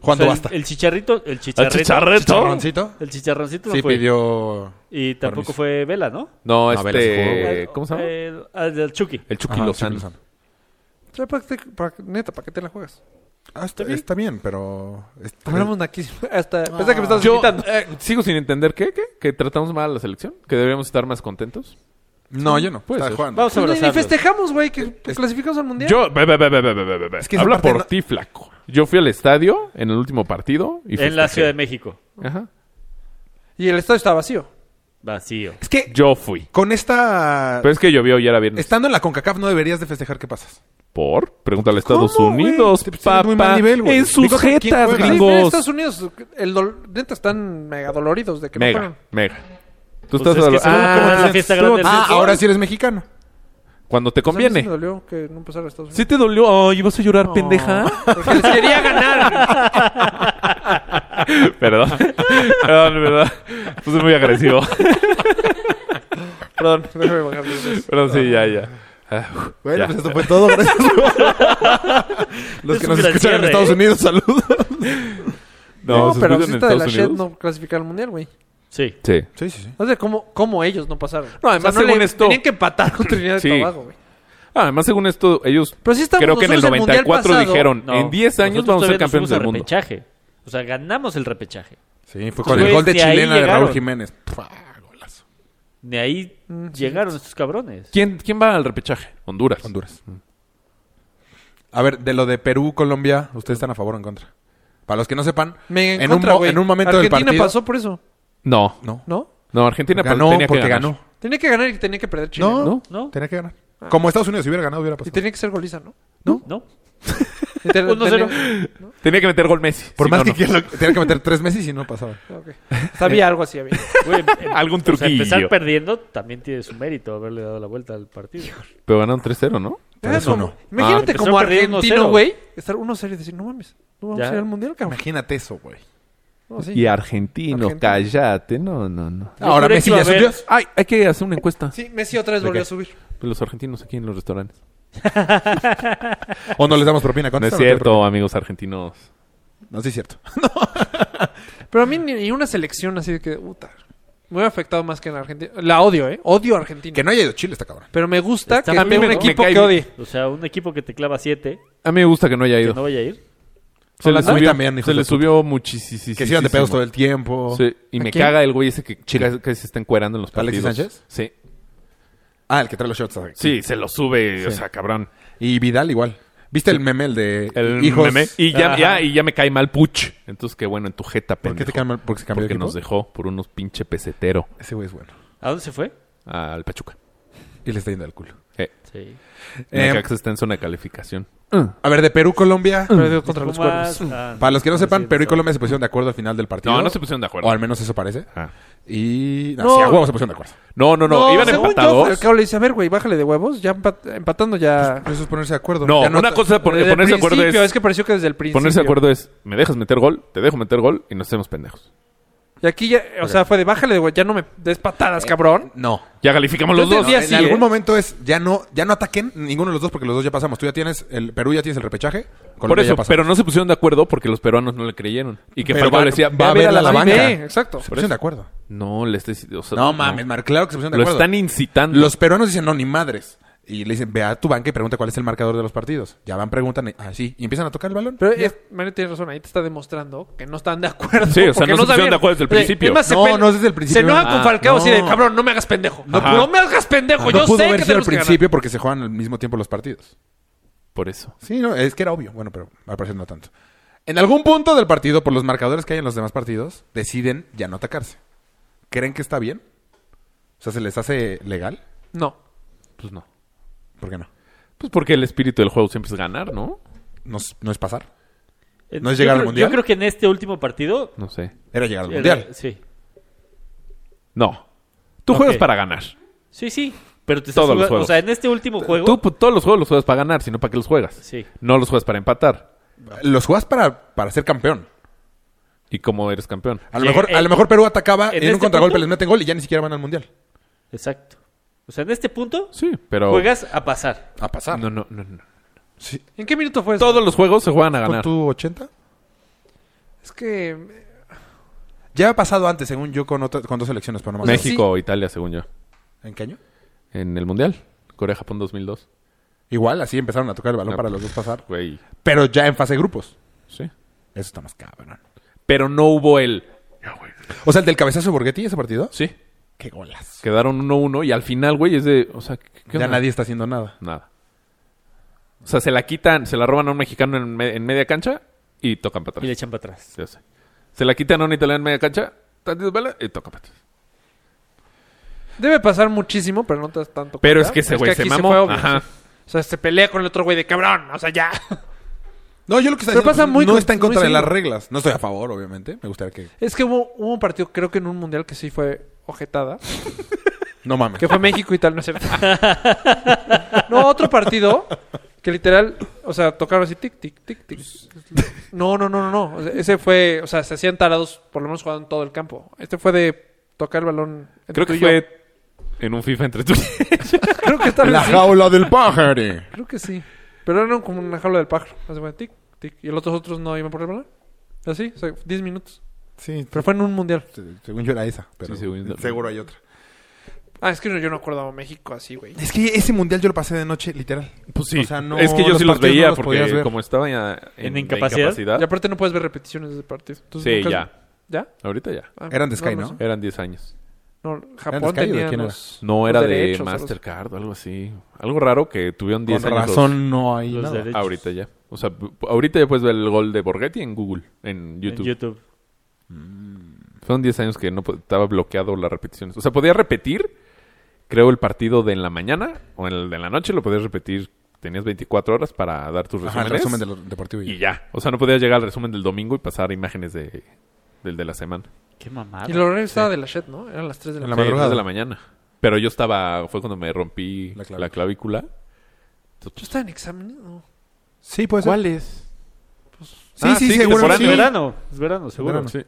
Jugando O sea, el- basta. El chicharrito, el chicharrito. chicharrito. Chicharroncito. El chicharroncito no Sí, fue. pidió. Y tampoco Permiso. fue Vela, ¿no? No, No, Vela se este, ¿cómo se Eh, llama? El, al- al Chucky. El Chucky Ajá, Lozano. Chucky Lozano. O sea, ¿para qué te- para- neta, ¿para qué te la juegas? Ah, está, bien. está bien, pero. este, está- Hablamos de aquí. Hasta, pensé que me estabas Yo invitando. eh, sigo sin entender qué, qué, que tratamos mal a la selección, que deberíamos estar más contentos. No, yo no. Puede Está ser. jugando. Vamos a Pues ni- Ni abrazarlos. festejamos, güey, que clasificamos al mundial. Yo, ve, ve, ve, ve, ve, ve, ve, ve. Es que esa habla parte por no- ti, flaco. Yo fui al estadio en el último partido y En la festejé. Ciudad de México. Ajá. Y el estadio estaba vacío. Vacío. Es que Yo fui. con esta. Pero es que llovió y era viernes. Estando en la CONCACAF no deberías de festejar qué pasas. Por pregúntale a Estados ¿Cómo, güey? Unidos, Te- tienes muy mal papá. nivel, güey. en sus Digo, ¿con quién jetas, juegas? Sí, En gringos. Estados Unidos, el dol- neta, están mega doloridos de que no Mega, fueron. mega. Tú Pues estás ah, es que seguro como en la fiesta tú- grande del Ah, fútbol. ahora sí eres mexicano. cuando te Pues a mí sí conviene. me dolió que no empezara Estados ¿Sí Unidos. te dolió? Ay, vas a llorar, pendeja. Porque les quería ganar. Perdón. Perdón, verdad. Puse muy agresivo. Perdón. Déjame bajar de una vez. Perdón, sí, ya, ya. Ah, Bueno, ya. pues esto fue todo. Gracias. Los Es que un nos gran escuchan en cierre, Estados ¿eh? Unidos, saludos. No, ¿se pero escuchan si en está de la Estados shit Unidos? no clasificar al mundial, güey. Sí. Sí. Sí, sí, sí. No sé cómo, cómo ellos no pasaron. No, además, no según esto- Tenían que empatar con Trinidad Sí. y Tobago, güey. Ah, además, según esto, ellos Pero sí estamos creo que en el nosotros mundial 94 pasado. dijeron, No. en 10 años Nosotros vamos a ser todavía nos campeones fuimos del mundo. repechaje. O sea, ganamos el repechaje. Sí, fue con Sí. el gol de Desde ahí chilena de Raúl llegaron. Jiménez. Pua, golazo. De ahí llegaron estos cabrones. ¿Quién, ¿Quién va al repechaje? Honduras. Honduras. A ver, de lo de Perú, Colombia, ¿ustedes están a favor o en contra? Para los que no sepan, Me en, un, encontra, mo- güey. en un momento Argentina del partido. pasó por eso, No. No, ¿no? No, Argentina ganó tenía porque que ganar. ganó. Tenía que ganar y tenía que perder Chile. No, ¿no? no, ¿No? tenía que ganar. Como Estados Unidos, si hubiera ganado, hubiera Y pasado. tenía que ser goliza, ¿no? ¿No? Y ten- 1-0. tenía- Tenía que meter gol Messi. Por si más no, que no. quiera, tenía que meter tres meses y no pasaba. ok. Sabía algo así, había. Güey, em- Algún o sea, empezar truquillo. perdiendo también tiene su mérito haberle dado la vuelta al partido. Pero ganaron 3-0, ¿no? Pero eso no. Imagínate Ah, empezó como perdiendo argentino, 1-0. güey, estar uno serio y decir, no mames, no vamos Ya. a ir al mundial, cabrón. Imagínate eso, güey. No, sí. Y argentino, Argentino. cállate. No, no, no. Yo Ahora juré Messi que iba ya a es un haber- dios. Ay, hay que hacer una encuesta. Sí, Messi otra vez ¿De volvió qué? a subir. Los argentinos aquí en los restaurantes. O no les damos propina. No es contestan, cierto, No, amigos argentinos. No, sí es cierto. Pero a mí ni, ni una selección así de que, puta, me hubiera afectado más que en Argentina. La odio, ¿eh? Odio a Argentina. Que no haya ido Chile esta cabrón. Pero me gusta Está que esté feo, un ¿no? equipo Me cae que bien. odie. O sea, un equipo que te clava 7, A mí me gusta que no haya que ido. no vaya a ir. se le A mí subió, también, hijos se de le puta. subió muchísimo. Que se iban de pedos todo el tiempo. Sí, y ¿A me quién? caga el güey ese que casi que se está encuerando en los ¿Alexis partidos. Sánchez? Sí. Ah, el que trae los shots. ¿sabes? Sí, se lo sube, o sea, cabrón. Y Vidal igual. ¿Viste el meme, el de El hijos? meme. Y ya, Ajá. ya- y ya me cae mal Puch. Entonces, qué bueno, en tu jeta, ¿Por qué te pendejo. cae mal? Porque se cambió de Porque equipo? nos dejó por unos pinche pesetero Ese güey es bueno. ¿A dónde se fue? al Pachuca. Y le está yendo al culo. Eh, Sí. Eh, Necaxa está en zona de calificación. a ver, de Perú, Colombia. Mm. Perdió contra los Pumas, cuervos. ah, Para los que no sí, sepan, Perú y sí. Colombia se pusieron de acuerdo al final del partido. No, no se pusieron de acuerdo. O al menos eso parece. Ah. Y. No, No. sí, a huevo se pusieron de acuerdo. No, no, no, Iban según yo, empatados. Falcao le dice, a ver, güey, bájale de huevos. Ya empat- empatando ya... Eso es ponerse de acuerdo. No, Ya una ta- cosa es pon- Desde el Pues, ponerse de acuerdo es, principio, que pareció que desde el principio. ponerse de acuerdo es me dejas meter gol, te dejo meter gol y nos hacemos pendejos. Y aquí ya, o sea, fue de bájale de güey, ya no me des patadas, Eh, cabrón. No. Ya calificamos los Yo dos. entendí en así, algún ¿eh? momento es ya no ya no ataquen ninguno de los dos porque los dos ya pasamos. Tú ya tienes el Perú ya tienes el repechaje. Por Colombia ya eso, pasó. pero no se pusieron de acuerdo porque los peruanos no le creyeron. Y que Pero Falcao va- le decía, va "Ve a ver ver a a la la banca". Sí, exacto. se pusieron de acuerdo. No, le estoy o sea, No mames, Mar, claro que se pusieron de Lo acuerdo. están incitando. Los peruanos dicen no ni madres. Y le dicen, ve a tu banca y pregunta cuál es el marcador de los partidos. Ya van, preguntan, y- ah, sí. Y empiezan a tocar el balón. Pero es, Mario tiene razón, ahí te está demostrando que no están de acuerdo. Sí, porque o sea, no se pusieron sabían. de acuerdo desde el O sea, principio. es más, se No, pe- no, desde el principio. Se enoja con Ah, Falcao así de, no. cabrón, no me hagas pendejo. No, Ajá. no me hagas pendejo, no yo pudo sé haber que sido al tenemos que ganar. principio porque se juegan al mismo tiempo los partidos. Por eso. Sí, no, es que era obvio. Bueno, pero al parecer no tanto. En algún punto del partido, por los marcadores que hay en los demás partidos, deciden ya no atacarse. ¿Creen que está bien? O sea, ¿se les hace legal? No. Pues no. ¿Por qué no? Pues porque el espíritu del juego siempre es ganar, ¿no? ¿No, es- no es pasar? Eh, ¿No es yo llegar al creo- mundial? Yo creo que en este último partido. No sé. Era llegar al era- mundial. sí. No. Tú Ok. juegas para ganar. Sí, sí. Pero te estás Todos los jugando- juegos. O sea, en este último juego. Tú pu- todos los juegos los juegas para ganar, sino para qué los juegas. Sí. No los juegas para empatar. Los juegas para, para ser campeón. ¿Y cómo eres campeón? A lo, Llega- mejor, a eh, lo mejor Perú atacaba, en, en un este contragolpe punto- les meten gol y ya ni siquiera van al mundial. Exacto. O sea, en este punto Sí, pero. juegas a pasar. A pasar. No, no, no, no. Sí. ¿En qué minuto fue eso? Todos los juegos se juegan a ¿Con ganar. tu 80? Es que. eh, Ya ha pasado antes, según yo, con, otra- con dos elecciones, pero no me acuerdo. México o Italia, según yo. ¿En qué año? En el Mundial. Corea-Japón 2002. Igual, así empezaron a tocar el balón No, para los dos pasar. Güey. Pero ya en fase de grupos. Sí. Eso está más cabrón. Pero no hubo el. O sea, el del cabezazo de Borghetti, ese partido. Sí. Qué golas. Quedaron 1-1 y al final, güey, es de. O sea, ¿qué- qué ya onda? nadie está haciendo nada. Nada. O sea, se la quitan, se la roban a un mexicano en, me- en media cancha y tocan para Y le atrás. echan para atrás. Ya sé. Se la quitan a un italiano en media cancha, tantito pela y tocan para atrás. Debe pasar muchísimo, pero no tas- tanto. Pero ¿verdad? es que ese güey se aquí mamó. fue obvio, Ajá. sí. O sea, se pelea con el otro güey de cabrón. O sea, ya. No, yo lo que está Pero pasa muy no con- está en muy contra de seguido. las reglas. No estoy a favor, obviamente. Me gustaría que... Es que hubo, hubo un partido, creo que en un mundial que sí fue ojetada. No mames. Que fue México y tal, no es cierto. no, otro partido que literal, o sea, tocaron así tic, tic, tic, tic. No, no, no, no, no. O sea, ese fue, o sea, se hacían tarados, por lo menos jugaban todo el campo. Este fue de tocar el balón. entre Creo tú que y yo. fue en un FIFA entre tú. Creo que tal vez La sí. jaula del pájaro. Creo que sí. Pero eran como una jaula del pájaro. Así fue, tic, tic. Y los otros otros no iban por el balón. Así, o sea, 10 minutos. Sí, Pero fue en un mundial. se- según yo era esa. Pero Sí, según yo también. seguro hay otra. Ah, es que no- yo no acordaba México así, güey. Es que ese mundial yo lo pasé de noche, literal. Pues sí. O sea, no- es que yo sí los partidos veía no los podías porque ver. como estaba ya En la incapacidad. Y aparte no puedes ver repeticiones de partido. Entonces, Sí, nunca- ya. ¿Ya? Ahorita ya. Ah, Eran de Sky, ¿no? sé. Eran 10 años. No, ¿Eran de Japón Sky o de tenía quién era? los- No los era de derechos, o los- Mastercard o algo así. Algo raro que tuvieron 10 Con años. los- razón no hay Los nada. derechos. Ahorita ya. O sea, p- ahorita ya puedes ver el gol de Borghetti en Google, en En YouTube. YouTube. Fueron 10 años que no po- estaba bloqueado las repeticiones. O sea, podía repetir, creo, el partido de en la mañana o el de la noche, lo podías repetir. Tenías 24 horas para dar tus Ajá, resúmenes. el resumen del deportivo. Y ya. O sea, no podías llegar al resumen del domingo y pasar imágenes de, del de la semana. Qué Ah, mamada. Y el horario estaba de la Shed, ¿no? Eran las 3 de la En la mañana. Sí, madrugada. tres de la mañana. Pero yo estaba, fue cuando me rompí La la clavícula. clavícula. ¿Yo estaba en examen? No. Sí, puede ser. es? Sí, Ah, sí, sí, seguro. temporada. sí. Es verano. Es verano, seguro. Verano. Sí.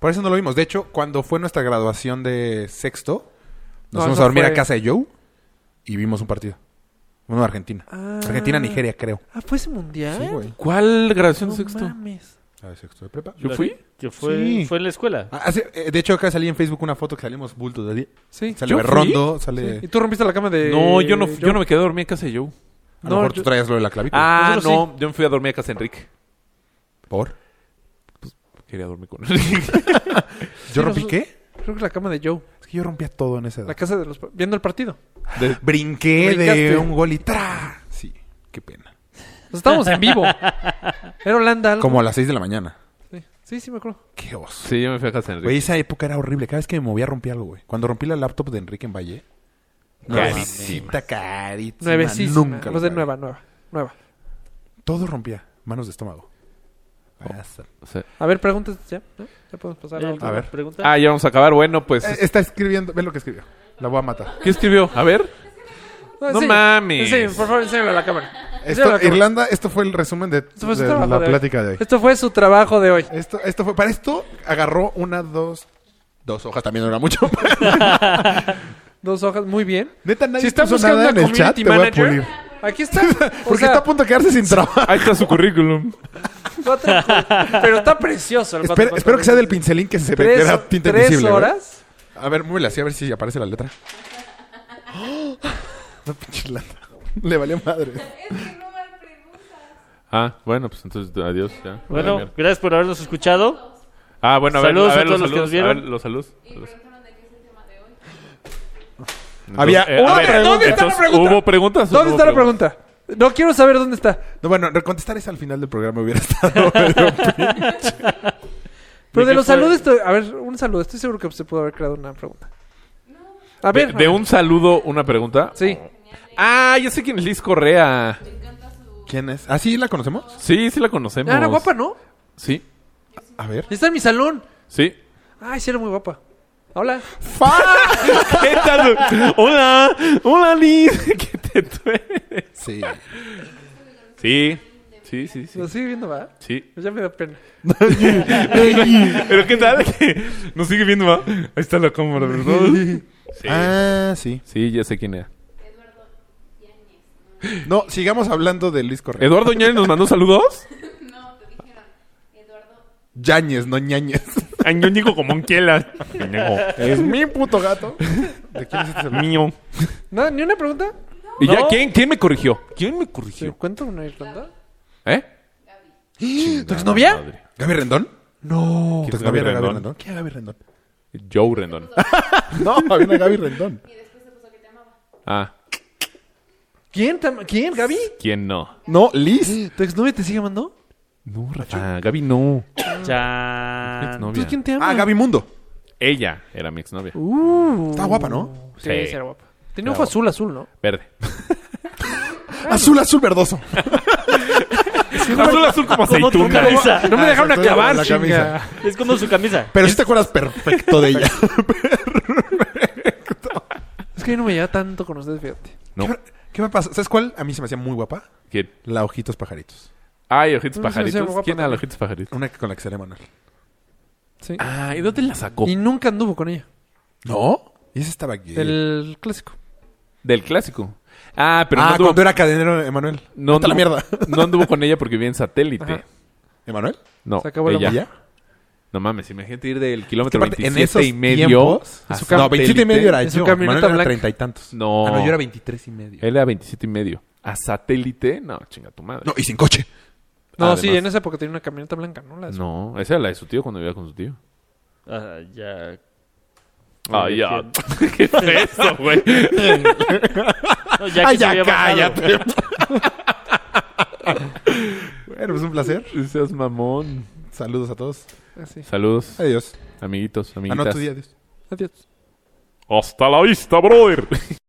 Por eso no lo vimos. De hecho, cuando fue nuestra graduación de sexto, nos No, fuimos eso a dormir a fue- casa de Joe y vimos un partido. Uno de Argentina. Ah. Argentina-Nigeria, creo. Ah, ¿fue ese mundial? Sí, güey. ¿Cuál grabación No sexto? mames. A ver, sexto de prepa. ¿Yo La- fui? Que fue, Sí. fue en la escuela. Ah, hace- eh, de hecho, acá salí en Facebook una foto que salimos bultos de allí. Sí. Sale ¿Yo Berrondo, Sí. sale... ¿Y tú rompiste la cama de...? No, yo no, yo no me quedé a dormir en casa de Joe. A lo mejor no, tú yo- traías lo de la clavícula. Ah, Nosotros no, yo me fui a dormir a casa de Enrique. ¿Por? Quería dormir con Enrique. ¿Yo Sí, rompí nosotros- qué? Creo que la cama de Joe. Es que yo rompía todo en esa edad. La casa de los... pa- Viendo el partido. De- Brinqué de Brincaste. un gol y ¡tra! Sí, qué pena. Nos estábamos en vivo. Era Holanda. algo. Como a las 6 de la mañana. Sí. sí, sí, me acuerdo. Qué oso. sí, yo me fui a casa de Güey, Enrique. esa época era horrible. Cada vez que me movía rompí algo, güey. Cuando rompí la laptop de Enrique en Valle. Nuevecita, carísima. Nuevecísima. Nunca. lo Los de pagué. nueva, nueva, nueva. Todo rompía. Manos de estómago. Hasta- O sea- A ver, preguntas ya. ¿Ya? Ya podemos pasar ¿Hay a alguna otra. ver. pregunta? Ah, ya vamos a acabar. Bueno, pues. Eh, Está escribiendo. Ve lo que escribió. La voy a matar. ¿Qué escribió? A ver. No enseña- mames. enseña, por favor, enséñalo a la cámara. Esto- Enséñalo a la cámara. Irlanda, esto fue el resumen de, Esto fue su de trabajo la de hoy. plática de hoy. Esto fue su trabajo de hoy. Esto, esto fue, para esto agarró una, dos, dos hojas también no era mucho. Dos hojas, muy bien. Neta, nadie Si está puso buscando nada una en el chat, community te voy a pulir. manager, aquí está. O Porque sea, está a punto de quedarse sin trabajo. Ahí está su currículum. cuatro cu- pero está precioso. el Espero, cuatro- espero que sea del pincelín que se ve que Tres, era tinta tres invisible. güey. horas. A ver, muévele así, a ver si aparece la letra. Una pinche lata. Le valió madre. Es que no hay preguntas. Ah, bueno, pues entonces adiós. Ya. bueno, Vale, mierda. gracias por habernos escuchado. Ah, bueno, a ver, Saludos a ver a los todos los que saludos. nos vieron. A ver, los saludos. Y preguntaron de qué es el tema de hoy. Había Entonces, eh, una a ver, pregunta. entonces, ¿Dónde está la pregunta? ¿Hubo preguntas? o ¿Dónde no está la hubo preguntas? pregunta? No quiero saber dónde está. No, bueno, contestar esa al final del programa hubiera estado. Pero de ¿De qué los fue? saludos, estoy- a ver, un saludo. Estoy seguro que se pudo haber creado una pregunta. A De- ver. de un saludo, una pregunta. Sí. Ah, ya sé quién es Liz Correa. ¿Quién es? ¿Ah, sí la conocemos? Sí, sí la conocemos. Ah, era guapa, ¿no? Sí, A ver. Está en mi salón. sí. Ay, sí, era muy guapa. Hola. ¿Qué tal? Hola, hola Liz. ¿Qué te duele? Sí. Sí, sí, sí, sí. Lo sigue viendo, ¿va? Pues Sí. Ya me da pena. Pero ¿qué tal? Que Nos sigue viendo, ¿va? Ahí está la cámara, ¿verdad? Sí. Ah, sí. Sí, ya sé quién era. No, sigamos hablando de Luis Correa. ¿Eduardo Ñañez nos mandó saludos? No, te dijeron, Eduardo, Yañez, no Ñañez. Añónico como un quiela. Es mi puto gato. ¿De quién es este celular? Mío. ¿Nada? ¿Ni una pregunta? ¿Y ya No. quién, quién me corrigió? ¿Quién me ¿Te corrigió? cuento una irlanda? ¿Eh? ¿Tu exnovia? ¿Gaby Rendón? No. ¿Tu ¿Quién es exnovia Gaby era Oh, pues Gaby Rendón? Rendón? ¿Quién era Gaby Rendón? Joe Rendón. No, había una Gaby Rendón. Ah, ¿Quién? te ama- ¿Quién? ¿Gaby? ¿quién no? No, Liz. ¿Tu exnovia te sigue amando? No, Rafa. Gaby no. Chan. Exnovia. ¿Tú quién te ama? Ah, Gaby Mundo. Ella era mi exnovia. Uh. Está guapa, ¿no? Sí, Sí. sí, era guapa. Tenía ojo azul, azul, ¿no? Verde. Azul, azul verdoso. Azul, azul como Con otra aceituna. camisa. No me Ah, dejaron exacto, acabar, la camisa. chinga. Es como su camisa. Pero sí te acuerdas perfecto de ella. Es que yo no me llevaba tanto con ustedes, fíjate. No. ¿Qué, me- qué me pasa? ¿Sabes cuál? A mí se me hacía muy guapa. ¿Quién? La Ojitos Pajaritos. Ay, ojitos No, sí, sí, pajaritos. guapa ¿Quién era también. los ojitos pajaritos? Una que- con la que salía Manuel. Sí. Mm. Ah, ¿y dónde la sacó? Y nunca anduvo con ella. ¿No? Y esa estaba gay. El clásico. Del clásico. Ah, pero ah, no, anduvo, cuando era cadenero Emanuel. no, Vete a la anduvo- mierda. no anduvo con ella porque vivía en satélite. Ajá. ¿Emanuel? No, Se acabó la ella. ¿Ella? No mames, imagínate ir del kilómetro aparte, en 27 y esos medio. tiempos, a en su cam- No, 27 y medio era En su yo. camioneta Manuel era blanca. 30 y tantos. No. Ah, no, yo era 23 y medio. Él era 27 y medio. A satélite, no, chinga tu madre. No, y sin coche. No, Además. sí, en esa época tenía una camioneta blanca, ¿no? La de su- No, esa era la de su tío cuando vivía con su tío. Ah, ya. Ah, Ay, ya. ¿Qué fue eso, güey? No, ya Ah, que se ya había bajado. cállate. bueno, pues un placer. Seas mamón. Saludos a todos. Así. Saludos, Adiós. amiguitos, Ah, no, amiguitas. tú di adiós. Adiós. Hasta la vista, brother.